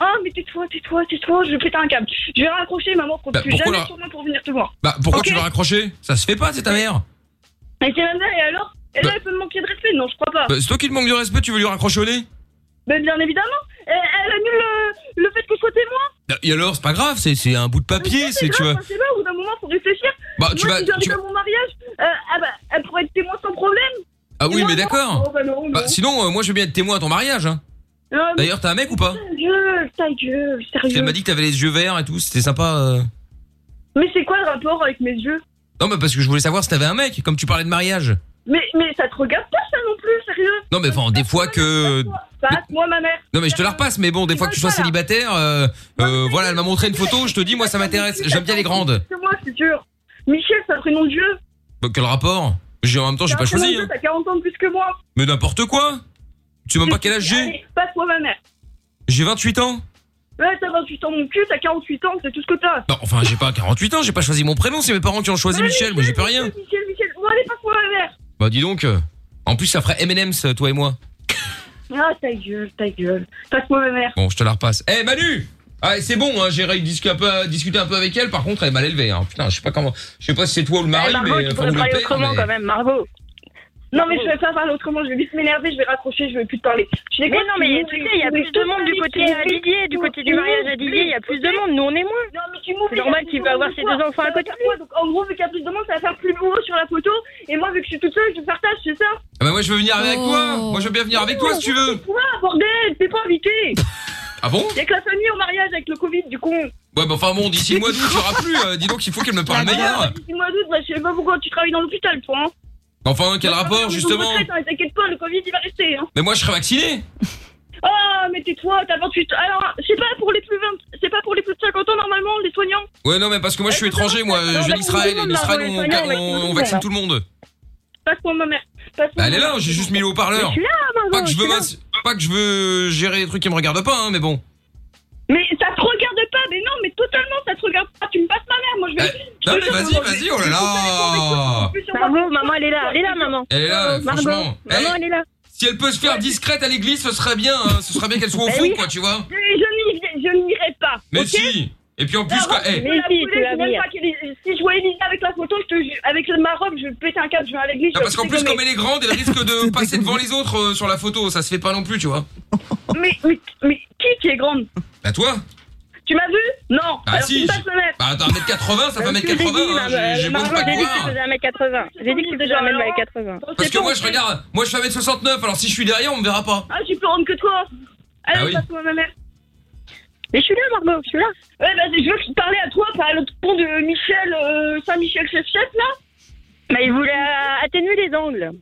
S12: Ah, mais tais-toi, tais-toi, tais-toi, je vais péter un câble. Je vais raccrocher, maman, compte
S2: Bah,
S12: plus
S2: pourquoi
S12: jamais
S2: la-
S12: sur moi pour venir te voir.
S2: Bah, pourquoi
S12: Ok.
S2: tu l'as raccroché Ça se fait pas, c'est ta mère.
S12: Mais c'est ma mère, et alors Elle, elle peut me manquer de respect Non, je crois pas.
S2: Bah, c'est toi qui te manque de respect, tu veux lui raccrocher au nez
S12: Mais Ben, bien évidemment, elle, elle annule le, le fait que je sois témoin.
S2: Bah, Et alors, c'est pas grave, c'est c'est un bout de papier, c'est tu
S12: grave, hein.
S2: vois.
S12: enfin, C'est là, au bout d'un moment, faut réfléchir.
S2: Bah, tu
S12: Moi,
S2: vas-
S12: si j'arrive
S2: tu
S12: à mon mariage, euh, ah bah, elle pourrait être témoin sans problème.
S2: Ah oui,
S12: Non,
S2: mais
S12: non,
S2: d'accord.
S12: non, bah non,
S2: Bah,
S12: non.
S2: sinon, euh, moi, je veux bien être témoin à ton mariage. hein.
S12: Ah, mais
S2: D'ailleurs, t'as un mec ou pas
S12: Ta gueule, ta gueule,
S2: Parce
S12: sérieux.
S2: qu'elle m'a dit que t'avais les yeux verts et tout, c'était sympa. euh.
S12: Mais c'est quoi le rapport avec mes yeux
S2: Non, mais parce que je voulais savoir si t'avais un mec, comme tu parlais de mariage.
S12: mais, mais ça te regarde pas, ça non plus, sérieux.
S2: Non, mais enfin, des fois que.
S12: Passe-moi ma mère.
S2: Non mais je te la repasse, mais bon, des fois que tu sois célibataire, euh, euh, voilà, elle m'a montré une photo, je te dis, moi ça m'intéresse, j'aime bien les grandes.
S12: C'est moi, c'est sûr. Michel, c'est un prénom de Dieu.
S2: Bah, quel rapport J'ai en même temps, j'ai
S12: C'est
S2: pas
S12: un prénom
S2: choisi.
S12: de Dieu,
S2: hein.
S12: T'as 40 ans de plus que moi.
S2: Mais n'importe quoi. Tu sais même pas quel âge j'ai
S12: Allez, Passe-moi ma mère.
S2: J'ai 28 ans.
S12: Ouais, Eh, t'as 28 ans, mon cul, t'as 48 ans, c'est tout ce que t'as.
S2: Non, enfin, j'ai pas 48 ans, j'ai pas choisi mon prénom, c'est mes parents qui ont choisi Michel, moi j'ai pas rien.
S12: Michel, Michel, bon, allez, passe-moi ma mère.
S2: Bah dis donc, euh, en plus ça ferait M&M's euh, toi et moi.
S12: Ah, ta gueule, ta gueule. Passe-moi ma mère.
S2: Bon, je te la repasse. Eh Manu Ah, c'est bon, hein, j'ai ré- discu- un peu- euh, discuté un peu avec elle, par contre
S12: Eh,
S2: elle est mal élevée. Hein. Putain, je sais pas comment, je sais pas si c'est toi ou le mari,
S16: Eh, Margot,
S2: mais
S16: tu
S2: enfin, ou
S16: pourrais
S2: le
S16: parler
S2: père,
S16: autrement
S2: mais-
S16: quand même, Margot.
S12: Non, mais je vais pas parler autrement, je vais vite m'énerver, je vais raccrocher, je vais plus te parler. Je
S16: Mais non, mais tu sais, il y a plus de monde du côté à Didier, du côté du mariage à Didier, il y a plus de monde, nous on est moins. C'est normal qu'il va avoir ses deux enfants à côté.
S12: Donc, en gros, vu qu'il y a plus de monde, ça va faire plus beau sur la photo. Et moi, vu que je suis toute seule, je partage, c'est ça.
S2: Ah bah moi je veux venir avec toi. Moi je veux bien venir avec toi si tu veux.
S12: Quoi, Oh. bordel, t'es pas invité.
S2: Ah bon
S12: Il y a que la famille au mariage avec le Covid, du con.
S2: Ouais bah enfin bon d'ici le mois d'août tu auras plus. euh, dis donc il faut qu'elle me parle meilleur.
S12: Dis-moi doute, bah, je sais pas pourquoi tu travailles dans l'hôpital, toi. hein.
S2: Enfin quel rapport justement.
S12: Retraite, hein, T'inquiète pas, le Covid, il va rester. Hein.
S2: Mais moi je serai vacciné.
S12: Oh, mais tais-toi, t'as 28 Alors, c'est pas pour les plus 20... c'est pas pour les plus de 50 ans normalement, les soignants.
S2: Ouais non mais parce que moi je suis
S12: Eh,
S2: étranger moi. Je
S12: bah,
S2: viens d'Israël et en Israël on, on- on vaccine tout le monde.
S12: Passe pour ma mère. Passe
S2: Bah elle est là, j'ai juste mis le haut-parleur.
S12: Mais tu l'as, maman,
S2: Pas que je
S12: tu
S2: veux
S12: l'as.
S2: mince- pas que je veux gérer des trucs qui me regardent pas hein mais bon.
S12: Mais ça te regarde pas, mais non, mais totalement, ça te regarde pas. Tu me passes ma mère, moi je vais.
S2: Non mais vas-y vas-y oh là là.
S12: Bravo, maman, elle est là, elle est là, Euh, maman.
S2: Elle est là
S12: Margot,
S2: franchement.
S12: maman,
S2: Eh,
S12: elle est là.
S2: Si elle peut se faire discrète à l'église ce serait bien. hein. Ce serait bien qu'elle soit
S12: [laughs]
S2: au
S12: Bah
S2: fond
S12: oui.
S2: quoi tu vois.
S12: Je, je n'y- je n'irai pas.
S2: Mais
S12: ok
S2: si. Et puis en plus
S12: Ah,
S2: quoi.
S12: je
S2: eh.
S12: vais la
S16: si,
S12: brûler,
S16: tu vas
S12: je veux même
S16: venir.
S12: pas qu'elle- Si je vois Elisa avec la photo, je te jure, avec ma robe, je vais péter un câble, je vais à l'église. je
S2: Ah,
S12: vais
S2: parce qu'en
S12: tout
S2: plus,
S12: dégommer.
S2: comme elle est grande, elle risque
S12: [laughs]
S2: de passer devant les autres euh, sur la photo. Ça se fait pas non plus, tu vois.
S12: Mais, mais, mais qui qui est grande
S2: Bah, toi
S12: Tu m'as vu Non.
S2: Ah,
S12: Alors, tu
S2: si
S12: me passes ma mère.
S2: Bah, attends, 1m80, ça fait 1m80. hein, j'ai- J'ai beau ne pas te voir.
S16: J'ai dit que tu faisais 1m80.
S2: Parce que moi, je regarde, moi, je fais 1m69, alors si je suis derrière, on me verra pas.
S12: Ah, je suis plus grande que toi. Allez,
S2: Ah oui.
S12: passe-moi ma mère. Mais je suis là, Margot, je suis là. Ouais, bah, je veux parler à toi, pas à l'autre pont de Michel, euh, Saint-Michel chef-chef, là.
S16: Bah, il voulait euh, atténuer les angles.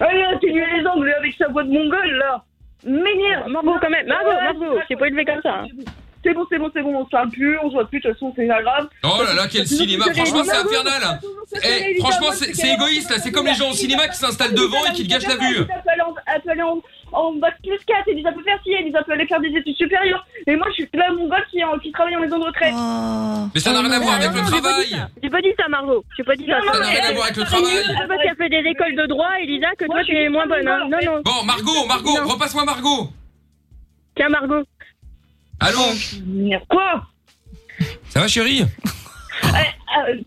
S12: Allez, atténuer les angles avec sa voix de mongole, là. M'énerve.
S16: Margot, quand même. Margot,
S12: Ouais,
S16: Margot, c'est pas élevé comme ça. hein.
S12: C'est bon, c'est bon, c'est bon, on se parle plus, on se voit plus, de toute façon, c'est pas grave.
S2: Oh là là, quel cinéma. Franchement, c'est infernal. hein. Eh, franchement, c'est c'est égoïste, là. C'est comme les gens au cinéma qui s'installent devant et qui te gâchent la vue.
S12: Elle peut aller en- elle peut aller en- en bac plus 4, Elisa peut faire ci, Elisa peut aller faire des études supérieures. Et moi, je suis là, mon gars qui, est en- qui travaille en maison de retraite.
S2: Mais ça n'a rien à voir avec le travail.
S16: J'ai pas dit ça, Margot. J'ai pas dit ça.
S2: Ça n'a rien à voir avec le travail.
S16: C'est parce qu'elle fait des écoles de droit, Elisa, que toi, tu es moins bonne. hein. Non, non.
S2: Bon, Margot, Margot, repasse-moi Margot.
S16: Tiens, Margot.
S2: Allô
S12: Quoi
S2: Ça va, chérie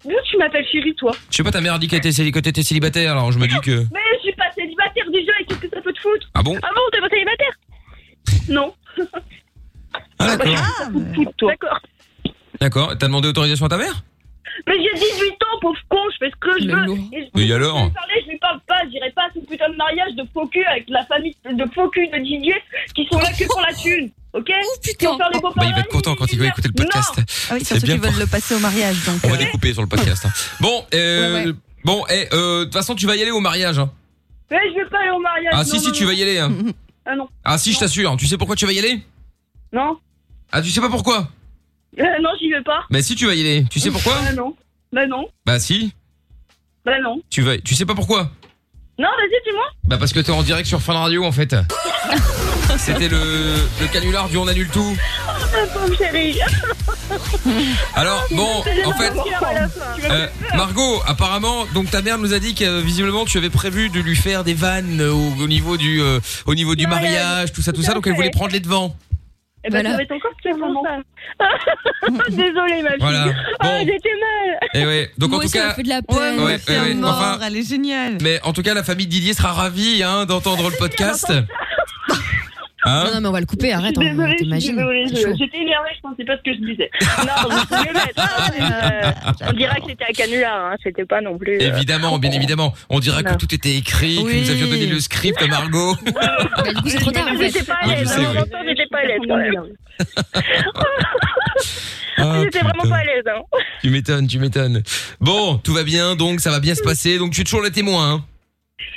S12: D'où euh, tu m'appelles chérie, toi
S2: Je sais pas, ta mère a dit qu'elle était célib- que t'étais célibataire, alors je me dis que.
S12: Mais je suis pas célibataire déjà, et qu'est-ce que ça peut te foutre
S2: Ah bon
S12: Ah bon, t'es pas célibataire Non. bah,
S2: Ah, d'accord.
S12: D'accord.
S2: D'accord. T'as demandé autorisation à ta mère
S12: Mais j'ai 18 ans, pauvre con, je fais ce que je
S2: Le
S12: veux.
S2: lourd.
S12: Et je-
S2: Oui, alors
S12: Je lui parlais, je lui parle pas, j'irai pas à ce putain de mariage de faux cul avec la famille de faux cul de Didier qui sont là que pour la thune. Ok putain.
S2: Bah, il va être content quand il va écouter le podcast.
S3: Oh, Ah oui,
S2: C'est
S3: surtout
S2: bien
S3: qu'ils
S2: pour-
S3: veulent le passer au mariage. Donc,
S2: On
S3: euh,
S2: va découper sur le podcast. hein. Bon, euh, bon, eh, euh, de toute façon, tu vas y aller au mariage. hein.
S12: Mais je veux pas aller au mariage.
S2: Ah
S12: non,
S2: si,
S12: non,
S2: si, tu
S12: non.
S2: vas y aller. hein.
S12: Ah non. [laughs]
S2: Ah si, je t'assure. Tu sais pourquoi tu vas y aller
S12: Non.
S2: Ah, tu sais pas pourquoi
S12: Euh, non, j'y vais pas.
S2: Bah si, tu vas y aller. Tu sais pourquoi
S12: Bah non. Bah non.
S2: Bah si,
S12: Bah non.
S2: tu vas. Tu sais pas pourquoi
S12: Non, vas-y, dis-moi.
S2: Bah parce que t'es en direct sur Fun Radio en fait. C'était le, le canular du on annule tout.
S12: [laughs] Oh, ma pauvre chérie.
S2: Alors bon,
S12: Ah, C'est
S2: en fait,
S12: vraiment à la fin. Tu vas
S2: Euh, Margot, apparemment, donc ta mère nous a dit que euh, visiblement tu avais prévu de lui faire des vannes euh, au, au niveau du euh, au niveau du
S12: Mariage.
S2: mariage, tout ça, tout ça. Donc elle voulait prendre les devants.
S12: Eh ben,
S16: Voilà.
S12: ça va être encore pire pour
S16: [laughs]
S12: ça.
S16: Désolée, ma fille.
S2: Voilà.
S16: Ah,
S2: Bon.
S16: j'étais mal.
S2: Et ouais. Donc en tout cas, Ouais, ouais, ouais. Enfin,
S3: elle est géniale.
S2: mais en tout cas, la famille de Didier sera ravie hein, d'entendre le podcast.
S4: non, non,
S2: Hein
S4: mais on va le couper, arrête, on-
S12: Désolée, je suis
S4: t'imagines.
S12: désolée,
S4: c'est
S12: je-
S4: chaud.
S12: j'étais énervée, je pensais pas ce que
S2: [laughs]
S12: je disais.
S16: Non, je voulais mettre, hein,
S2: Ah,
S16: mais, euh, on dirait que c'était à canular, hein. c'était pas non plus. euh,
S2: Évidemment, bien évidemment. On dira que
S16: Non.
S2: tout était écrit, que nous avions donné le script à Margot. [laughs]
S4: Du coup, c'est trop tard, en fait.
S16: J'étais pas à
S2: Ouais, je
S16: l'aise,
S2: sais,
S16: hein,
S2: ouais.
S16: longtemps, j'étais pas à l'aise quand même.
S2: Ah,
S16: J'étais vraiment pas à l'aise. hein.
S2: Tu m'étonnes, tu m'étonnes. Bon, tout va bien, donc ça va bien se passer. Donc tu es toujours le témoin. hein.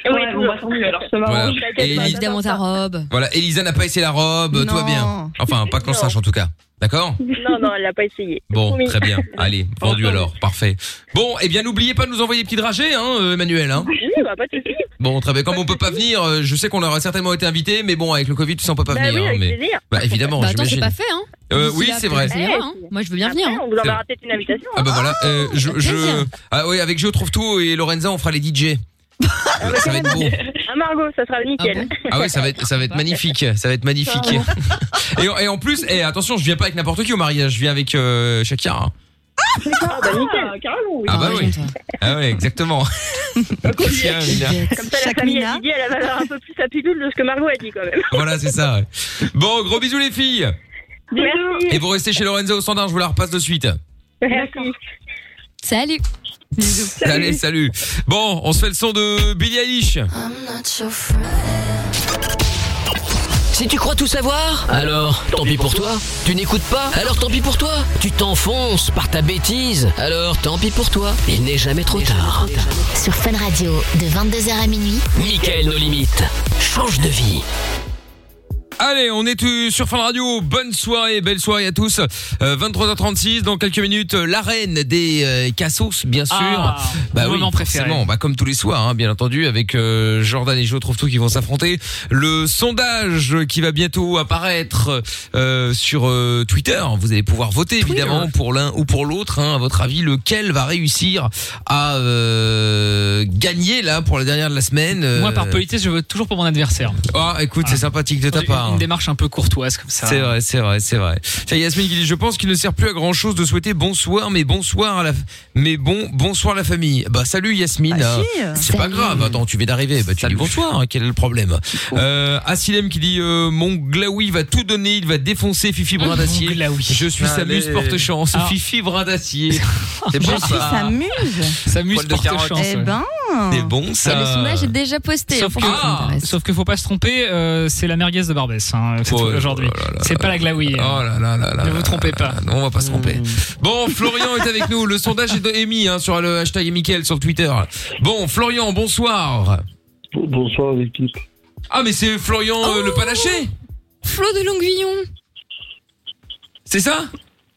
S16: Oui,
S12: bon, bah, tant mieux, alors, ça m'arrange.
S2: Voilà.
S12: T'inquiète pas,
S2: Et-
S4: Évidemment, ta robe.
S2: Voilà, Elisa n'a pas essayé la robe, tout va
S4: Non.
S2: bien. Enfin, pas qu'on sache en tout cas. D'accord
S16: Non, non, elle l'a pas essayé.
S2: Bon,
S16: Oui.
S2: très bien. Allez, vendu alors, parfait. Bon, eh bien n'oubliez pas de nous envoyer des petits dragées, hein, euh, Emmanuel. Hein.
S16: Oui, bah, pas de soucis.
S2: Bon, très bien. Comme on peut pas venir, euh, je sais qu'on aura certainement été invité, mais bon, avec le Covid, tout ça, on peut pas
S16: Bah
S2: venir.
S16: oui,
S2: hein,
S16: avec
S2: mais...
S16: plaisir.
S2: Bah évidemment,
S4: Bah, attends, c'est
S2: j'imagine.
S4: pas fait, hein.
S2: Euh,
S4: D'ici
S2: oui,
S4: là,
S2: c'est vrai.
S4: plus rien, hein. Moi, je veux bien venir. hein.
S16: Eh, On vous enverra peut-être une invitation.
S2: Ah bah voilà, euh, je, je... Ah oui, avec Je trouve tout et Lorenza, on fera les DJ. Euh, ça va être beau.
S16: Ah, Margot, ça sera nickel.
S2: Ah oui, ça va être, ça va être magnifique, ça va être magnifique. Et, en- et en plus, eh, attention, je viens pas avec n'importe qui au mariage, je viens avec euh, Shakira. hein.
S12: Ah, bah nickel, carrément, oui.
S2: Ah bah oui. Ah ouais,
S4: [laughs]
S2: exactement. [laughs] Tiens, vilain.
S16: Comme ça, la famille a dit, elle va avoir un peu plus sa pilule de ce que Margot a dit quand même.
S2: voilà, c'est ça. ouais. Bon, gros bisous les filles.
S16: Merci.
S2: Et vous restez chez Lorenzo au standard, je vous la repasse de suite.
S16: Merci.
S4: Salut.
S2: Allez, salut. Bon, on se fait le son de Billie Eilish.
S1: Si tu crois tout savoir, alors tant pis pour toi. Tu n'écoutes pas, alors tant pis pour toi. Tu t'enfonces par ta bêtise, alors tant pis pour toi. Il n'est jamais trop tard.
S9: Sur Fun Radio, de 22h à minuit.
S1: Michael nos limites. Change de vie.
S2: Allez, on est euh, sur Fin Radio. Bonne soirée, belle soirée à tous. Euh, 23h36, dans quelques minutes, euh, l'arène des euh, Cassos, bien sûr.
S5: Ah,
S2: bah
S5: mon
S2: oui,
S5: moment préféré.
S2: forcément, bah, comme tous les soirs, hein, bien entendu, avec euh, Jordan et Joe trouve tout qui vont s'affronter. Le sondage qui va bientôt apparaître euh, sur euh, Twitter. Vous allez pouvoir voter évidemment pour l'un ou pour l'autre. hein. à votre avis, lequel va réussir à euh, gagner là pour la dernière de la semaine euh,
S5: Moi, par politesse, je vote toujours pour mon adversaire.
S2: Ah, écoute, c'est sympathique de ta
S5: Une-
S2: part. hein.
S5: Une démarche un peu courtoise comme ça.
S2: C'est vrai, c'est vrai, c'est vrai. Ça y est, Yasmine qui dit, je pense qu'il ne sert plus à grand chose de souhaiter bonsoir, mais bonsoir à la, mais bon, bonsoir la famille. Bah, salut Yasmine.
S6: Bah,
S2: Euh,
S6: si.
S2: c'est pas
S6: Salut.
S2: grave. Attends, tu viens d'arriver. Bah, tu dis bonsoir. hein, quel est le problème? Euh, Asilem qui dit, euh, mon glaoui va tout donner. Il va défoncer Fifi Brin d'acier. Je suis sa
S6: Allez.
S2: muse porte chance.
S6: Ah.
S2: Fifi Brin d'acier.
S5: [laughs]
S2: C'est
S3: Je
S2: bon,
S3: suis
S2: ça.
S3: sa muse.
S5: Ça muse
S2: Poil de
S5: porte
S2: carotte.
S5: chance.
S3: Eh
S5: ouais.
S3: ben.
S2: C'est bon, ça. Ah,
S5: Et le
S4: J'ai déjà posté.
S5: Sauf
S4: hein,
S5: que,
S4: pour ça m'intéresse.
S5: sauf que faut pas se tromper, euh, c'est la merguez de Barbès hein, c'est tout aujourd'hui. C'est pas la glaouille.
S2: Oh là là là là.
S5: Ne vous trompez pas.
S2: Non, on va pas se tromper. Bon, Florian est avec nous. Le sondage est émis hein, sur le hashtag Mickaël sur Twitter. Bon, Florian, bonsoir.
S10: Bonsoir l'équipe.
S2: Ah, mais c'est Florian euh, le panaché
S4: Flo de Longuillon.
S2: C'est ça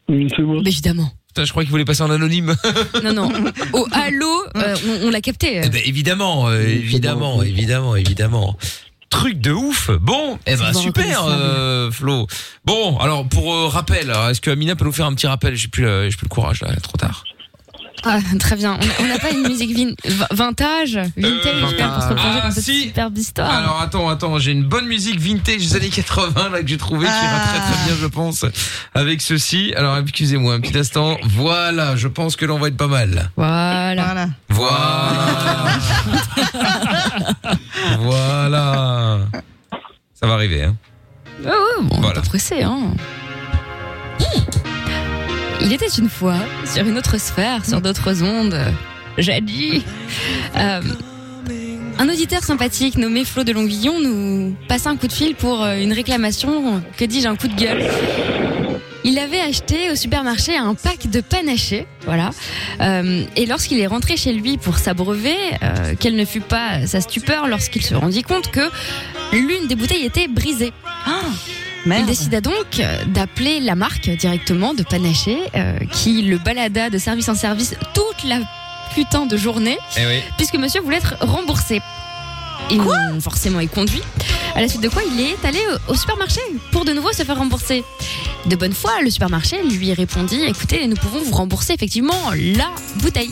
S10: c'est moi.
S4: évidemment.
S2: Putain, je crois qu'il voulait passer en anonyme. [laughs]
S4: Non, non. Au halo, euh, on, on l'a capté.
S2: Eh ben, évidemment, euh, évidemment, évidemment, évidemment. Truc de ouf. Bon, eh ben
S4: C'est pas
S2: super,
S4: reconnaissable.
S2: euh, Flo. Bon, alors pour euh, rappel, alors, est-ce que Amina peut nous faire un petit rappel J'ai plus, euh, j'ai plus le courage là, trop tard.
S4: Ah, très bien. On a- On n'a pas une musique vin- vin- vintage, vintage, quand même, pour se replonger
S2: Euh, Ah,
S4: dans cette
S2: si.
S4: superbe histoire.
S2: Alors attends, attends, j'ai une bonne musique vintage des années 80 là que j'ai trouvée qui ira très très bien je pense avec ceci. Alors excusez-moi un petit instant. Voilà, je pense que l'on va être pas mal.
S4: Voilà.
S17: [laughs]
S2: Voilà. voilà. Ça va arriver hein.
S4: Ouais, ouais, Oh, bon,
S2: Voilà.
S4: pas pressé, hein. Hmm. Il était une fois, sur une autre sphère, sur d'autres ondes, jadis, euh, un auditeur sympathique nommé Flo de Longuillon nous passa un coup de fil pour euh, une réclamation, que dis-je, un coup de gueule. Il avait acheté au supermarché un pack de panachés, voilà. Euh, et lorsqu'il est rentré chez lui pour s'abreuver, euh, quelle ne fut pas sa stupeur lorsqu'il se rendit compte que l'une des bouteilles était brisée. Il décida donc euh, d'appeler la marque directement de panaché, euh, qui le balada de service en service toute la putain de journée
S2: Eh oui.
S4: puisque monsieur voulait être remboursé. Ils l'ont forcément éconduit. À la suite de quoi, il est allé au- au supermarché pour de nouveau se faire rembourser. De bonne foi, le supermarché lui répondit Écoutez, nous pouvons vous rembourser effectivement la bouteille.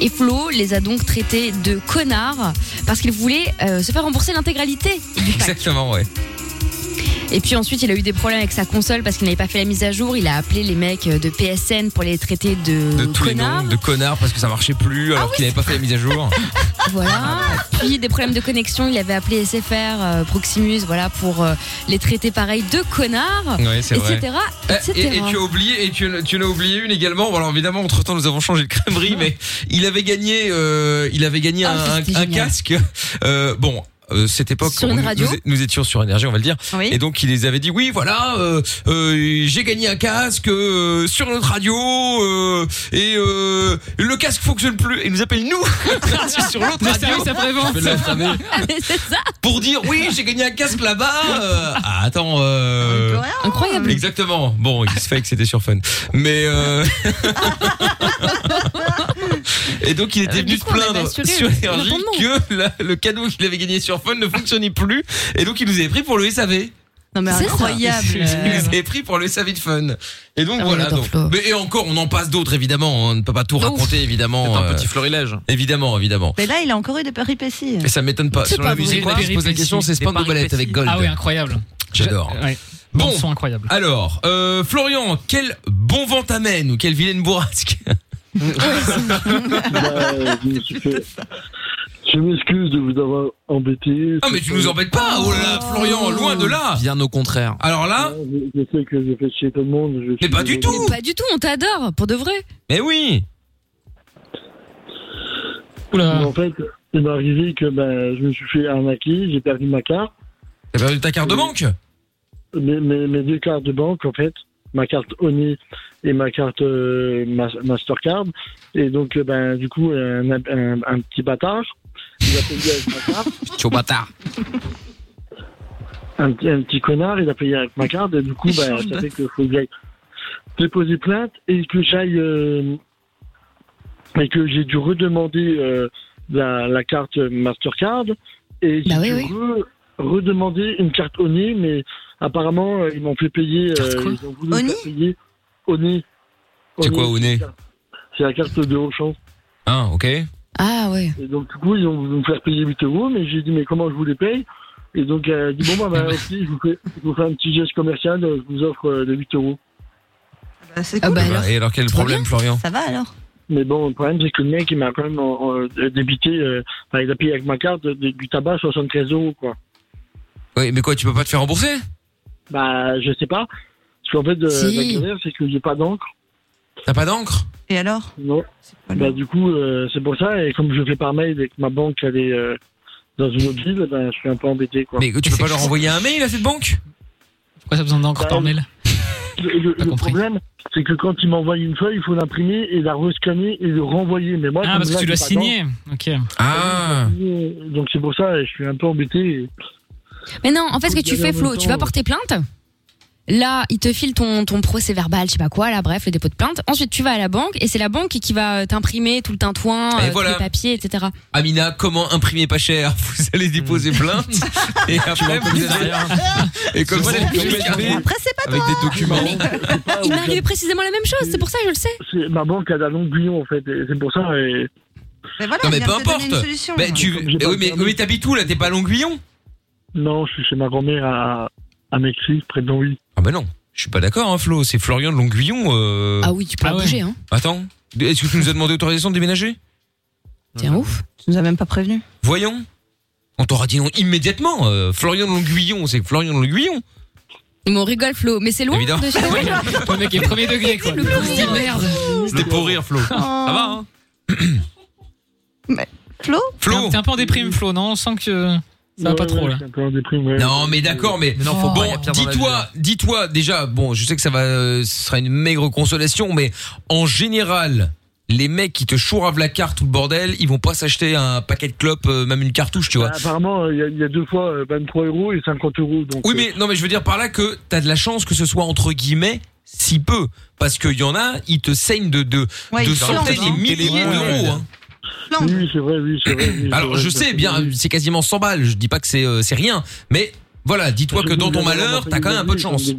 S4: Et Flo les a donc traités de connards parce qu'il voulait euh, se faire rembourser l'intégralité du pack.
S2: Exactement, ouais.
S4: Et puis ensuite, il a eu des problèmes avec sa console parce qu'il n'avait pas fait la mise à jour. Il a appelé les mecs euh, de PSN pour les traiter de,
S2: De tous les
S4: connards.
S2: noms, de connards parce que ça marchait plus alors qu'il n'avait pas fait la mise à jour.
S4: Voilà. Puis des problèmes de connexion, il avait appelé SFR, euh, Proximus, voilà, pour euh, les traiter pareil de connards,
S2: Ouais, c'est vrai. Euh,
S4: etc. etc.
S2: Et, et tu as oublié, et tu, tu en as oublié une également. Bon, alors évidemment, entre temps, nous avons changé de
S6: Ah.
S2: crèmerie, mais il avait gagné, euh, il avait gagné un, un- un casque. Euh, bon. euh, cette époque,
S6: Sur une
S2: on- nous-
S6: radio
S2: nous, nous étions sur énergie, on va le dire, et donc il les avait dit oui, voilà, euh, euh, j'ai gagné un casque euh, sur notre radio euh, et euh, le casque fonctionne plus. Et il nous [laughs] appelle nous C'est sur l'autre
S5: Le
S2: radio.
S5: service après-vente.
S2: Je vais la fermer.
S4: c'est ça.
S2: pour dire oui, j'ai gagné un casque là-bas. euh, ah, attends, euh,
S4: incroyable.
S2: Exactement. Bon, il se fait que c'était sur Fun, mais
S6: [laughs]
S2: euh, et donc il était
S6: Euh, du
S2: venu se
S6: coup, on avait
S2: plaindre
S6: assuré
S2: sur
S6: le-
S2: Énergie
S6: l'abondement.
S2: que la- le cadeau qu'il avait gagné sur Fun ne fonctionnait plus, et donc il nous avait pris pour le SAV.
S3: Non mais
S2: C'est
S3: incroyable.
S2: ça. Il nous avait pris pour le SAV de Fun. Et donc
S6: Ah, on
S2: voilà.
S6: adore
S2: donc- mais et encore, on en passe d'autres évidemment. hein. On ne peut pas tout raconter évidemment.
S6: C'est un
S2: petit florilège. Évidemment, évidemment.
S3: Mais là, il a encore eu des péripéties.
S2: Et ça m'étonne pas. Sur la musique,
S5: vrai.
S2: on se pose la question, c'est
S5: Des
S2: Spandau Ballet avec Gold.
S5: Ah oui, incroyable.
S2: J'adore.
S5: Ouais.
S2: Bon.
S5: Bon, sont incroyables.
S2: Alors, euh, Florian, quelle Bon vent t'amène ou quelle vilaine [laughs] bourrasque.
S10: Bah,
S2: [laughs]
S10: je, me suis fait- je m'excuse de vous avoir embêté.
S2: Ah mais tu nous embêtes pas, oh là là, Florian, loin de là. Bien au contraire. Alors là,
S10: Je, je sais que j'ai fait chier tout le monde. Je
S2: Mais pas du tout.
S4: Pas du tout, on t'adore, pour de vrai.
S2: mais oui.
S10: Mais En fait, il m'est arrivé que bah, je me suis fait arnaquer, j'ai perdu ma carte.
S2: T'as perdu ta carte de banque
S10: mes, mes, mes deux cartes de banque, en fait, ma carte Oni et ma carte euh, Mas- Mastercard. Et donc, euh, ben, du coup, un, un- un petit bâtard, il a payé avec ma carte.
S2: Chaud bâtard.
S10: Un, petit- un petit connard, il a payé avec ma carte. Et du coup,
S18: Il
S10: ben,
S18: change
S10: ça
S18: de-
S10: fait que faut que j'aille déposer plainte et que j'aille. euh, et que j'ai dû redemander euh, la, la carte Mastercard. Et j'ai dû re- redemander une carte Oni, mais apparemment, euh, ils m'ont fait payer. euh, ils ont voulu me faire payer Oni.
S2: C'est quoi, Oni
S10: C'est la carte de Auchan.
S2: Ah, ok.
S4: Ah ouais.
S10: Et donc, du coup, ils ont voulu me faire payer 8 euros, mais j'ai dit, mais comment je vous les paye Et donc, elle a dit, bon,
S4: [laughs]
S10: bah, bah, ok, je vous, fais, je vous fais un petit geste commercial, euh, je vous offre euh, les 8 euros.
S3: Ah bah alors,
S2: Et alors quel problème, Florian
S3: ça va alors
S10: Mais bon, le problème, c'est que le mec, il m'a quand même euh, euh, débité, euh, enfin, il a payé avec ma carte euh, du du tabac 73 euros, quoi.
S2: Oui, mais quoi, tu peux pas te faire rembourser
S10: Bah, je sais pas. Parce qu'en fait, euh,
S2: Si.
S10: la galère, c'est que j'ai pas d'encre.
S2: T'as pas d'encre
S3: Et alors
S10: Non. Bah, du coup, euh, c'est pour ça, et comme je fais par mail et que ma banque, elle est euh, dans une autre ville, ben, je suis un peu embêté, quoi.
S2: Mais tu peux pas leur envoyer un mail à cette banque
S5: Pourquoi t'as besoin
S10: Bah,
S5: d'encre par mail
S10: [laughs] Le, le- le problème, c'est que quand il m'envoie une feuille, il faut l'imprimer et la rescanner et le renvoyer. Mais moi,
S5: Ah,
S10: comme
S5: parce
S10: là,
S5: que tu
S10: j'ai
S5: l'as
S10: pas
S5: signé. Ok.
S2: Ah.
S10: d'encre, Donc c'est pour ça, je suis un peu embêté.
S4: Mais non, en fait, ce que tu
S10: Regardez
S4: fais,
S10: en même
S4: Flo,
S10: temps,
S4: tu vas
S10: euh.
S4: porter plainte. Là, il te file ton, ton procès verbal, je sais pas quoi, là, bref, le dépôt de plainte. Ensuite, tu vas à la banque et c'est la banque qui va euh, t'imprimer tout le tintouin,
S2: Et
S4: euh,
S2: voilà.
S4: tous les papiers, etc.
S2: Amina, comment imprimer pas cher [laughs] Vous allez déposer [laughs] plainte et après vous allez et comme ça vous pouvez imprimer
S4: Après, c'est pas
S2: avec des documents.
S4: Il m'est arrivé précisément la même chose, c'est pour ça que je le sais.
S10: C'est- Ma banque, elle a l'onguillon, en fait. et C'est pour ça. et-
S2: non mais peu importe.
S3: hein.
S2: Mais tu
S10: Comme j'ai
S2: eh
S10: pas
S2: oui,
S10: de
S2: mais,
S10: permis.
S2: mais t'habites où là T'es pas à Longuillon
S10: Non, je suis chez ma grand-mère à, à Mexique, près de Longwy.
S2: Ah bah non, je suis pas d'accord hein, Flo, c'est Florian de Longuillon euh...
S4: Ah oui, tu peux bouger, hein.
S2: Attends, est-ce que tu nous as demandé autorisation de déménager
S4: T'es un ouf.
S3: Tu nous as même pas prévenu.
S2: Voyons. On t'aura dit non immédiatement. euh, Florian de Longuillon, c'est Florian de Longuillon.
S4: Mais on rigole, Flo, mais c'est loin
S2: Évidemment. [laughs]
S4: de chez toi.
S2: Le mec est premier degré
S4: Le
S5: Oh,
S4: pauvre Oh. merde.
S2: C'était pour rire
S10: Oh.
S2: Flo. Ça va hein
S3: Flo
S5: Flo T'es un peu en déprime, Flo, non On sent que ça va pas trop, là.
S2: Non, mais d'accord, mais,
S5: Euh, non, faut pas
S2: bon,
S5: dire pire dans la
S2: dis-toi, dis-toi déjà. Bon, je sais que ça va, euh, ce sera une maigre consolation, mais en général, les mecs qui te chouravent la carte ou le bordel, ils vont pas s'acheter un paquet de clopes, euh, même une cartouche, tu vois.
S10: Bah, apparemment, il y, a- il y a deux fois euh, 23 euros et 50 euros. Donc, euh,
S2: Oui, mais non, mais je veux dire par là que t'as de la chance que ce soit entre guillemets si peu, parce qu'il y en a, ils te saignent de de,
S10: Ouais,
S2: de
S10: ils flandent,
S2: centaines et
S10: hein.
S2: milliers
S10: Ouais.
S2: d'euros. hein.
S10: Oui, c'est vrai, oui, c'est vrai. oui, c'est
S2: Alors
S10: vrai,
S2: je
S10: c'est
S2: sais
S10: vrai.
S2: bien, c'est quasiment 100 balles. Je dis pas que c'est euh, c'est rien, mais voilà, dis-toi que dans ton malheur, t'as quand même un peu de chance.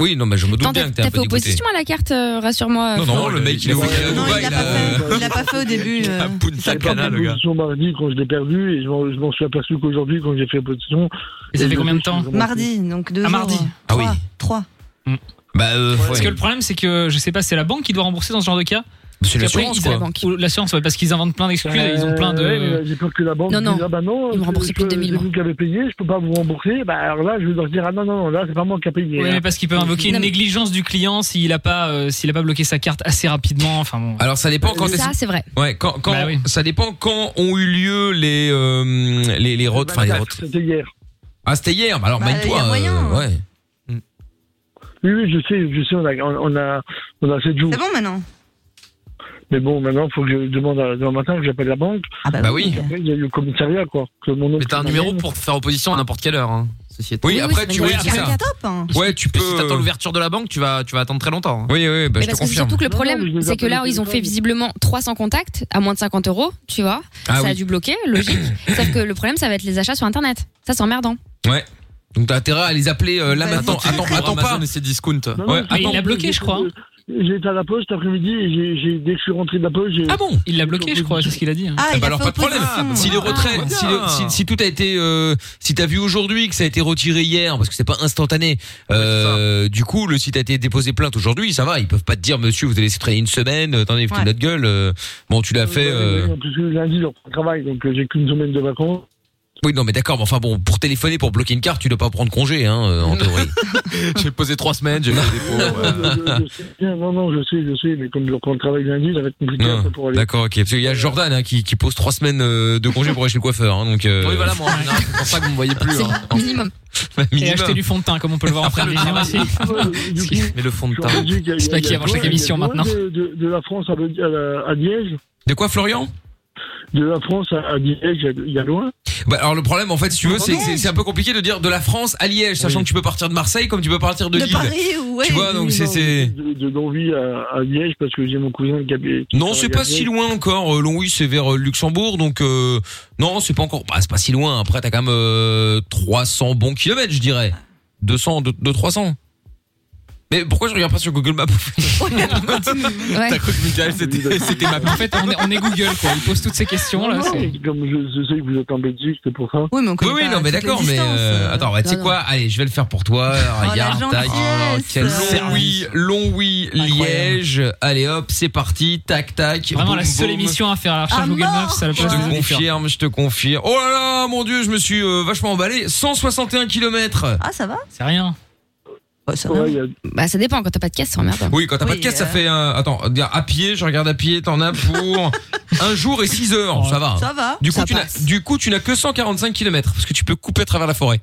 S2: Oui, non, mais je me doute
S4: Attends,
S2: bien
S4: t'as
S2: que t'es
S4: t'as
S2: un
S4: fait
S2: peu dégoûté.
S4: opposition à la carte, euh, rassure-moi.
S2: Non,
S4: Flo.
S2: non, le mec, il est au Dubaï, il a-
S3: Il l'a pas fait au début.
S2: Ah,
S3: euh.
S2: Punta Cana, le gars.
S10: position mardi quand je l'ai perdu et je m'en- je m'en suis aperçu qu'aujourd'hui quand j'ai fait position.
S5: Et ça fait combien de temps
S3: Mardi, donc deux
S5: Ah,
S3: jours.
S5: mardi. Eh
S2: Ah oui.
S3: Trois.
S2: Bah, euh,
S5: Parce que le problème, c'est que je sais pas, c'est la banque qui doit rembourser dans ce genre de cas
S2: C'est
S5: Parce qu'après,
S2: l'assurance,
S5: ils-
S2: quoi.
S5: Ou L'assurance, ouais, parce qu'ils inventent plein d'excuses, et ils ont plein
S10: Euh, ouais,
S5: de.
S10: mais J'ai peur que la banque
S5: Non, non.
S10: dise, ah bah non,
S5: Ils me remboursent
S10: je-
S5: plus de hein.
S10: je-
S5: 2000,
S10: C'est vous qui avez payé, je peux pas vous rembourser. Bah alors là, je vais leur dire, ah non, non, là, c'est pas moi qui a payé.
S5: Oui,
S10: hein.
S5: mais parce qu'ils peuvent invoquer une négligence du client s'il a pas euh, s'il a pas bloqué sa carte assez rapidement. Enfin bon.
S2: Alors ça dépend quand
S4: Ça,
S2: est-ce-
S4: c'est vrai.
S2: Ouais, quand, quand
S5: Bah oui.
S2: ça dépend quand ont eu lieu les euh, les les routes, enfin les routes.
S10: C'était hier.
S2: Ah c'était hier. Bah, Alors
S10: Bah, il y
S2: maille-toi.
S10: a
S2: euh,
S10: moyen.
S2: ouais.
S10: Oui, oui, je sais, je sais, on a, on on a, on a 7 jours.
S3: C'est bon maintenant
S10: Mais bon, maintenant, faut que je demande à, demain matin que j'appelle la banque.
S3: Ah
S6: bah oui.
S10: Après, il y a eu le commissariat, quoi. Que mon
S6: Mais t'as un numéro pour te faire opposition à n'importe quelle heure. Hein, ceci étant.
S2: Oui, Oui, après, oui, tu- c'est oui, c'est ça.
S3: Top, hein.
S2: Ouais, tu
S6: Mais
S2: peux,
S6: Si t'attends
S2: euh,
S6: l'ouverture de la banque, tu vas, tu vas attendre très longtemps. hein.
S2: Oui, oui, bah,
S4: Mais parce que c'est surtout que le
S6: Non, non, mais je
S4: problème,
S6: les
S4: c'est que
S6: appelle
S4: là,
S6: au
S4: ils ont fait
S6: téléphone.
S4: visiblement 300 contacts à moins de 50 euros, tu vois.
S2: Ah
S4: ça a
S2: oui.
S4: dû bloquer,
S2: [coughs]
S4: logique. Sauf que le problème, ça va être les achats sur Internet. Ça, c'est emmerdant.
S2: Ouais. Donc t'as intérêt à les appeler euh, là
S6: Bah,
S2: maintenant.
S6: faut que tu
S2: Attends,
S6: crées
S2: attends pas.
S6: Amazon et ses discounts.
S2: Ouais,
S5: Ah, il
S2: attends.
S5: l'a bloqué, je crois.
S10: j'ai été à la poste cet après-midi et j'ai- j'ai- dès que je suis rentré de la poste, j'ai. Ah
S2: bon
S5: Il l'a bloqué, je crois, c'est ce qu'il a dit. hein.
S2: Ah, bah alors pas de problème. Si le retrait,
S5: Ah,
S2: si, le- si, si tout a été, euh, si t'as vu aujourd'hui que ça a été retiré hier, parce que c'est pas instantané, euh, du coup le site a été déposé plainte aujourd'hui, ça va, ils peuvent pas te dire monsieur vous allez se traîner une semaine, euh, attendez foutez
S10: Ouais.
S2: notre gueule, euh, bon tu l'as fait. euh,
S10: En plus, lundi, je reprends le travail, donc euh, j'ai qu'une semaine de vacances.
S2: Oui non mais d'accord, mais enfin bon pour téléphoner pour bloquer une carte tu dois pas prendre congé hein euh, en théorie.
S6: J'ai posé trois semaines, j'ai fait des
S2: [laughs]
S6: dépôts.
S10: Je sais bien, non, non, je sais, je sais, mais comme je reprends le travail lundi, ça va être compliqué
S2: Ah,
S10: après pour aller.
S2: D'accord, ok. Parce qu'il y a Jordan hein, qui, qui pose trois semaines euh, de congé pour aller chez le coiffeur. hein, donc, euh,
S6: Oui, voilà,
S2: [laughs]
S6: moi, en général, c'est pour ça que vous me voyez plus. hein.
S4: Minimum.
S5: Et acheter du fond de teint, comme on peut le voir en
S6: Après,
S5: fin
S6: le travail.
S5: Mais le fond de
S10: Je me dis qu'il y a-
S5: C'est pas
S10: il y a-
S5: qui avant
S10: il y a-
S5: chaque
S10: il y a
S5: émission
S10: loin
S5: maintenant.
S10: De, de- de la France à, le- à la- à Liège.
S2: De quoi, Florian
S10: De la France à, à Liège, il y a loin.
S2: Bah, alors le problème en fait si tu veux c'est
S10: Liège.
S2: c'est- c'est un peu compliqué de dire de la France à Liège sachant que tu peux partir de Marseille comme tu peux partir de,
S10: De
S2: Lille.
S10: Paris,
S2: tu vois donc c'est- c'est
S10: De, de Donville à, à Liège, parce que j'ai mon cousin qui habite. qui
S2: non c'est
S10: travaille à
S2: pas si
S10: Liège.
S2: loin encore Euh, long oui c'est vers euh, Luxembourg donc euh, non c'est pas encore bah, c'est pas si loin après t'as quand même euh, 300 bons kilomètres je dirais 200 de, de 300 mais pourquoi je regarde pas sur Google
S10: [laughs]
S2: Maps T'as cru que Michael c'était c'était ma hein?
S5: En fait, on est, on est Google, quoi. Il pose toutes ces questions, là.
S10: Non,
S5: c'est-
S10: mais Comme je, je sais que vous êtes en Belgique, c'est pour ça.
S3: Oui, mais
S2: Oui, oui, non, mais d'accord, mais euh, attends, bah, tu sais quoi Allez, je vais le faire pour toi.
S5: Oh,
S10: la
S2: Regarde, tac.
S10: gentillesse.
S2: Quel long
S10: Service.
S2: oui, long oui, Liège. Allez, hop, c'est parti, tac, tac.
S5: Vraiment
S2: boum,
S5: la seule
S2: boum.
S5: émission à faire à la recherche Google Maps, à la place des
S2: Je te
S5: autres émissions.
S2: confirme, je te confirme. Oh là là, mon dieu, je me suis euh, vachement emballé. 161 km
S3: Ah, ça va
S5: C'est rien.
S4: Bah, ça dépend. Quand t'as pas de caisse, ça emmerde.
S2: Oui, quand t'as pas de caisse, ça fait un. Attends, à pied, je regarde à pied, t'en as pour un jour et 6 heures, ça va. hein.
S3: Ça va.
S2: Du coup,
S4: Ça
S2: tu n'as,
S4: passe.
S2: du coup, tu n'as que 145 km parce que tu peux couper à travers la forêt.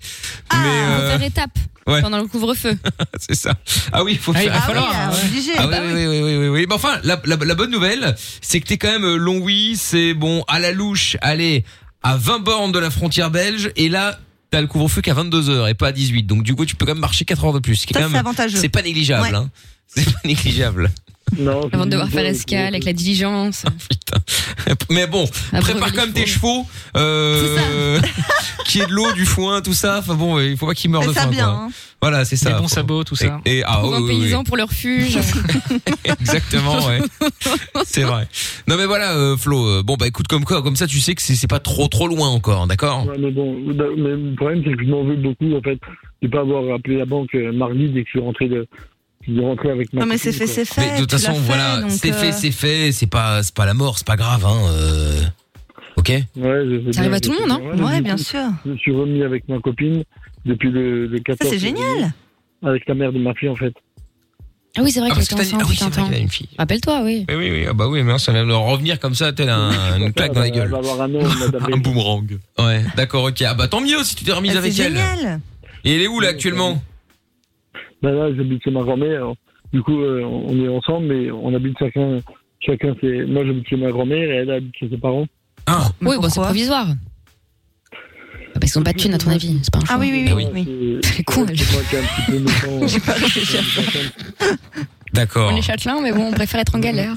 S2: Mais
S4: Faut
S2: euh,
S4: faire étape
S2: ouais.
S4: pendant le couvre-feu.
S2: [laughs] c'est ça. Ah oui, faut
S4: Ah, il
S2: faire.
S4: va falloir, Ah oui, hein, ouais. obligé,
S2: Ah oui,
S4: bah
S2: oui, oui, oui, oui, oui. Mais enfin, la, la- la bonne nouvelle, c'est que t'es quand même euh, long oui, c'est bon, à la louche, allez, à 20 bornes de la frontière belge, et là, t'as le couvre-feu qu'à 22h et pas à 18. Donc du coup, tu peux quand même marcher 4 heures de plus. ce qui est
S3: Ça,
S2: quand même-
S3: c'est avantageux.
S2: C'est pas négligeable,
S3: Ouais.
S2: hein. C'est pas négligeable.
S10: Non.
S4: Avant de devoir faire escale avec la
S2: [laughs]
S4: diligence.
S2: Mais bon, prépare quand même tes chevaux, euh, [laughs] qui est de l'eau, du foin, tout ça. Enfin bon, il faut pas qu'ils meurent
S4: Fais
S2: de
S4: ça
S2: faim.
S4: bien,
S2: quoi.
S4: hein.
S2: Voilà, c'est ça.
S5: Des bons
S2: Faut-
S5: sabots, tout ça.
S2: Et, et- ah,
S4: Trouve
S2: oui,
S4: un
S2: oui, oui.
S4: paysan pour le refuge.
S2: Exactement, [laughs] ouais. c'est vrai. Non mais voilà, euh, Flo. euh, bon bah écoute comme quoi, comme ça tu sais que c'est c'est pas trop trop loin encore, d'accord
S10: Ouais, mais bon, bah, mais le problème, c'est que je m'en veux beaucoup, en fait, de pas avoir appelé la banque euh, mardi dès que je suis rentré de. Je suis rentré avec ma.
S3: Non, mais
S10: copine,
S3: c'est fait,
S10: quoi.
S3: c'est fait.
S2: Mais de toute
S3: tu l'as
S2: façon,
S3: fait,
S2: voilà,
S3: donc,
S2: c'est fait,
S3: euh,
S2: c'est fait. C'est pas c'est pas la mort, c'est pas grave, hein. euh, Ok.
S10: Ouais, je sais
S3: Ça arrive
S10: bien,
S3: à tout
S10: je
S3: le
S10: sais
S3: monde,
S10: bien.
S3: hein. Ouais,
S10: du
S3: bien
S10: coup,
S3: sûr.
S10: Je suis remis avec ma copine depuis le, le 14.
S3: c'est
S10: février,
S3: génial.
S10: Avec la mère de ma fille, en fait.
S4: Ah oui, c'est vrai
S2: Ah,
S4: qu'elle
S2: parce
S4: était
S2: que t'as dit-
S4: enceinte
S2: ah oui,
S4: depuis un
S2: c'est vrai
S4: temps.
S2: qu'il a une fille.
S4: Rappelle-toi, oui.
S2: Eh oui, oui, ah bah oui, mais ça vient de revenir comme ça, tel [laughs] un, une claque dans la gueule. [laughs] un boomerang. Ouais, d'accord, ok. Ah bah tant mieux si tu t'es remise
S3: Ah,
S2: avec
S3: c'est
S2: elle.
S3: génial.
S2: Et elle est où là actuellement
S10: Ben là, j'habite chez ma grand-mère. Du coup, euh, on est ensemble, mais on habite chacun. Chacun, c'est. Moi, j'habite chez ma grand-mère et elle habite chez ses parents.
S2: Ah.
S4: Oui, bon, c'est provisoire. Ah, Parce qu'ils ont pas de thunes, à ton avis. C'est pas un choix.
S3: Ah oui, oui, oui. oui.
S4: C'est con, elle.
S10: C'est moi qui ai un petit peu méchant.
S2: [laughs] D'accord.
S4: On est châtelain, [laughs] mais bon, on préfère être en galère.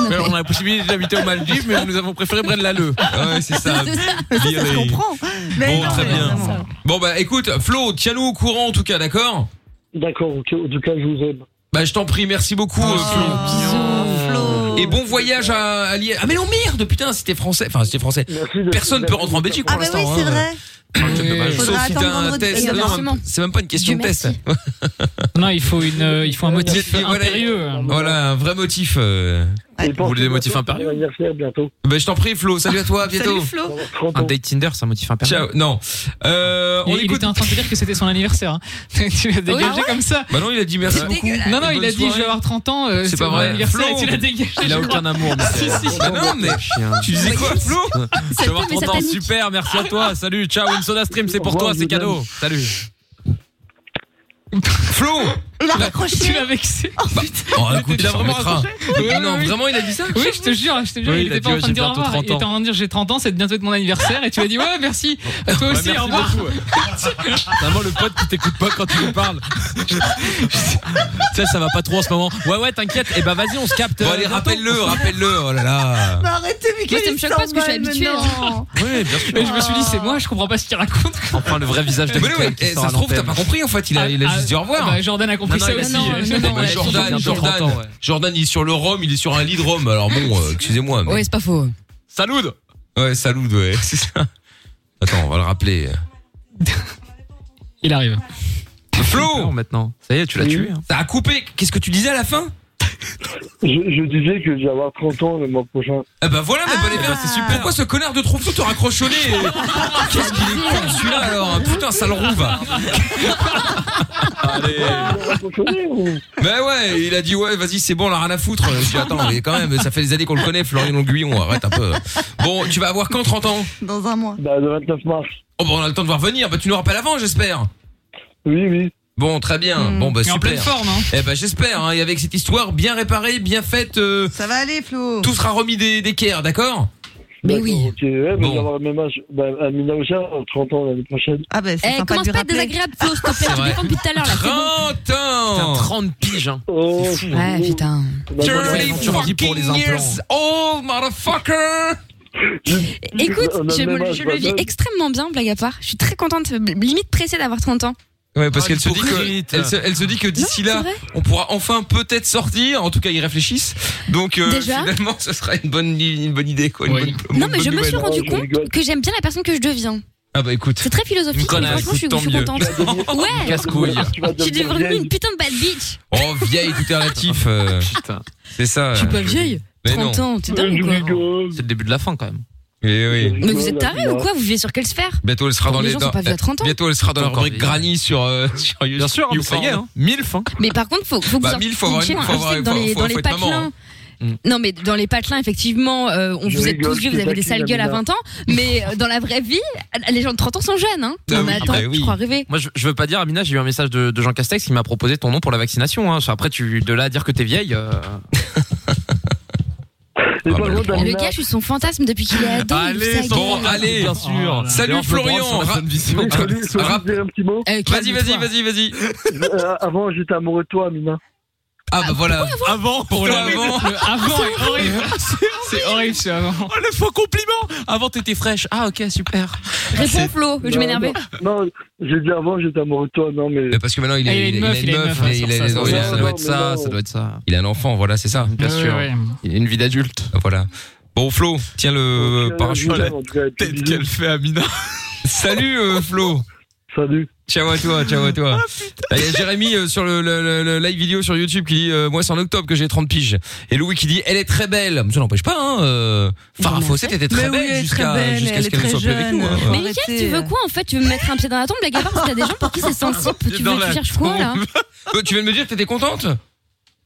S6: Ouais, on a la possibilité d'habiter aux Maldives, mais nous avons préféré Brenne
S3: [laughs]
S6: Lalleux.
S2: Ouais, c'est ça.
S4: C'est ça.
S3: Mais ça, ça se
S2: Virer.
S3: comprend. Mais
S2: Bon,
S3: non,
S2: très
S3: mais
S2: bien.
S3: vraiment.
S2: Bon bah écoute, Flo, tiens-nous au courant en tout cas, d'accord
S10: D'accord, ok. En tout cas, je vous aime.
S2: Bah je t'en prie, merci beaucoup
S3: Oh,
S2: euh, Flo. Et bon voyage à, à Liège. Ah mais non merde, putain, c'était français. Enfin, c'était français. Personne peut rentrer en Belgique pour
S3: Ah, bah oui,
S2: l'instant.
S3: c'est
S2: hein.
S3: vrai.
S2: Dommage.
S3: Faudra
S2: Sauf si
S3: attendre
S2: t'as un
S3: vendredi. euh,
S2: test.
S3: Et
S2: Non,
S3: inversement.
S2: c'est même pas une question de
S3: Dieu
S2: test.
S5: Non, il faut, une, euh, il faut un motif
S2: Mais voilà,
S5: impérieux.
S2: Voilà, un vrai motif. euh. Vous voulez des motifs impérieux
S10: Anniversaire bientôt.
S2: Bah, je t'en prie, Flo. Salut à
S3: [laughs]
S2: toi, à bientôt.
S6: Un date Tinder, c'est un motif impérieux.
S2: Ciao. Non. Euh, on
S5: il, il
S2: écoute.
S5: était en train de dire que c'était son anniversaire. hein. tu l'as dégagé
S2: Ah ouais
S5: comme ça.
S2: Bah non, il a dit merci
S5: C'est
S2: beaucoup.
S5: dégueulasse. Non, non,
S2: Bonne
S5: il a dit,
S2: soirée.
S5: je vais avoir 30 ans, euh,
S2: c'est
S5: c'est
S2: pas
S5: mon
S2: vrai.
S5: anniversaire, et tu l'as dégagé,
S6: Il a
S5: je
S6: aucun
S5: crois.
S6: amour.
S5: Ah, si, si.
S6: Bah non, mais.
S2: Tu disais quoi, Flo
S6: Tu vas avoir
S5: pue,
S6: 30 ans,
S5: mais ça panique.
S6: super, merci à toi. Salut, ciao, une soda stream, c'est pour toi, c'est cadeau. Salut.
S2: Flo Bah,
S3: Il a raccroché.
S5: Tu l'as vexé.
S2: Oh, écoute,
S5: Il a
S2: ça
S5: vraiment
S2: remettra.
S5: raccroché
S2: Mais
S5: Oui,
S2: non,
S5: oui, oui.
S2: vraiment, il a dit ça
S5: Oui, je te jure, je te jure,
S2: Oui,
S5: il
S2: il a
S5: était pas
S2: dit,
S5: en train
S2: j'ai
S5: de dire au
S2: bientôt
S5: revoir.
S2: 30
S5: Il était en train de dire, j'ai 30 ans, c'est bientôt de mon anniversaire, et tu as dit, ouais, merci. À toi aussi,
S6: merci
S5: au revoir.
S6: beaucoup. Vraiment le pote qui t'écoute pas quand tu lui
S2: [laughs]
S6: parles. tu sais, ça va pas trop en ce moment. Ouais, ouais, t'inquiète. Et bah vas-y, on se capte.
S2: Bon, allez, rappelle-le, rappelle-le. Oh là là.
S3: Mais arrêtez,
S4: Moi,
S3: Mickaël,
S4: ça me
S3: il
S4: choque pas parce que je suis
S3: s'emballe,
S4: habituée,
S3: mais
S4: hein.
S3: non.
S6: Oui, bien sûr.
S5: Et je me suis dit, c'est moi, je comprends pas ce qu'il raconte.
S6: On prend le vrai visage de
S2: Mais non,
S6: Mickaël
S2: mais,
S6: qui
S2: eh,
S6: sort
S2: ça
S6: à
S2: se trouve, t'as
S6: l'antenne.
S2: pas compris en fait. Il a, il a
S5: Ah,
S2: juste dit au
S5: ah,
S2: revoir.
S5: bah, Jordan a compris ça aussi.
S2: Bah, Jordan, Jordan, Jordan, il est sur le rhum, il est sur un lit de rhum. Alors bon, euh, excusez-moi. Mais...
S4: Ouais, c'est pas faux.
S2: Salut Ouais, salut, ouais, [laughs] c'est ça. Attends, on va le rappeler.
S5: Il arrive.
S2: Flo
S6: maintenant. Ça y est, tu l'as
S10: Oui.
S6: tué. hein.
S2: Ça a coupé Qu'est-ce que tu disais à la fin
S10: Je, je disais que je vais avoir 30 ans le mois prochain.
S2: Eh ben voilà, mais bon, les gars, c'est super. Pourquoi ce connard de Trouve-Tout te raccroche au nez Qu'est-ce qu'il est con celui-là alors hein Putain, sale rouve
S17: Ah
S2: Allez Mais Ben ouais, il a dit ouais, vas-y, c'est bon, on a rien à foutre. Je dis attends, mais quand même, ça fait des années qu'on le connaît, Florian Longuillon, arrête un peu. Bon, tu vas avoir quand 30 ans
S3: Dans un mois.
S10: Bah, le 29 mars.
S2: Oh bah on a le temps de voir venir, bah tu nous rappelles avant, j'espère
S10: Oui, oui.
S2: Bon, très bien.
S4: Hmm.
S2: Bon, bah
S5: Et
S2: super.
S5: en pleine forme, hein.
S2: Eh bah j'espère, hein. et avec cette histoire bien réparée, bien faite, euh,
S3: Ça va aller, Flo.
S2: tout sera remis des- d'équerre, d'accord
S10: Mais oui. Ok, ouais, mais
S2: Bon.
S10: je vais avoir le même âge. Bah, à Minaosa, 30 ans l'année prochaine.
S3: Ah, bah,
S15: Eh, commence pas à être désagréable, Flo, s'il te plaît.
S4: [laughs] Ah,
S10: C'est
S15: Je te
S10: vrai.
S15: défends depuis tout à l'heure, là. c'est bon.
S2: 30 ans
S6: 30 piges, hein.
S10: Oh,
S2: bah,
S6: fou, hein.
S4: Ouais, putain.
S6: Dirty pour les implants.
S2: Oh, motherfucker
S4: Écoute,
S2: On a
S4: je,
S2: le même
S4: me-
S2: âge,
S4: je le vis
S2: Oh, Madame.
S4: extrêmement bien, blague à part. Je suis très contente, euh, limite pressée d'avoir 30 ans.
S2: Ouais, parce
S6: Ah,
S2: qu'elle se dit
S6: pourri.
S2: que elle se, elle se dit que d'ici là, on pourra enfin peut-être sortir. En tout cas, ils réfléchissent. Donc euh,
S4: Déjà
S2: finalement, [laughs] ce sera une bonne une bonne idée quoi. une bonne- une
S4: Non, mais
S2: bonne
S4: je me suis
S2: nouvelle. oh,
S4: rendu compte que j'aime bien la personne que je deviens.
S2: Ah bah écoute.
S4: C'est très philosophique,
S2: Une
S4: mais
S2: connasse,
S4: franchement, je suis,
S2: tant
S4: je suis
S2: mieux.
S4: contente. Ouais,
S2: [laughs] Casse-couille.
S4: je suis devenue une putain de bad bitch.
S2: Oh vieille tout est relatif.
S6: [laughs]
S2: euh, C'est ça. euh.
S4: Je suis pas vieille.
S2: Mais
S4: 30
S2: non.
S4: ans, t'es dingue ou quoi
S2: C'est le début de la fin quand même. Et oui.
S4: Mais vous êtes tarés ou quoi Vous vivez sur quelle sphère
S2: Bientôt elle sera dans
S4: Les
S2: les
S4: gens sont pas vieux à 30 ans.
S2: Bientôt elle sera dans la
S6: Encore
S2: rubrique
S6: vieille.
S2: granny sur euh, [laughs] sur YouTube. Bien
S6: sûr, mais ça y est, hein.
S2: Mille fois.
S4: Mais par contre, faut, faut que
S2: Bah,
S4: vous en
S2: mille, faut avoir
S4: foutiez
S2: une-
S4: un.
S2: faut
S4: Je sais
S2: avoir-
S4: que dans
S2: faut-
S4: les,
S2: faut-
S4: dans
S2: faut
S4: les
S2: être maman, hein. Mm.
S4: patelins. Non mais dans les patelins effectivement euh, on
S2: Je
S4: vous êtes
S2: rigole,
S4: tous vieux
S2: je
S4: vous avez des
S2: taquine,
S4: sales gueules à
S2: Amina.
S4: 20 ans mais euh, dans la vraie vie les gens de 30 ans sont jeunes hein.
S6: Ah
S4: Non mais
S6: oui,
S4: attends
S6: bah oui.
S4: je crois rêver.
S6: Moi, je, je veux pas dire, Amina, j'ai eu un message de, de Jean Castex qui m'a proposé ton nom pour la vaccination. Hein. Après, tu, de là à dire que t'es vieille.
S4: [laughs]
S6: euh,
S4: le gars je suis son fantasme depuis qu'il est ado. il ouvre sa
S2: bon,
S4: gueule.
S2: Bah, allez.
S6: Bien sûr.
S2: Salut
S6: Léon Florent, sur
S2: Florian.
S6: la
S2: Ra-
S6: bonne vision.
S2: Ra-
S10: Salut, je
S2: Ra-
S10: voulais dire un petit mot.
S2: Vas-y, vas-y, vas-y, vas-y.
S10: Euh, avant, j'étais amoureux de toi, Euh, Mina.
S2: Ah bah voilà.
S5: Avant, pour
S2: Putain,
S5: l'avant.
S2: avant.
S5: Le Avant est horrible. C'est horrible, c'est avant.
S6: Oh, le faux compliment Avant, t'étais fraîche. Ah, ok, super.
S4: Réponds Flo je vais
S10: Non,
S4: m'énerver.
S10: Non, non, j'ai dit avant, j'étais amoureux de toi, non, mais.
S2: Parce que maintenant Ah, il, est, il, a- il a une meuf,
S6: ouais,
S2: il
S6: sur ça,
S2: a- il
S6: ça,
S2: a-
S6: ça,
S2: il a-
S6: ça
S2: ça doit
S6: doit
S2: être-
S6: être ça, ça doit être ça.
S2: il a un enfant, voilà, c'est ça.
S6: Bien sûr. Il a une vie d'adulte.
S2: Voilà. Bon Flo, tiens le parachute.
S10: Voilà, en tout cas,
S2: tête qu'elle fait Amina. Salut euh, Flo.
S10: Salut.
S2: Ciao à toi, ciao à
S3: Ah,
S2: toi. Il y a Jérémy euh, sur le, le- le- le live vidéo sur YouTube qui dit euh, moi c'est en octobre que j'ai 30 piges et Louis qui dit elle est très belle. Ça n'empêche pas hein. Euh, Farah Fawcett était très
S3: Bah, Mais oui,
S2: belle
S3: elle est très
S2: jusqu'à
S3: belle,
S2: jusqu'à
S3: elle
S2: ce
S3: est
S2: qu'elle ne
S3: très
S2: soit plus avec
S3: jeune.
S2: nous. hein.
S4: Mais Mickaël, tu veux quoi en fait Tu veux me mettre un pied dans la tombe, blague à part Parce qu'il y a des gens pour qui c'est sensible. Tu,
S2: Dans
S4: veux,
S2: la
S4: tu cherches quoi là
S2: tombe. Euh, Tu viens de me dire que t'étais contente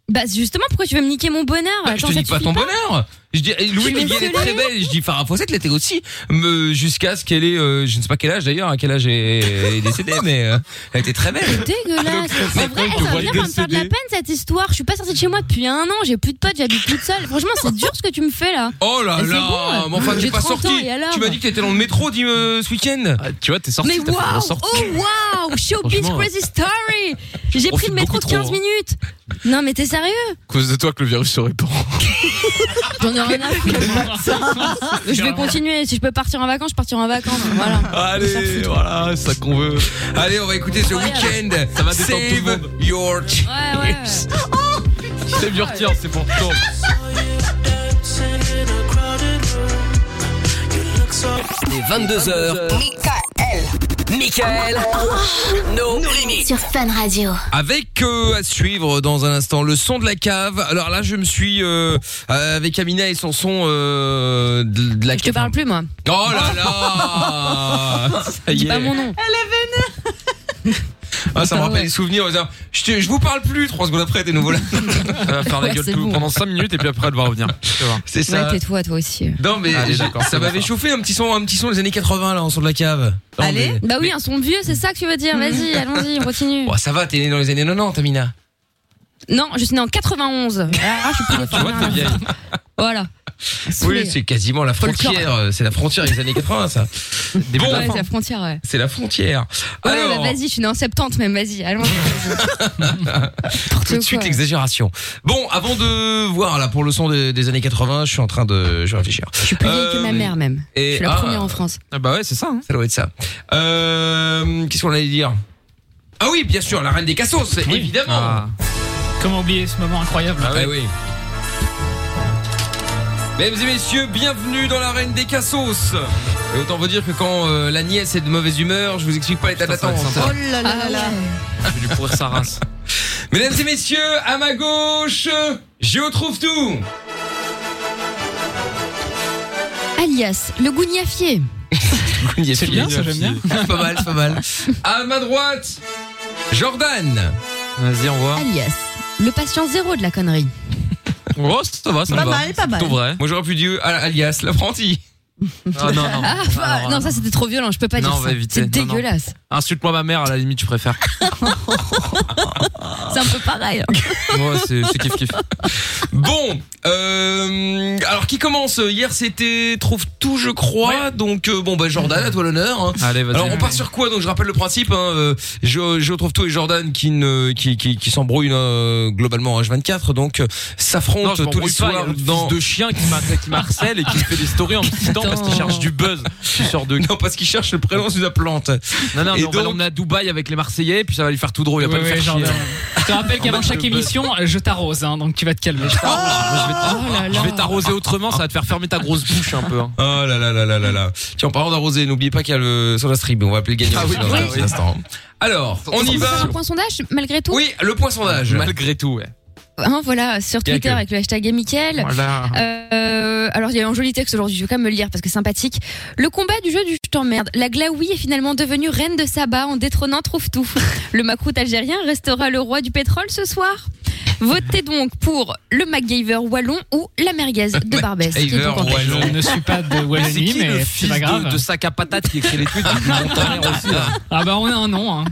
S4: Bah justement, pourquoi tu veux me niquer mon bonheur
S2: Bah, Je
S4: Attends,
S2: te
S4: ça
S2: dis pas
S4: suffit
S2: ton bonheur. Je dis et Louis
S4: Je
S2: qui
S4: suis
S2: dit elle est très
S4: désolée.
S2: belle. Et Je dis Farah Fawcett l'était aussi me- jusqu'à ce qu'elle ait euh, je ne sais pas quel âge d'ailleurs à quel âge elle est décédée mais euh, elle était très belle.
S4: Dégueulasse. En vrai,
S2: on
S4: ça va
S2: voit
S4: venir
S2: les
S4: me faire de la
S2: décédés.
S4: peine cette histoire. Je suis pas sortie de chez moi depuis un an, j'ai plus de potes, j'habite toute seule. Franchement, c'est dur ce que tu me fais là.
S2: Oh là
S4: C'est
S2: là,
S4: bon,
S2: mais enfin
S4: j'ai
S2: t'es pas
S4: 30 ans,
S2: sorti.
S4: et alors
S2: Tu m'as dit que t'étais dans le métro dis, euh, ce week-end.
S6: Ah, tu vois, t'es
S4: Mais waouh Oh waouh Showbiz
S2: Franchement,
S4: crazy story J'ai pris
S6: profite
S4: le métro de
S6: beaucoup trop,
S4: 15
S6: hein.
S4: minutes. Non mais t'es sérieux
S6: cause de toi que le virus se répand.
S4: J'en ai rien à foutre. [laughs] Je vais continuer. Si je peux partir en vacances, je partirai en vacances. Voilà.
S2: [laughs] Allez, voilà, c'est ça qu'on veut. Allez, on va écouter ce week-end. Ça va
S6: détendre tout le
S2: Save your tears.
S4: Ouais, ouais.
S8: Oh.
S6: [laughs] Save your tears, c'est pour toi.
S8: [laughs]
S1: Les 22h. Michael. Michael. No, limites.
S9: Sur Fun Radio.
S2: Avec euh, à suivre dans un instant le son de la cave. Alors là, je me suis euh, euh, avec Amina et son son euh, de, de la
S4: Je te
S2: cave.
S4: parle plus moi.
S2: Oh là
S4: [laughs]
S2: là Ça y
S4: Dis
S2: est.
S4: pas mon nom.
S2: Ah, ça me rappelle les souvenirs. Je, te- je vous parle plus. Trois secondes après, t'es nouveau
S6: [laughs]
S2: là.
S6: Elle va faire la
S4: Ouais,
S6: gueule
S4: c'est
S6: tout
S4: bon.
S6: pendant 5 minutes et puis après, elle va revenir.
S2: C'est
S4: Ouais,
S2: ça.
S4: tais-toi toi aussi.
S2: non mais
S6: Allez,
S2: j'ai-
S6: d'accord,
S2: ça
S6: c'est
S2: m'avait
S6: bon.
S2: chauffé un petit son, un petit son des années 80 là en son de la cave. Non, mais-
S4: Bah oui, un son vieux, c'est ça que tu veux dire.
S2: [laughs]
S4: Vas-y, allons-y, on continue.
S2: Bon, ça va, t'es né dans les années 90, Amina.
S4: Non, je suis née en 91. Alors là, je suis
S6: Ah,
S4: plus des femmes, hein. [laughs] Voilà.
S2: Oui, c'est quasiment la
S4: Folklore.
S2: frontière. euh, C'est la frontière des années 80, ça. Bon,
S4: Ouais, c'est la frontière, ouais.
S2: c'est la frontière.
S4: Ouais,
S2: Alors, Euh,
S4: bah vas-y, je suis née en 70 même, vas-y, allons-y.
S2: tout de suite l'exagération. Bon, avant de voir là pour le son des, des années 80, je suis en train de je vais réfléchir. Euh,
S4: Je suis plus vieille que ma mère même.
S2: et-
S4: je suis la
S2: ah.
S4: première en France.
S6: Ah bah ouais, c'est ça. hein.
S2: Ça doit être ça. Euh, Qu'est-ce qu'on allait dire Ah oui, bien sûr, la reine des cassos, évidemment.
S6: Ah.
S5: Comment oublier ce moment incroyable
S2: Ah oui. Mesdames et messieurs, bienvenue dans la reine des cassos. Et autant vous dire que quand euh, la nièce est de mauvaise humeur, je vous explique pas l'état d'attente.
S3: Oh là
S2: Ah,
S3: là là.
S2: Je vais lui pourrir sa race. [laughs] Mesdames et messieurs, à ma gauche, Géo trouve tout.
S4: Alias, le gougnafier.
S2: C'est
S5: bien, ça, j'aime bien.
S2: C'est [laughs] pas mal, c'est pas mal. À ma droite, Jordan. Vas-y, au revoir.
S4: Alias, le patient zéro de la connerie.
S2: Oh, ça va, ça
S4: Pas
S2: me va.
S4: mal, pas mal.
S2: Tout vrai. Moi, j'aurais pu dire ah, alias l'apprenti. Ah non, non.
S4: [laughs] Ah, bah,
S2: Alors,
S4: non, ça c'était trop violent, je peux pas
S2: Non,
S4: dire
S2: on va
S4: ça.
S2: éviter.
S4: C'est
S2: Non, non.
S4: dégueulasse.
S6: Insulte-moi ma mère, à la limite, je préfère.
S4: C'est un peu pareil. hein.
S2: [laughs]
S6: Moi, c'est c'est kiff kiff.
S2: Bon, euh, alors qui commence Hier c'était trouve tout je crois. Donc euh, bon bah Jordan à toi l'honneur. hein.
S6: Allez, vas-y.
S2: Alors on part sur quoi Donc je rappelle le principe. Hein, euh, je, je trouve tout et Jordan qui ne qui qui, qui s'embrouille euh, globalement à H24. Donc euh,
S6: Non, je
S2: s'affrontent tous les
S6: m'embrouille pas, il y a
S2: soirs
S6: le
S2: dans
S6: fils de chien qui m'a- qui m'harcèle et qui me fait des stories en me citant parce qu'il cherche du
S2: buzz. Sur de non parce qu'il cherche le prénom de la plante.
S6: Non, non, mais
S2: Et
S6: on va
S2: donc-
S6: l'emmener à Dubaï avec les Marseillais, puis ça va lui faire tout drôle, il va
S5: Ouais,
S6: pas
S5: ouais,
S6: lui faire
S5: genre,
S6: chier.
S5: euh, Je te rappelle qu'avant
S2: Ah,
S5: chaque émission, euh, je t'arrose, hein, donc tu vas te calmer. Je t'arrose.
S6: Je vais- je vais t'arroser autrement, ça va te faire fermer ta grosse bouche un peu. hein.
S2: Oh là là là là là là. Tiens, en parlant d'arroser, n'oubliez pas qu'il y a le Soda Stream. On va appeler le gagnant
S6: Ah oui,
S2: dans
S6: oui.
S2: un petit instant. Alors, on y
S4: peut faire
S2: va.
S4: un point sondage malgré tout
S2: Oui, le point sondage. Malgré tout, ouais.
S4: Hein, voilà, sur
S2: Bien
S4: Twitter
S2: que.
S4: avec le hashtag Mickaël.
S2: Voilà.
S4: Euh, alors, il y a eu un joli texte aujourd'hui, je vais quand même me le lire parce que c'est sympathique. Le combat du jeu du je t'emmerde. La Glaoui est finalement devenue reine de Saba en détrônant Trouve-Tout. Le Macrout algérien restera le roi du pétrole ce soir. Votez donc pour le MacGyver wallon ou la merguez
S2: [laughs]
S4: de Barbès. qui est
S6: Iver
S4: donc en tête.
S6: Wallon.
S5: Je ne suis pas de Wallonie,
S6: c'est qui
S5: mais
S6: le
S5: c'est
S6: fils
S5: pas grave.
S6: De, de sac à patate qui écrit les tweets et qui
S5: [laughs]
S6: monte en l'air aussi, là
S5: Ah bah on a un nom. Hein.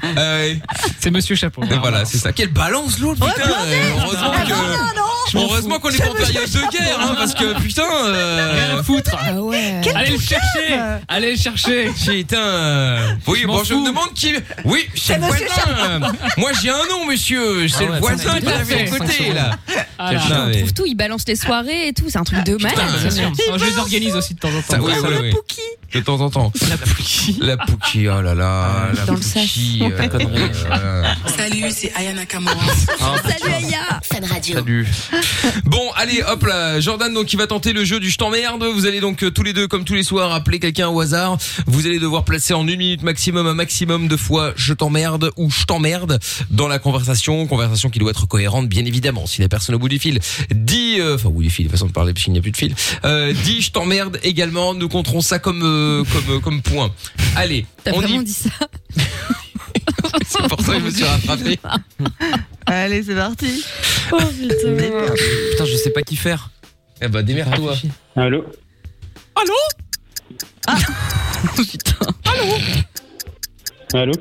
S5: C'est Monsieur Chapeau.
S2: Voilà, c'est ça. Quelle balance l'autre, putain. euh,
S6: Ah,
S2: Heureusement que. Heureusement qu'on est pas en période de guerre, hein, parce que putain.
S5: Rien
S2: Euh...
S5: à foutre.
S4: Ah
S2: Quel
S5: Allez le
S2: boucave.
S5: chercher. Allez le
S2: [laughs]
S5: chercher.
S2: Putain. euh, Oui,
S5: Je m'en
S2: bon, je
S5: fous.
S2: me demande qui. Oui, Eh ben, c'est le
S5: monsieur
S2: voisin. [laughs] Moi, j'ai un nom, monsieur. C'est
S6: Ah ouais,
S2: le voisin
S6: c'est
S2: qui est à
S6: parfait.
S2: côté, là.
S5: Ah là.
S2: Putain, mais-
S4: Trouve-Tout, il balance les soirées et tout, c'est un truc de malade.
S5: Bien sûr. Oh, Je les organise aussi de temps en temps.
S2: Ça, oui, oui, oui. De temps en temps. La
S5: Pouki.
S2: La Pouki, oh là
S5: Ah,
S2: là. La
S4: Dans le sas.
S5: [laughs]
S2: Pouki. euh, voilà.
S18: Salut, c'est Ayana Kamora.
S2: Ah,
S18: Salut Aya. Fan Radio.
S2: Salut. Bon, allez, hop là, Jordan donc qui va tenter le jeu du je t'emmerde. Vous allez donc euh, tous les deux comme tous les soirs appeler quelqu'un au hasard. Vous allez devoir placer en une minute maximum un maximum de fois je t'emmerde ou je t'emmerde dans la conversation, conversation qui doit être cohérente bien évidemment. Si la personne au bout du fil dit euh, enfin au bout du fil, façon de parler puisqu'il n'y a plus de fil, euh, dit je t'emmerde également, nous compterons ça comme euh, comme euh, comme point. Allez,
S4: T'as
S2: on y
S4: vraiment dit ça
S5: [laughs]
S2: [laughs] C'est pour ça que je me suis rattrapé.
S3: Allez, c'est parti.
S6: Putain, je sais pas qui faire.
S2: Eh bah, démerde-toi.
S6: Allô
S3: Allô
S15: Ah.
S18: Ah.
S15: [laughs]
S18: Allô
S14: Allô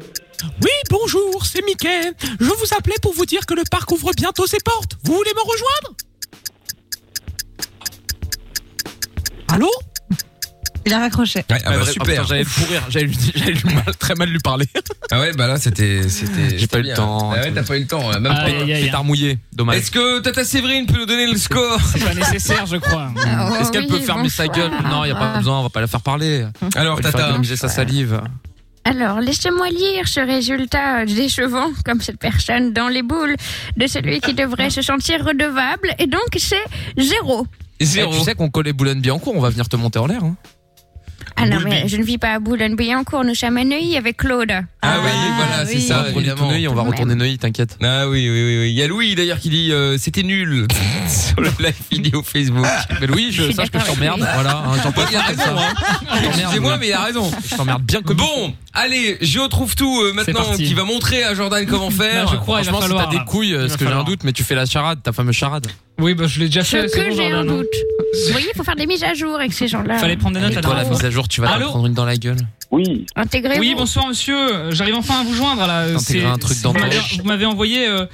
S18: Oui, bonjour, c'est Mickey. Je vous appelais pour vous dire que le parc ouvre bientôt ses portes. Vous voulez me rejoindre Allô
S3: Il a raccroché.
S2: Ouais, ah bah,
S6: Ouais,
S2: super.
S6: putain, J'allais le pourrir, j'allais lui- j'allais lui mal- très mal lui parler.
S2: Ah ouais, bah là, c'était. J'ai
S6: pas eu le temps.
S2: Ah ouais, t'as pas eu le temps. Même
S6: Aïe,
S2: pour
S6: aïe, aïe. Pétard
S2: mouillé.
S6: dommage.
S2: Est-ce que Tata Séverine peut nous donner le score
S5: C'est pas nécessaire, je crois.
S15: Ah
S6: Est-ce qu'elle peut
S4: oui,
S6: fermer sa gueule Non, y a pas besoin, on va pas la faire parler.
S2: Alors,
S6: On va lui faire
S2: Tata.
S6: économiser sa salive.
S15: Alors, laissez-moi lire ce résultat décevant, comme cette personne dans les boules, de celui qui devrait se sentir redevable. Et donc, c'est zéro.
S6: Eh, Tu sais qu'on collait Boulogne-Billancourt, on va venir te monter en l'air. hein.
S15: Ah non, mais je ne vis pas à Boulogne-Billancourt, nous sommes à Neuilly avec Claude.
S2: Ah, oui, voilà, c'est
S5: Ah,
S2: ça,
S6: On est tout
S2: évidemment.
S6: Neuilly, on va retourner Neuilly, t'inquiète.
S2: Ah oui, oui, oui. oui. Il y a Louis d'ailleurs qui dit euh, c'était nul [laughs] sur le live vidéo Facebook.
S6: Ah. Mais Louis, je, sache que je t'emmerde. Voilà, hein, j'en peux
S2: Il a
S6: pas
S2: raison, hein. Excusez-moi, mais il a raison.
S6: Je t'emmerde bien comme
S2: Bon, allez, je trouve tout euh, maintenant
S6: parti.
S2: qui va montrer à Jordan comment
S5: Non,
S2: faire.
S5: Bah, je crois, il va
S6: Franchement, si
S5: falloir,
S6: t'as des
S5: là.
S6: couilles,
S5: Il
S2: euh,
S5: va
S6: parce que j'ai un
S5: falloir.
S6: doute, mais tu fais la charade, ta fameuse charade.
S5: Oui, bah je l'ai déjà fait.
S15: Ce
S5: c'est
S15: que
S5: bon,
S15: j'ai un
S5: Jordan.
S15: doute. Vous voyez, il faut faire des mises à jour avec ces gens-là.
S5: Fallait prendre des notes
S6: Et
S5: à
S6: toi, la
S5: la
S6: mise à jour, tu vas
S5: Allô
S6: t'en prendre une dans la gueule. Oui.
S15: Intégrez-vous.
S5: Oui, bonsoir monsieur. J'arrive enfin à vous joindre là. Euh,
S6: Intégrer
S5: c'est-
S6: un truc
S5: c'est-
S6: dans
S5: vous
S6: ta
S5: m'avez-
S6: poche.
S5: Vous m'avez envoyé euh,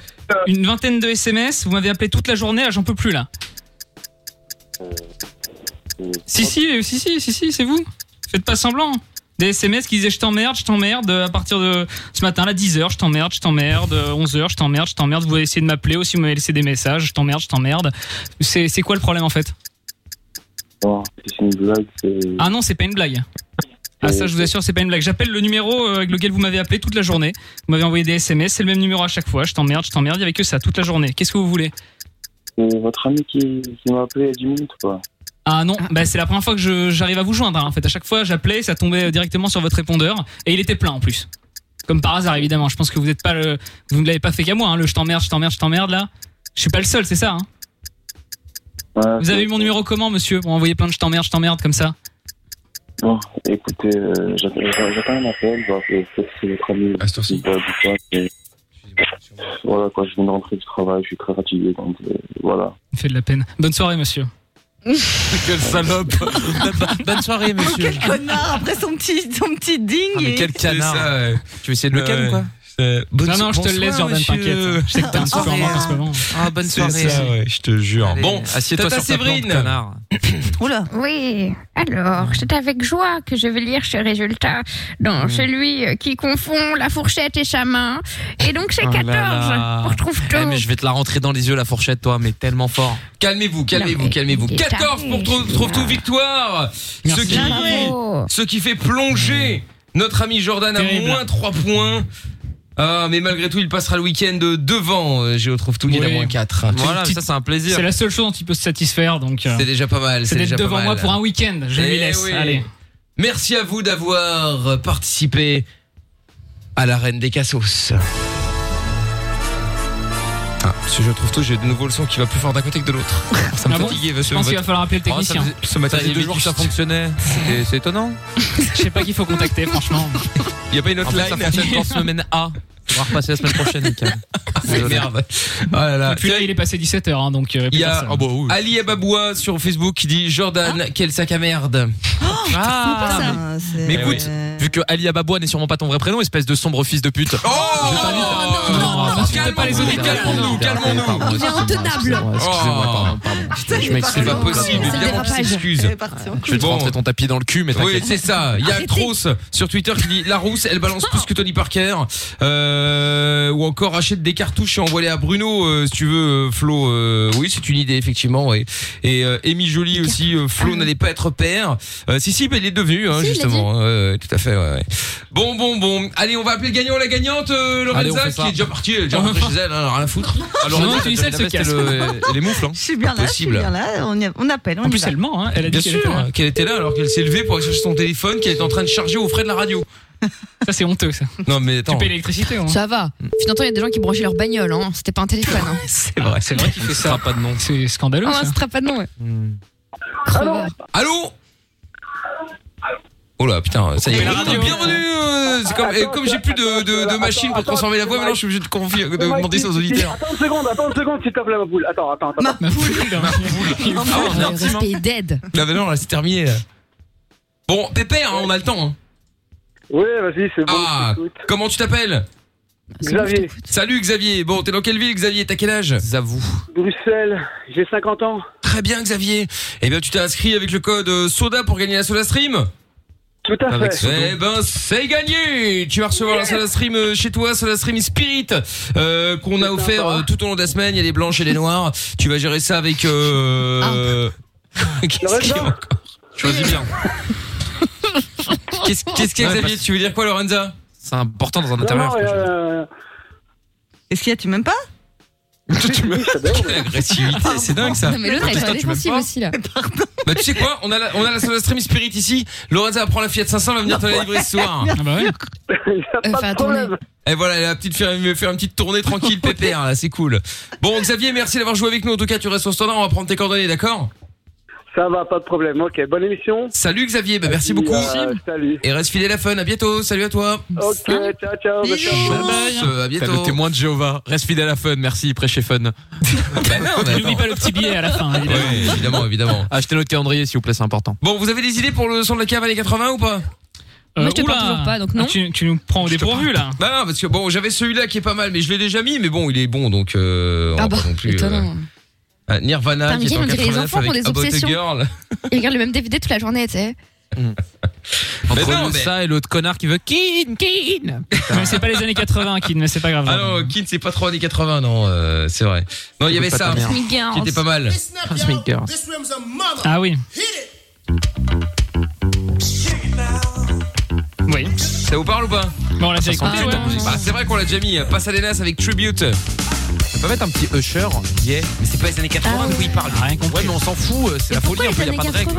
S5: une vingtaine de SMS. Vous m'avez appelé toute la journée. Là, j'en peux plus là. Si si euh, si si si si, c'est vous. Faites pas semblant. Des SMS qui disaient je t'emmerde, je t'emmerde euh, à partir de ce matin là 10h, je t'emmerde, je t'emmerde, 11h, je t'emmerde, je t'emmerde, vous avez essayé de m'appeler aussi, vous m'avez laissé des messages, je t'emmerde, je t'emmerde. C'est c'est quoi le problème en fait
S14: Oh, c'est une blague, c'est.
S5: Ah non, c'est pas une blague. Ah ça, je vous assure, c'est pas une blague. J'appelle le numéro euh, avec lequel vous m'avez appelé toute la journée. Vous m'avez envoyé des SMS, c'est le même numéro à chaque fois. Je t'emmerde, je t'emmerde, il y avait que ça toute la journée. Qu'est-ce que vous voulez
S14: C'est votre ami qui, qui m'a appelé il y a 10 minutes ou pas
S5: Ah non, bah, c'est la première fois que je- j'arrive à vous joindre. hein, en fait, à chaque fois, j'appelais, ça tombait directement sur votre répondeur et il était plein en plus. Comme par hasard, évidemment. Je pense que vous n'êtes pas le, vous ne l'avez pas fait qu'à moi. hein, le je t'emmerde, je t'emmerde, je t'emmerde là. Je suis pas le seul, c'est ça. hein
S14: Ouais,
S5: vous avez eu mon numéro comment, monsieur Pour envoyer plein de je t'emmerde, je t'emmerde comme ça.
S14: Bon, écoutez, euh, j'attends j'attends un appel, voir que peut-être c'est votre ami. Ah, c'est aussi. Voilà, quoi, je viens de rentrer du travail, je suis très fatigué, donc euh, voilà.
S5: Il me fait de la peine. Bonne soirée, monsieur.
S6: Quelle
S5: [laughs]
S6: salope
S5: Bonne soirée, monsieur.
S3: Oh, Connard, après son petit, son petit ding.
S2: Ah,
S3: et-
S6: Tu veux essayer de le calmer ou
S2: Ouais. euh,
S6: quoi
S2: Bonne
S5: non, non, je te le
S2: bonsoir,
S5: laisse, Jordan,
S2: monsieur.
S5: t'inquiète. Je sais que t'es un petit peu en manque en ce moment.
S3: bah,
S5: bah,
S6: Ah, bonne
S2: C'est ça, ouais, je te jure.
S6: Allez,
S2: bon,
S6: assieds-toi
S2: Tata
S6: sur ta plante,
S2: Séverine.
S6: connard.
S15: Oui, alors, c'est avec joie que je vais lire ce résultat dans celui euh, qui confond la fourchette et sa main. Et donc, c'est
S6: Oh
S15: 14.
S6: là là.
S15: On retrouve tout.
S6: Eh, mais je vais te la rentrer dans les yeux, la fourchette, toi, mais tellement fort.
S2: Calmez-vous, calmez-vous, calmez-vous. 14 pour trouve, trouve tout victoire. Ce qui,
S15: Ah. Bravo.
S2: ce qui fait plonger notre ami Jordan à
S6: Terrible.
S2: moins 3 points. Ah, mais malgré tout, il passera le week-end devant. euh, Géo trouve tout, il a
S5: Oui.
S2: moins 4.
S5: Voilà, ça, c'est un plaisir. C'est la seule chose dont il peut se satisfaire, donc. euh,
S2: C'est déjà pas mal.
S5: hein. C'est
S2: déjà
S5: d'être
S2: pas
S5: devant
S2: mal.
S5: moi pour un week-end. Je lui
S2: Eh
S5: laisse.
S2: oui.
S5: Allez.
S2: Merci à vous d'avoir participé à la reine des cassos. Ah, si je trouve tout, j'ai de nouveau le son qui va plus fort d'un côté que
S5: [laughs]
S2: de l'autre. Ça me
S5: Ah bon
S2: fatiguait,
S5: Je
S2: monsieur.
S5: pense qu'il va
S2: Votre-
S5: falloir appeler le
S2: Oh, ça
S5: technicien.
S2: faisait- ce matin, il y avait deux jours que ça fonctionnait. C'est- C'est étonnant.
S5: [laughs] Je sais pas qu'il faut contacter,
S2: [laughs]
S5: franchement.
S2: Il n'y a pas une autre
S6: En fait, ça
S2: line
S6: fonctionne
S2: [laughs]
S6: qu'en semaine
S2: A.
S6: On va repasser la semaine prochaine, Mickaël.
S5: [laughs]
S2: Merde. Oh là là.
S5: Puis là, il est passé 17h, hein, donc. euh,
S2: Il y a oh, bah
S5: personne.
S6: Ah bah
S2: Ali Ababoua sur Facebook qui dit Jordan, quel sac à merde.
S4: Oh,
S6: Ah, mais
S2: Eh
S6: écoute, vu que Ali Ababoua n'est sûrement pas ton vrai prénom, espèce de sombre fils de pute. Oh
S2: non,
S6: pas les autres, calmons-nous, calmons-nous.
S4: Il est intenable.
S6: Excusez-moi,
S2: Oh.
S6: pardon, pardon. Je m'excuse.
S2: C'est pas possible,
S6: C'est un
S2: évidemment tu
S6: dérapage.
S2: s'excuses.
S6: Je vais te rentrer ton tapis dans le cul, mais
S2: Oui,
S6: t'inquiète.
S2: c'est ça. Il y a
S6: Arrêtez.
S2: Tros sur Twitter qui dit La rousse, elle balance plus que Tony Parker. Euh, ou encore achète des cartouches et envoie-les à Bruno, euh, si tu veux, euh, Flo. Euh, oui, c'est une idée, effectivement. ouais. Et euh, Amy Jolie aussi, euh, Flo n'allait pas être père. Euh, si, si, mais il est devenu, hein,
S6: Si, il l'a
S2: justement. Ouais, ouais, tout à fait, ouais, ouais. Bon, bon, bon. Allez, on va appeler le gagnant, la gagnante, euh,
S6: Allez, on
S2: Lorenza,
S6: fait
S2: qui
S6: ça.
S2: est déjà partie. Elle est déjà rentrée chez elle, hein, rien à foutre.
S6: Alors,
S2: Lorenza,
S6: non,
S2: t'as
S6: tu dis ça, elle se
S2: déjà
S6: casse.
S2: le- et les moufles, hein.
S3: Je suis bien là, je suis
S2: Possible.
S3: bien là. On, y- on appelle, on y va.
S5: Hein,
S2: Bien sûr, qu'elle était là alors qu'elle s'est levée pour aller chercher son téléphone qu'elle était en train de charger aux frais de la radio.
S5: Ça, c'est honteux, ça.
S2: Non, mais attends.
S5: Tu payes l'électricité, hein.
S4: Ça va. Puis t'entends, il y a des gens qui branchaient leur bagnole, hein. C'était pas un téléphone, hein.
S2: C'est vrai, c'est vrai qu'il fait ça.
S6: pas de nom.
S5: C'est scandaleux,
S4: Oh,
S6: Ah,
S5: ça.
S4: ce sera pas de nom, ouais.
S2: Euh,
S4: Crevard.
S2: Allô Oh là, putain, ça y est.
S6: Mais la radio.
S2: Bienvenue euh, c'est comme, et comme j'ai plus de, de, de machine pour transformer la voix, maintenant je suis obligé de, confier, de demander ça aux auditeurs.
S13: Attends une seconde, attends une seconde, s'il te plaît, ma poule. Attends, attends, attends.
S2: Ah, on est
S4: Le
S2: intime, hein.
S4: respect est dead.
S2: Là, mais non, là, c'est terminé. là. Bon, pépère, hein, on a le temps. Oui, vas-y, c'est bon. Ah, comment tu t'appelles
S13: Xavier.
S2: Salut Xavier. Bon, t'es dans quelle ville, Xavier T'as quel âge J'avoue.
S13: Bruxelles, j'ai 50 ans.
S2: Très bien, Xavier. Eh bien, tu t'es inscrit avec le code euh, SODA pour gagner la Soda Stream
S13: Tout à
S2: Avec
S13: fait.
S2: Eh ben, c'est gagné Tu vas recevoir la Soda Stream euh, chez toi, Soda Stream Spirit, euh, qu'on a offert euh, tout au long de la semaine. Il y a des blanches et des noires. Tu vas gérer ça avec...
S4: Ah.
S2: Euh... [laughs] Qu'est-ce qu'il y a encore Choisis bien. Qu'est-ce qu'est-ce qu'il y a,
S6: Ouais,
S2: Xavier
S6: parce-
S2: Tu veux dire quoi, Lorenza
S6: C'est important dans un
S2: Non,
S6: interview.
S3: euh, Est-ce qu'il y a, tu m'aimes pas
S13: [laughs]
S2: Quelle agressivité, c'est dingue ça.
S4: Non, mais hein, l'autre, elle est
S2: Toi,
S4: sur la
S2: tu m'aimes
S4: défensive
S2: pas
S4: aussi, là. Euh,
S2: Bah tu sais quoi, on a la, on a la Soda Stream Spirit ici. Lorenza prend la Fiat 500, elle va venir te la livrer ce soir.
S4: Bien Ah bah
S2: oui.
S4: Enfin, attendez.
S2: Et voilà, elle va petite faire, une- faire une petite tournée tranquille pépère là, c'est cool. Bon Xavier, merci d'avoir joué avec nous. En tout cas, tu restes au standard, on va prendre tes coordonnées, d'accord
S13: Ça va, pas de problème. Ok, bonne émission.
S2: Salut Xavier, bah, merci
S13: Et
S2: beaucoup.
S13: puis, euh, salut.
S2: Et reste filé la fun, à bientôt. Salut à toi.
S13: Ok, ciao, ciao.
S2: Bye bye. Euh, à bientôt.
S6: T'as le témoin de Jéhovah. Reste fidèle à Fun. Merci, prêchez Fun.
S2: Bah non, mais attends.
S5: N'oublie pas le petit billet à la fin, évidemment.
S2: Ouais, évidemment, évidemment.
S6: Achetez notre calendrier, s'il vous plaît, c'est important.
S2: Bon, vous avez des idées pour le son de la cave années 80 ou pas
S5: Moi, je te parle Euh, oula. toujours pas, donc non. Ah, tu- nous prends au dépourvu, là.
S2: Bah non, parce que bon, j'avais celui-là qui est pas mal, mais je l'ai déjà mis, mais bon, il est bon, donc euh, on va
S4: Ah bah,
S2: pas non plus.
S4: étonnant.
S2: euh, Nirvana
S4: Putain,
S2: qui est
S4: Mickaël,
S2: en
S4: on dirait les
S2: 89
S4: enfants qui ont
S2: avec
S4: des
S2: About a
S4: obsessions.
S2: Girl.
S4: Ils regardent le même DVD toute la journée, tu sais.
S6: Entre
S2: non,
S6: le-
S2: mais-
S6: ça et l'autre connard qui veut Kin, Kin.
S5: Mais c'est pas les années 80, Kid, mais c'est pas grave.
S2: Ah non, Kid, c'est pas trop années 80, non, euh, c'est vrai. Non, il y avait
S6: Écoute pas
S2: ça,
S6: ta mère.
S2: qui était pas mal.
S5: Ah oui. Oui.
S2: Ça vous parle ou pas
S5: on l'a déjà
S2: Ça sent
S5: écouté,
S2: le temps,
S5: ouais.
S2: musique. Bah, c'est vrai qu'on l'a déjà mis. Pasadenas avec Tribute. On peut mettre un petit Usher, yeah. Mais c'est pas les années 80 de quoi il parle. Rien compris. Ouais, mais on s'en fout, euh, c'est la folie, un peu, y a pas de règles.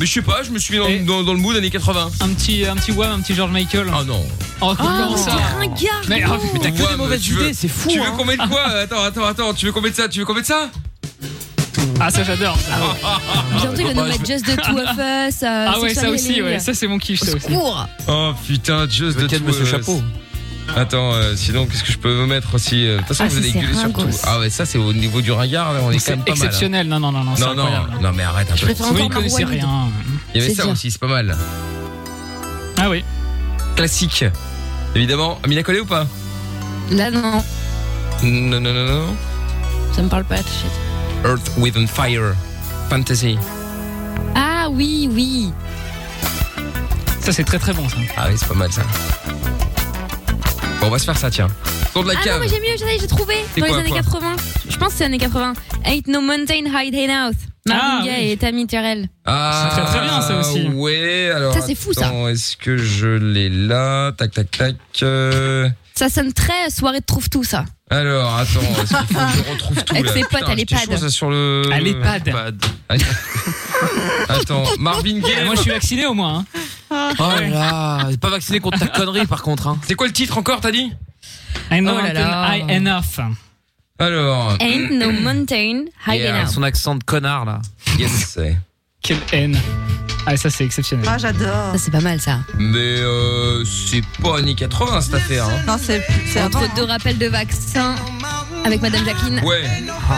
S2: Mais je sais pas, je me suis mis dans, dans- dans le mood années 80.
S5: Un petit, un petit Wham, un petit George Michael.
S2: Ah non.
S5: Oh, comment
S2: mais
S5: ça
S2: t'es
S5: Mais, oh, mais t'as que
S2: Ouais,
S5: des
S2: mais
S5: mauvaises
S2: tu veux-
S5: idées, c'est fou.
S2: Tu veux
S5: hein.
S2: qu'on mette
S5: [laughs]
S2: quoi Attends, attends, attends, tu veux qu'on mette ça Tu veux qu'on mette ça
S5: Ah, ça j'adore.
S2: Ah,
S4: Bientôt, il va nous mettre Just the Two of Us. euh,
S5: Ah ouais,
S4: Sexual
S5: ça aussi,
S4: Healing.
S5: ouais, ça c'est mon kiff, ça
S4: Au
S5: aussi.
S4: secours.
S2: Oh putain, Just de tout. Monsieur Chapeau. Attends, euh, sinon, qu'est-ce que je peux me mettre aussi euh, De toute façon,
S5: Ah,
S2: vous
S5: ça,
S2: allez
S5: c'est
S2: gueuler sur tout.
S5: ringos.
S2: Ah ouais, ça, c'est au niveau du ringard, là, on est quand
S5: C'est
S2: même pas mal. hein.
S5: exceptionnel, non, non, non, non, c'est
S2: Non, non,
S5: incroyable.
S2: non, mais arrête un
S5: Je
S2: peu.
S5: préfère encore Oui, Marwan connaissez Wade. rien.
S2: Il y avait
S5: C'est
S2: ça
S5: bien.
S2: aussi, c'est pas mal.
S5: Ah oui.
S2: Classique. Évidemment. Amina Collé ou pas
S4: Là, non,
S2: Non, non, non, non.
S4: ça me parle pas, tout de suite.
S2: Earth, Wind and Fire. Fantasy.
S4: Ah oui, oui.
S5: Ça c'est très très bon ça.
S2: Ah oui, c'est pas mal ça. Bon, on va se faire ça, tiens. Son de la
S4: Ah non,
S2: cave.
S4: mais j'ai mieux, ça y est, j'ai trouvé.
S2: C'est
S4: Dans les
S2: quoi,
S4: années
S2: quoi
S4: 80. Je pense que c'est années 80. Ain't no mountain hide in out. Marvin
S5: Ah,
S4: Gaye
S5: oui.
S4: et Tammy Terrell.
S2: Ah,
S5: C'est très, très bien, ça aussi.
S2: Ouais, alors.
S4: Ça, c'est fou, ça.
S2: attends, Est-ce que je l'ai là Tac, tac, tac. euh,
S4: Ça sonne très soirée de trouve tout ça.
S2: Alors, attends, Oh, est-ce qu'il faut que je retrouve
S4: [laughs]
S2: tout
S4: Avec
S2: là
S4: ses potes
S2: Putain,
S4: à
S2: j'étais
S4: l'EHPAD.
S2: chaud, ça, sur le.
S5: À l'EHPAD.
S2: [laughs] Attends, Marvin Gaye.
S5: Moi je suis vacciné au moins. Hein.
S6: Oh là, pas vacciné contre ta connerie par contre. Hein.
S2: C'est quoi le titre encore, t'as dit
S5: I know
S4: Oh là
S5: until
S4: là.
S5: I enough.
S2: Alors.
S4: Ain't no mountain hide
S6: Et, euh,
S4: in out.
S6: son accent de connard là.
S2: Yes.
S5: Quelle haine. Ah ça c'est exceptionnel.
S4: j'adore. Ça, c'est pas mal, ça.
S2: Mais euh, c'est pas années 80 cette affaire. Hein.
S4: Non, c'est entre deux rappels de vaccin avec Madame Jacqueline.
S2: Ouais,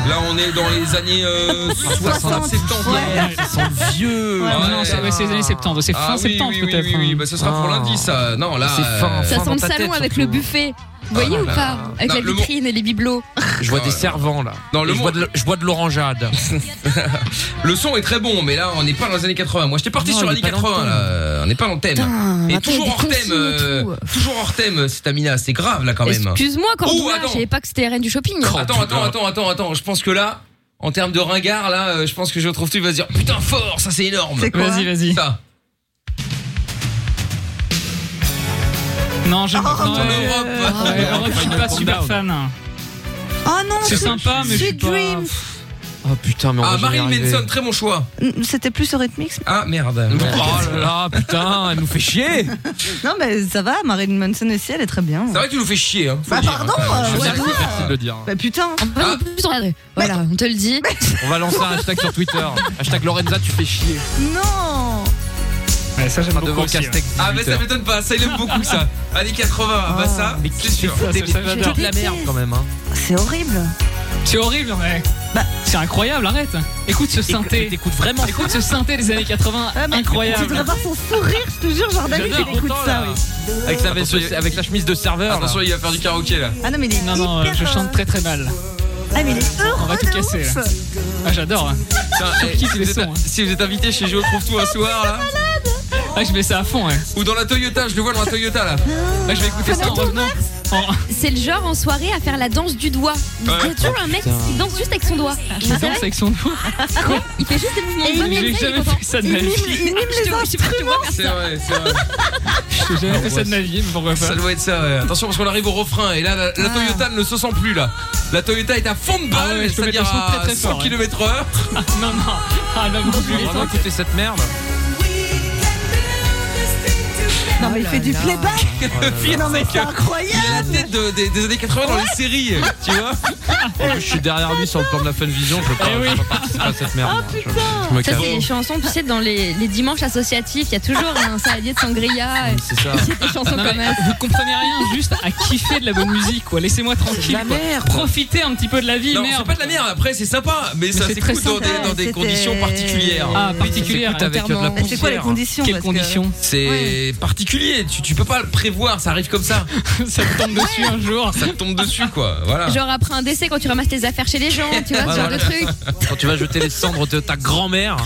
S2: là on est dans les
S5: [laughs]
S2: années euh, 60, 70.
S5: Ouais.
S2: Ils sont vieux.
S5: Ouais, non, c'est ouais, c'est les années 70, Oh, c'est fin
S2: Ah oui,
S5: septembre
S2: oui, oui,
S5: peut-être.
S2: oui, oui, bah, ce sera pour
S5: Oh.
S2: lundi ça. Non, là. euh,
S6: C'est fin,
S4: Ça sent le salon avec le buffet. Vous voyez
S6: là
S4: ou
S6: là.
S4: pas Avec
S6: Non,
S4: la
S6: le mot-
S4: vitrine et les bibelots.
S6: Je vois des servants là.
S2: Non, le
S6: Et je, vois
S2: monde-
S6: de, l- je vois de l'orangeade.
S2: [laughs] Le son est très bon, mais là on n'est pas dans les années 80. Moi j'étais parti
S6: Non,
S2: sur
S6: on
S2: les
S6: est pas
S2: années
S6: dans le
S2: 80 là. On n'est pas dans le thème.
S4: Putain,
S2: et
S4: attends,
S2: toujours
S4: des
S2: hors thème.
S4: consignes et
S2: euh, toujours hors thème, cette Amina. C'est grave là quand même.
S4: Excuse-moi, quand
S2: Ouh,
S4: je
S2: attends.
S4: savais pas que c'était la reine du shopping.
S6: Oh,
S2: Attends, attends, attends, attends, attends. Je pense que là, en termes de ringard, là, euh, je pense que je retrouve tout. Il va se dire putain fort, ça c'est énorme.
S5: C'est quoi Vas-y, vas-y.
S2: Ça.
S5: Non, j'aime pas.
S2: Oh, en
S5: Non, ouais.
S2: Europe.
S5: Ouais,
S2: Ouais,
S5: Europe, je suis pas super fan.
S3: Oh non
S5: C'est sympa, mais je suis
S3: Sweet
S5: pas.
S3: Dreams
S6: Oh putain, mais on
S2: Ah,
S6: va jamais y
S2: Marilyn
S6: arriver.
S2: Manson, très bon choix.
S3: Mm, C'était plus rythmique.
S2: Ah merde.
S6: Oh là là, putain, elle nous fait chier.
S3: [laughs] Non, mais ça va, Marilyn Manson aussi, elle est très bien.
S2: C'est vrai que tu nous fais chier. Hein, faut
S3: Bah,
S2: le dire.
S3: pardon,
S2: Euh, je
S3: euh,
S2: sais que
S3: voilà.
S2: c'est facile de le dire. hein.
S3: Bah putain
S4: Ah, plus sur la- Voilà, on te le dit.
S6: On va lancer un hashtag sur Twitter. Hashtag Lorenza, tu fais chier.
S3: Non
S5: Ouais, ça j'aime
S6: Enfin, devant
S5: beaucoup aussi.
S6: Castex,
S2: Ah, mais ça
S6: 18.
S2: m'étonne pas, ça il aime beaucoup ça. Années 80, ah, bah ça, c'est sûr.
S5: ça, ça, ça, j'adore.
S6: de la merde quand même. Hein.
S3: C'est horrible Bah.
S5: C'est horrible, ouais. C'est incroyable, arrête. Écoute ce synthé. Écoute
S6: vraiment.
S5: Écoute ce synthé des années 80.
S3: Ah, Tu
S5: incroyable.
S3: devrais voir son sourire, je te jure, Jordan, il
S5: J'adore,
S3: écoute
S5: autant,
S3: ça.
S5: là.
S3: oui.
S6: Avec, la veste- avec la chemise de serveur.
S2: Attention,
S6: là.
S2: il va faire du karaoké là.
S3: Ah non, mais il est
S5: Non, non, euh,
S3: hyper...
S5: je chante très très mal.
S3: Ah, mais il est heureux
S5: On va tout
S3: de
S5: casser,
S3: ouf.
S5: là. Ah, j'adore. hein.
S2: Tiens,
S5: Je
S2: eh,
S5: kiffe
S2: si,
S5: les
S2: vous êtes,
S5: sons, hein.
S2: si vous êtes invité chez Géo Trouve Tout un soir là,
S5: Ah, je mets ça à fond,
S6: hein.
S5: ouais.
S2: ou dans la Toyota, je le vois dans la Toyota là.
S5: Ah, je vais écouter ça en revenant. En-
S4: [laughs] C'est le genre en soirée à faire la danse du doigt. Il y a
S2: Ouais.
S4: toujours un mec qui danse juste avec son doigt.
S5: Je danse avec son dos.
S4: Il fait juste des mouvements de doigt.
S5: J'ai jamais fait ça de ma vie.
S3: Il mime les instruments
S2: C'est vrai, c'est vrai.
S5: J'ai jamais fait ça de ma vie, mais pourquoi pas.
S2: Ça doit être ça, ouais. Attention parce qu'on arrive au refrain et là la, la Toyota ne se sent plus là. La Toyota est à fond de
S5: Ah
S2: balle,
S5: ouais, je peux
S2: c'est-à-dire
S5: mettre le son
S2: à
S5: très, très
S2: 100
S5: fort, ouais.
S2: km heure.
S5: Ah, [laughs] Non, non. Ah, là, beaucoup
S6: On va vraiment écouter cette merde.
S3: Non, mais il fait du
S5: [laughs]
S2: Ah
S3: playback
S5: Oh
S2: Le pire,
S3: Non, mais
S2: c'est
S3: c'est
S2: que il
S3: incroyable
S2: a la tête de- des, des années 80 dans les séries, tu
S5: [laughs]
S2: vois.
S6: En plus, je suis derrière lui sur le plan de la fun vision. Je veux pas,
S5: Eh oui.
S6: je veux pas participer à cette
S3: Oh,
S6: merde. moi. Je, je me
S4: Oh, Ça,
S6: casse.
S4: c'est les chansons, tu sais, dans les, les dimanches associatifs, il y a toujours un saladier de sangria. et-
S6: C'est ça.
S4: C'est des chansons
S5: Non, mais
S4: comme ça.
S5: vous comprenez rien, juste à kiffer de la bonne musique, quoi. Laissez-moi tranquille.
S6: La
S5: quoi.
S6: merde.
S5: Profitez un petit peu de la vie,
S2: Non, c'est
S5: merde.
S2: pas de la merde, après c'est sympa, Ah, mais, ça
S5: c'est
S2: s'écoute
S5: très
S2: dans des,
S3: sympa,
S2: dans des
S3: c'était-
S2: conditions particulières.
S5: Ah,
S6: Ça
S5: particulière,
S6: s'écoute avec euh, de la
S5: entièrement.
S3: Mais C'est quoi les
S6: poussière.
S3: conditions
S5: Quelles
S3: parce que-
S5: conditions
S2: C'est particulier, tu, tu peux pas le prévoir, ça arrive comme ça.
S5: [laughs] Ça me tombe dessus un jour.
S2: Ça te tombe dessus quoi, voilà.
S4: Genre après un décès, quand tu ramasses tes affaires chez les gens, tu vois, ce genre de truc.
S6: Quand tu vas jeter les cendres de ta grand-mère,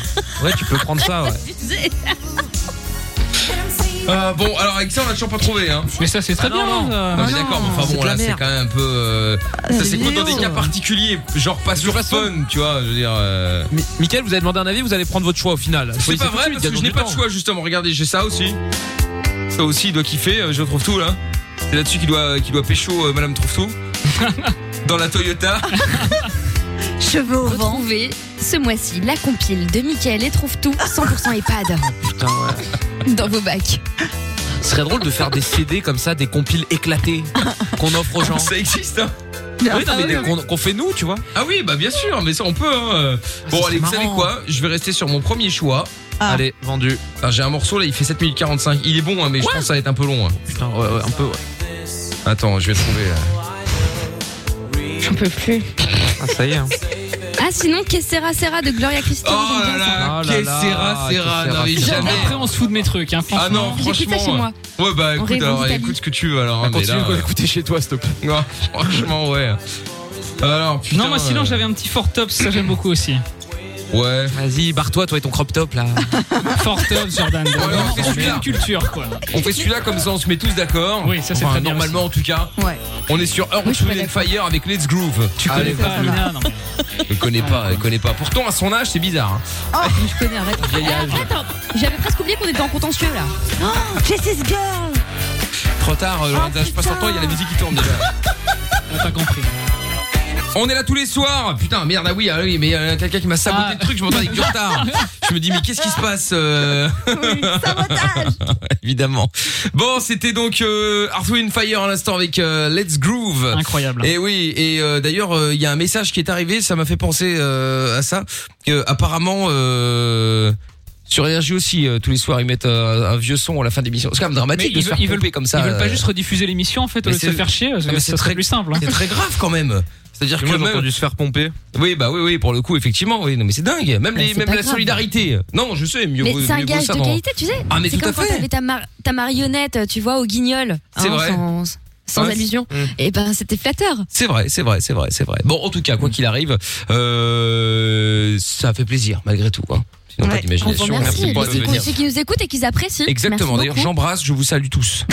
S6: ouais, tu peux prendre ça.
S2: [laughs]
S6: Ouais.
S17: Euh,
S2: Ah, bon, alors avec ça on a toujours pas trouvé hein.
S5: Mais ça, c'est très
S6: Ah non,
S5: bien.
S6: non.
S5: ça.
S2: Non mais d'accord, mais enfin
S6: c'est
S2: bon
S6: de la
S2: là c'est
S6: merde. Ah,
S2: quand même un peu... euh, ça s'écoute dans des
S3: Léo.
S6: euh.
S2: cas particuliers, genre pas sur fun, tu vois, je veux dire... euh,
S6: Mi- Mickaël, vous avez demandé un avis, vous allez prendre votre choix au final.
S2: C'est
S6: Choisissez
S2: pas
S6: tout de
S2: vrai
S6: suite,
S2: parce que je n'ai
S6: gagnons
S2: pas
S6: du
S2: de
S6: temps.
S2: choix justement, regardez j'ai ça aussi. ça aussi, il doit kiffer. euh, Je trouve tout là. C'est là-dessus qu'il doit, qu'il doit pécho euh,
S6: [laughs]
S2: Madame Trouve tout. Dans la Toyota.
S4: Cheveux au vent. Retrouvez ce mois-ci la compile de Mickaël et Trouve Tout 100% EHPAD
S6: Putain, ouais.
S4: dans vos bacs.
S6: Ce serait drôle de faire des CD comme ça, des compiles éclatés qu'on offre aux gens.
S2: Ça existe, hein
S6: Oui,
S2: Ah,
S6: non, mais
S2: oui,
S6: des-
S2: oui.
S6: qu'on qu'on fait nous, tu vois.
S2: Ah oui, bah bien sûr, mais ça on peut. hein, euh. Bon,
S6: Ah, ça
S2: allez, vous
S6: serait
S2: savez
S6: marrant. hein.
S2: quoi Je vais rester sur mon premier choix.
S6: Ah.
S2: Allez, vendu. Putain, J'ai un morceau là, il fait 7 minutes 45. Il est bon, hein, mais je pense que ça va être un peu long. hein.
S6: Putain, ouais, ouais, un peu, ouais.
S2: Attends, je vais trouver.
S4: [laughs]
S2: euh.
S4: J'en peux plus.
S6: Ah, ça y est. Hein.
S4: Ah sinon, Qu'est-ce Sera Sera de Gloria Christian. j'aime bien ça.
S2: Ah, qu'est-ce Serra, Serra, n'arrive jamais.
S5: Après, on se fout de mes trucs, hein, franchement.
S2: Ah non,
S5: J'écoute ça
S2: franchement.
S5: chez moi.
S2: euh, Ouais, bah
S5: On
S2: écoute,
S5: rêve en
S2: alors
S5: Italie.
S2: écoute ce que tu veux alors. hein, mais
S6: Ah, Continue
S2: là,
S6: qu'on
S2: euh,
S6: écouter chez toi, s'il te plaît.
S2: [laughs] Ouais, franchement, ouais. Alors, putain.
S5: non, moi sinon
S2: euh,
S5: j'avais un petit fort top, ça j'aime beaucoup aussi.
S2: Ouais.
S6: Vas-y, barre-toi, toi et ton crop top là.
S5: Fort top, Jordan.
S2: alors, c'est
S5: On fait
S2: celui-là.
S5: une culture quoi.
S2: On fait celui-là comme ça, on se met tous d'accord. Oui,
S5: ça, c'est très bien
S2: Normalement, en tout cas.
S3: Ouais.
S2: On est sur Earth Wind and Fire avec Let's Groove. Tu
S5: connais pas, Amina, non.
S2: Je connais pas, je connais pas. Pourtant, à son âge, c'est bizarre. hein.
S4: Oh, mais je connais, arrête.
S2: Vieillage.
S4: Eh, Attends, j'avais presque oublié qu'on était en contentieux là. Oh, Justice Girl
S2: Trop tard, euh, Lorenza, je passe en temps, il y a la musique qui tourne déjà.
S5: On pas compris.
S2: On est là tous les soirs. Putain, merde, ah oui, ah oui, mais il y a quelqu'un qui m'a saboté
S5: Ah.
S2: le truc, je m'entends avec
S5: [laughs]
S2: du retard. Je me dis, mais qu'est-ce qui se passe euh [laughs] Évidemment. Bon, c'était donc euh, Arthur in Fire à l'instant avec euh, Let's Groove.
S5: Incroyable.
S2: Et oui, et euh, d'ailleurs, euh, il y a un message qui est arrivé, ça m'a fait penser euh, à ça. que apparemment, euh, sur énergie aussi, euh, tous les soirs, ils mettent euh, un vieux son à la fin de l'émission. C'est quand même dramatique
S5: Mais
S2: de
S5: ils
S2: se
S5: veulent-
S2: faire
S5: ils veulent-
S2: pomper comme ça.
S5: Ils veulent
S2: euh,
S5: pas juste rediffuser l'émission en fait, au
S2: mais
S5: lieu de se
S2: c'est-
S5: faire chier. parce
S2: Non,
S5: que
S2: mais
S5: ça serait plus simple. hein.
S2: C'est très [laughs] grave quand même. C'est-à-dire
S6: que moi, j'ai entendu
S2: se faire pomper. Oui, bah oui, oui, pour le coup, effectivement, oui, non, mais c'est dingue. Même,
S4: Mais
S2: les,
S4: Bah, c'est
S2: même
S4: pas
S2: la
S4: grave.
S2: solidarité. Non, je sais, mieux
S4: Mais
S2: vaut-
S4: c'est un
S2: mieux vaut
S4: gage
S2: ça
S4: de
S2: dans-
S4: qualité, tu sais.
S2: Ah, mais
S4: c'est
S2: tout
S4: comme
S2: à
S4: quand
S2: fait.
S4: t'avais ta, mar- ta marionnette, tu vois, au guignol. hein,
S2: C'est vrai.
S4: Sans, sans
S2: Ouais, Mm.
S4: allusion. Et ben, c'était flatteur.
S2: C'est vrai, c'est vrai, c'est vrai, c'est vrai. Bon, en tout cas, quoi
S4: Mm.
S2: qu'il arrive, euh, ça fait plaisir malgré tout. Hein. Sinon, pas
S4: On vous
S2: d'imagination.
S4: remercie.
S2: Merci pour
S4: Merci pour
S2: venir.
S4: ceux qui nous écoutent et qui apprécient.
S2: Exactement.
S4: Merci
S2: D'ailleurs,
S4: beaucoup.
S2: j'embrasse, je vous salue
S4: [laughs]
S2: tous.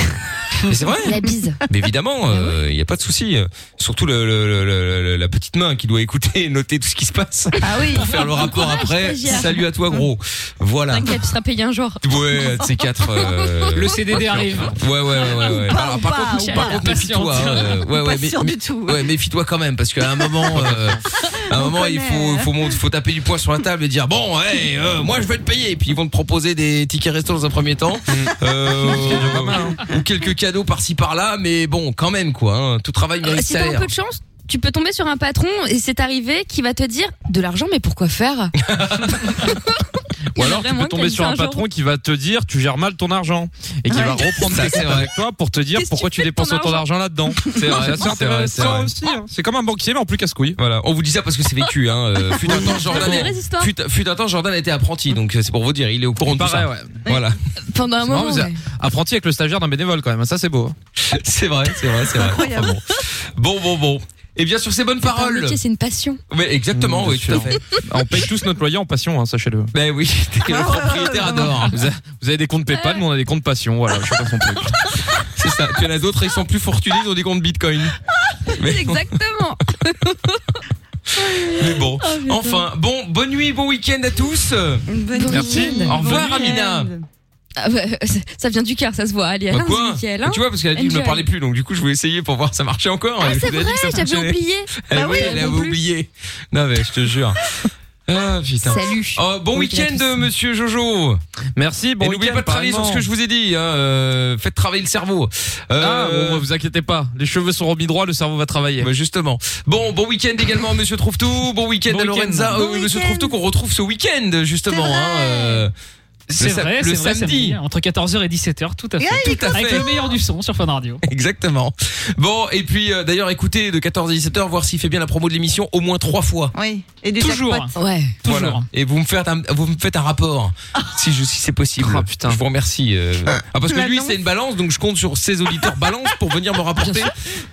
S2: Mais c'est vrai.
S4: La
S2: [laughs]
S4: bise.
S2: Mais évidemment, il n'y a pas de souci. Surtout le, le- le- le- la petite main qui doit écouter et noter tout ce qui se passe
S4: Ah oui.
S2: pour faire le
S4: Bon
S2: rapport
S4: courage,
S2: après.
S4: stagiaire.
S2: Salut à toi, gros. Voilà.
S4: T'inquiète, tu seras payé un jour.
S2: Ouais, de ces quatre. euh,
S5: Le CDD arrive.
S2: Ouais, ouais, ouais, ouais. ouais.
S4: Ou pas,
S2: Alors,
S4: ou
S2: par
S4: pas,
S2: contre,
S4: ou
S2: par
S4: pas.
S2: contre, méfie-toi. euh, ouais,
S4: Ou
S2: ouais,
S4: pas sûr
S2: mais-
S4: du tout,
S2: Ouais, méfie-toi quand même, parce qu'à un moment,
S4: [laughs]
S2: euh, à un moment, il faut, faut, mon- faut taper du poing sur la table et dire bon, hey, euh, moi, je veux te payer. Et puis ils vont te proposer des tickets resto dans un premier temps,
S6: Mm.
S2: euh,
S6: hein.
S2: ou quelques cadeaux par-ci par-là, mais bon, quand même quoi. hein. tout travail
S4: Euh,
S2: mérite
S4: Si t'as un
S2: salaire.
S4: peu de chance, tu peux tomber sur un patron et c'est arrivé qui va te dire de l'argent, mais pourquoi
S2: [laughs]
S4: faire
S6: Ou alors tu
S4: Vraiment,
S6: peux tomber
S4: quelqu'un
S6: sur
S4: un
S6: un
S4: jour.
S6: patron qui va te dire tu gères mal ton argent et qui
S2: Ouais.
S6: va reprendre
S2: Ça,
S6: tes
S2: c'est
S6: comptes
S2: vrai.
S6: avec toi pour te dire pourquoi tu dépenses autant d'argent là-dedans.
S2: [laughs] C'est vrai,
S6: Ça,
S2: c'est vrai,
S6: c'est
S2: c'est vrai.
S6: intéressant aussi. hein. C'est comme un banquier mais en plus casse-couille.
S2: Voilà, on vous dit ça parce que c'est vécu. Hein.
S6: [laughs]
S2: Euh, fut, un temps, Jordan
S4: C'est des vraies histoires.
S2: fut- fut un temps, Jordan était apprenti, donc euh, c'est pour vous dire, il est au courant de tout
S6: paraît,
S2: ça.
S6: ouais.
S2: [laughs] Voilà.
S4: Pendant un
S6: C'est marrant,
S4: moment.
S6: vous êtes
S4: ouais.
S6: Apprenti avec le stagiaire d'un bénévole quand même, ça [laughs] c'est beau.
S2: C'est vrai, c'est vrai, c'est vrai. Enfin, hein. bon. bon, bon, bon. Et bien sur ces bonnes
S4: C'est pas un
S2: paroles.
S4: métier, c'est une passion.
S2: Oui, exactement,
S6: Mmh,
S2: oui, tout à fait.
S6: [laughs] On paye tous notre loyer en passion, hein, sachez-le.
S2: Ben oui, [laughs]
S4: Ah.
S2: le
S4: [laughs]
S2: propriétaire adore.
S6: Vous, a- vous avez des comptes PayPal, mais on a des comptes passion, voilà, chacun son truc.
S2: C'est ça. Tu en as d'autres, ils sont plus fortunés, ils ont des comptes Bitcoin. Mais,
S4: [laughs] Exactement.
S2: mais bon.
S4: Oh, putain.
S2: enfin, bon, bonne nuit, bon week-end à tous.
S4: Bon
S2: Merci.
S4: week-end.
S2: Au revoir,
S4: Bon
S2: Amina.
S4: week-end. Ah ouais, [laughs] ça- ça vient du cœur, ça se voit. Allez,
S2: Bah
S4: allons-y,
S2: quoi
S4: Mickaël,
S2: Bah
S4: hein.
S2: Tu vois, parce qu'elle a dit que je ne
S4: Enjoy.
S2: parlais plus, donc du coup, je voulais essayer pour voir si ça marchait encore.
S4: Ah,
S2: et je
S4: c'est
S2: vous ai dit
S4: vrai,
S2: que ça
S4: j'avais
S2: fonctionnait.
S4: oublié.
S2: Elle,
S4: Bah oui, moi
S2: elle avait
S4: non plus.
S2: oublié. Non, mais je
S4: [laughs]
S2: te jure. Ah, putain.
S4: Salut.
S2: Oh, bon
S6: Bon week-end à
S2: week-end,
S6: tous.
S2: monsieur Jojo.
S6: Merci, bon
S2: Et n'oubliez
S6: week-end,
S2: pas de travailler sur
S6: pareillement.
S2: ce que je vous ai dit. hein, euh, faites travailler le cerveau. Euh,
S6: Ah, bon, vous inquiétez pas, les cheveux sont remis droits, le cerveau va travailler.
S2: Bah, justement. Bon, bon week-end également, à monsieur Trouve-Tout. Bon week-end
S6: Bon
S2: à
S6: week-end.
S2: Lorenza.
S6: Bon
S2: Euh, oui, monsieur Trouve-Tout qu'on retrouve ce week-end, justement.
S5: C'est vrai.
S2: hein, euh,
S5: C'est
S2: le sa-
S5: vrai,
S2: le
S5: c'est vrai,
S2: samedi.
S5: Entre 14h et 17h, tout à fait.
S2: Ah, il est
S5: Tout à
S2: content.
S5: fait. Avec le meilleur du son sur Fun Radio.
S2: [laughs] Exactement. Bon, et puis euh, d'ailleurs, écoutez de 14 à 17h, voir s'il fait bien la promo de l'émission au moins trois fois.
S3: Oui. Et du
S2: Toujours.
S3: jackpot.
S4: Ouais.
S2: Voilà. Et vous me faites un, vous me faites
S6: [laughs]
S2: un rapport si je si c'est possible.
S6: Oh,
S2: Je vous remercie. euh. Ah, parce que lui c'est une balance donc je compte sur ses
S6: [laughs]
S2: auditeurs balance pour venir me rapporter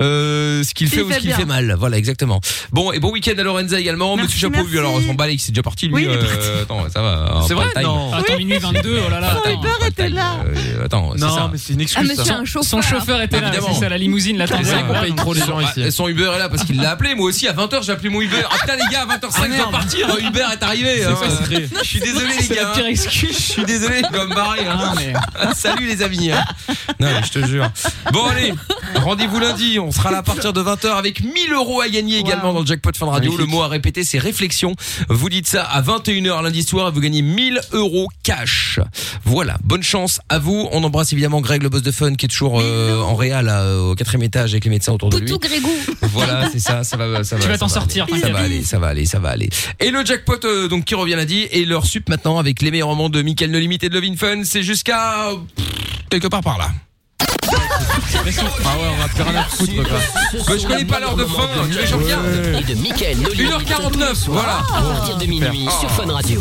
S2: euh, ce qu'il
S6: Il
S2: fait ou
S6: fait
S2: ce qu'il
S6: bien.
S2: fait mal. Voilà exactement. Bon et bon week-end à Lorenza également. Monsieur Chapeau lui alors on s'en bat les- c'est déjà parti lui.
S6: Oui, il est
S2: euh, attends ça va.
S6: C'est
S2: pas
S6: vrai,
S2: le time.
S6: non. Attends, Oui. minuit
S5: 22, oh là là.
S2: Son
S5: Uber
S2: était là. Attends, c'est
S6: Non,
S2: ça.
S6: mais c'est une excuse, Ah, monsieur, ça. un chauffeur.
S5: Son chauffeur était là,
S2: Évidemment.
S5: c'est ça, la limousine
S2: C'est
S5: l'attendait.
S2: vrai qu'on paye trop les gens
S5: Ouais.
S2: ici. Son Uber est là parce qu'il l'a appelé. Moi aussi, à 20h, j'ai appelé mon Uber. Ah putain, les gars, à 20h05, je dois partir. euh, Uber est arrivé.
S5: C'est
S2: hein.
S5: pas vrai.
S2: Je suis désolé, les gars.
S5: C'est la pire excuse.
S2: Je suis désolé, je dois me barrer. hein. Salut, les amis. hein. Non, mais je te jure. Bon, allez, rendez-vous lundi. On sera là à partir de 20h avec 1000 euros à gagner également dans le Jackpot Fun Radio. Le mot à répéter, c'est réflexion. Vous dites ça à 21h lundi soir et vous gagnez 1000 euros cash. Voilà, bonne chance à vous. On embrasse évidemment Greg, le boss de Fun, qui est toujours euh, en réal là, au quatrième étage avec les médecins autour de lui.
S4: Tout Grégou.
S2: Voilà, c'est ça, ça va, ça va.
S5: Tu vas
S2: ça
S5: t'en
S2: va
S5: sortir,
S2: aller, Ça
S5: t'inquiète.
S2: va aller, ça va aller, ça va aller. Et le jackpot, euh, donc, qui revient lundi, et leur sup maintenant avec les meilleurs moments de Michael No Limit et de Lovin Fun, c'est jusqu'à, euh, quelque part par là.
S6: Ah ouais, on va plus rien à foutre, quoi.
S2: Mais Bah, je connais pas l'heure de fin, tu veux, je regarde.
S1: Et de Michael,
S2: 1h49, voilà.
S1: À partir de minuit sur Fun Radio.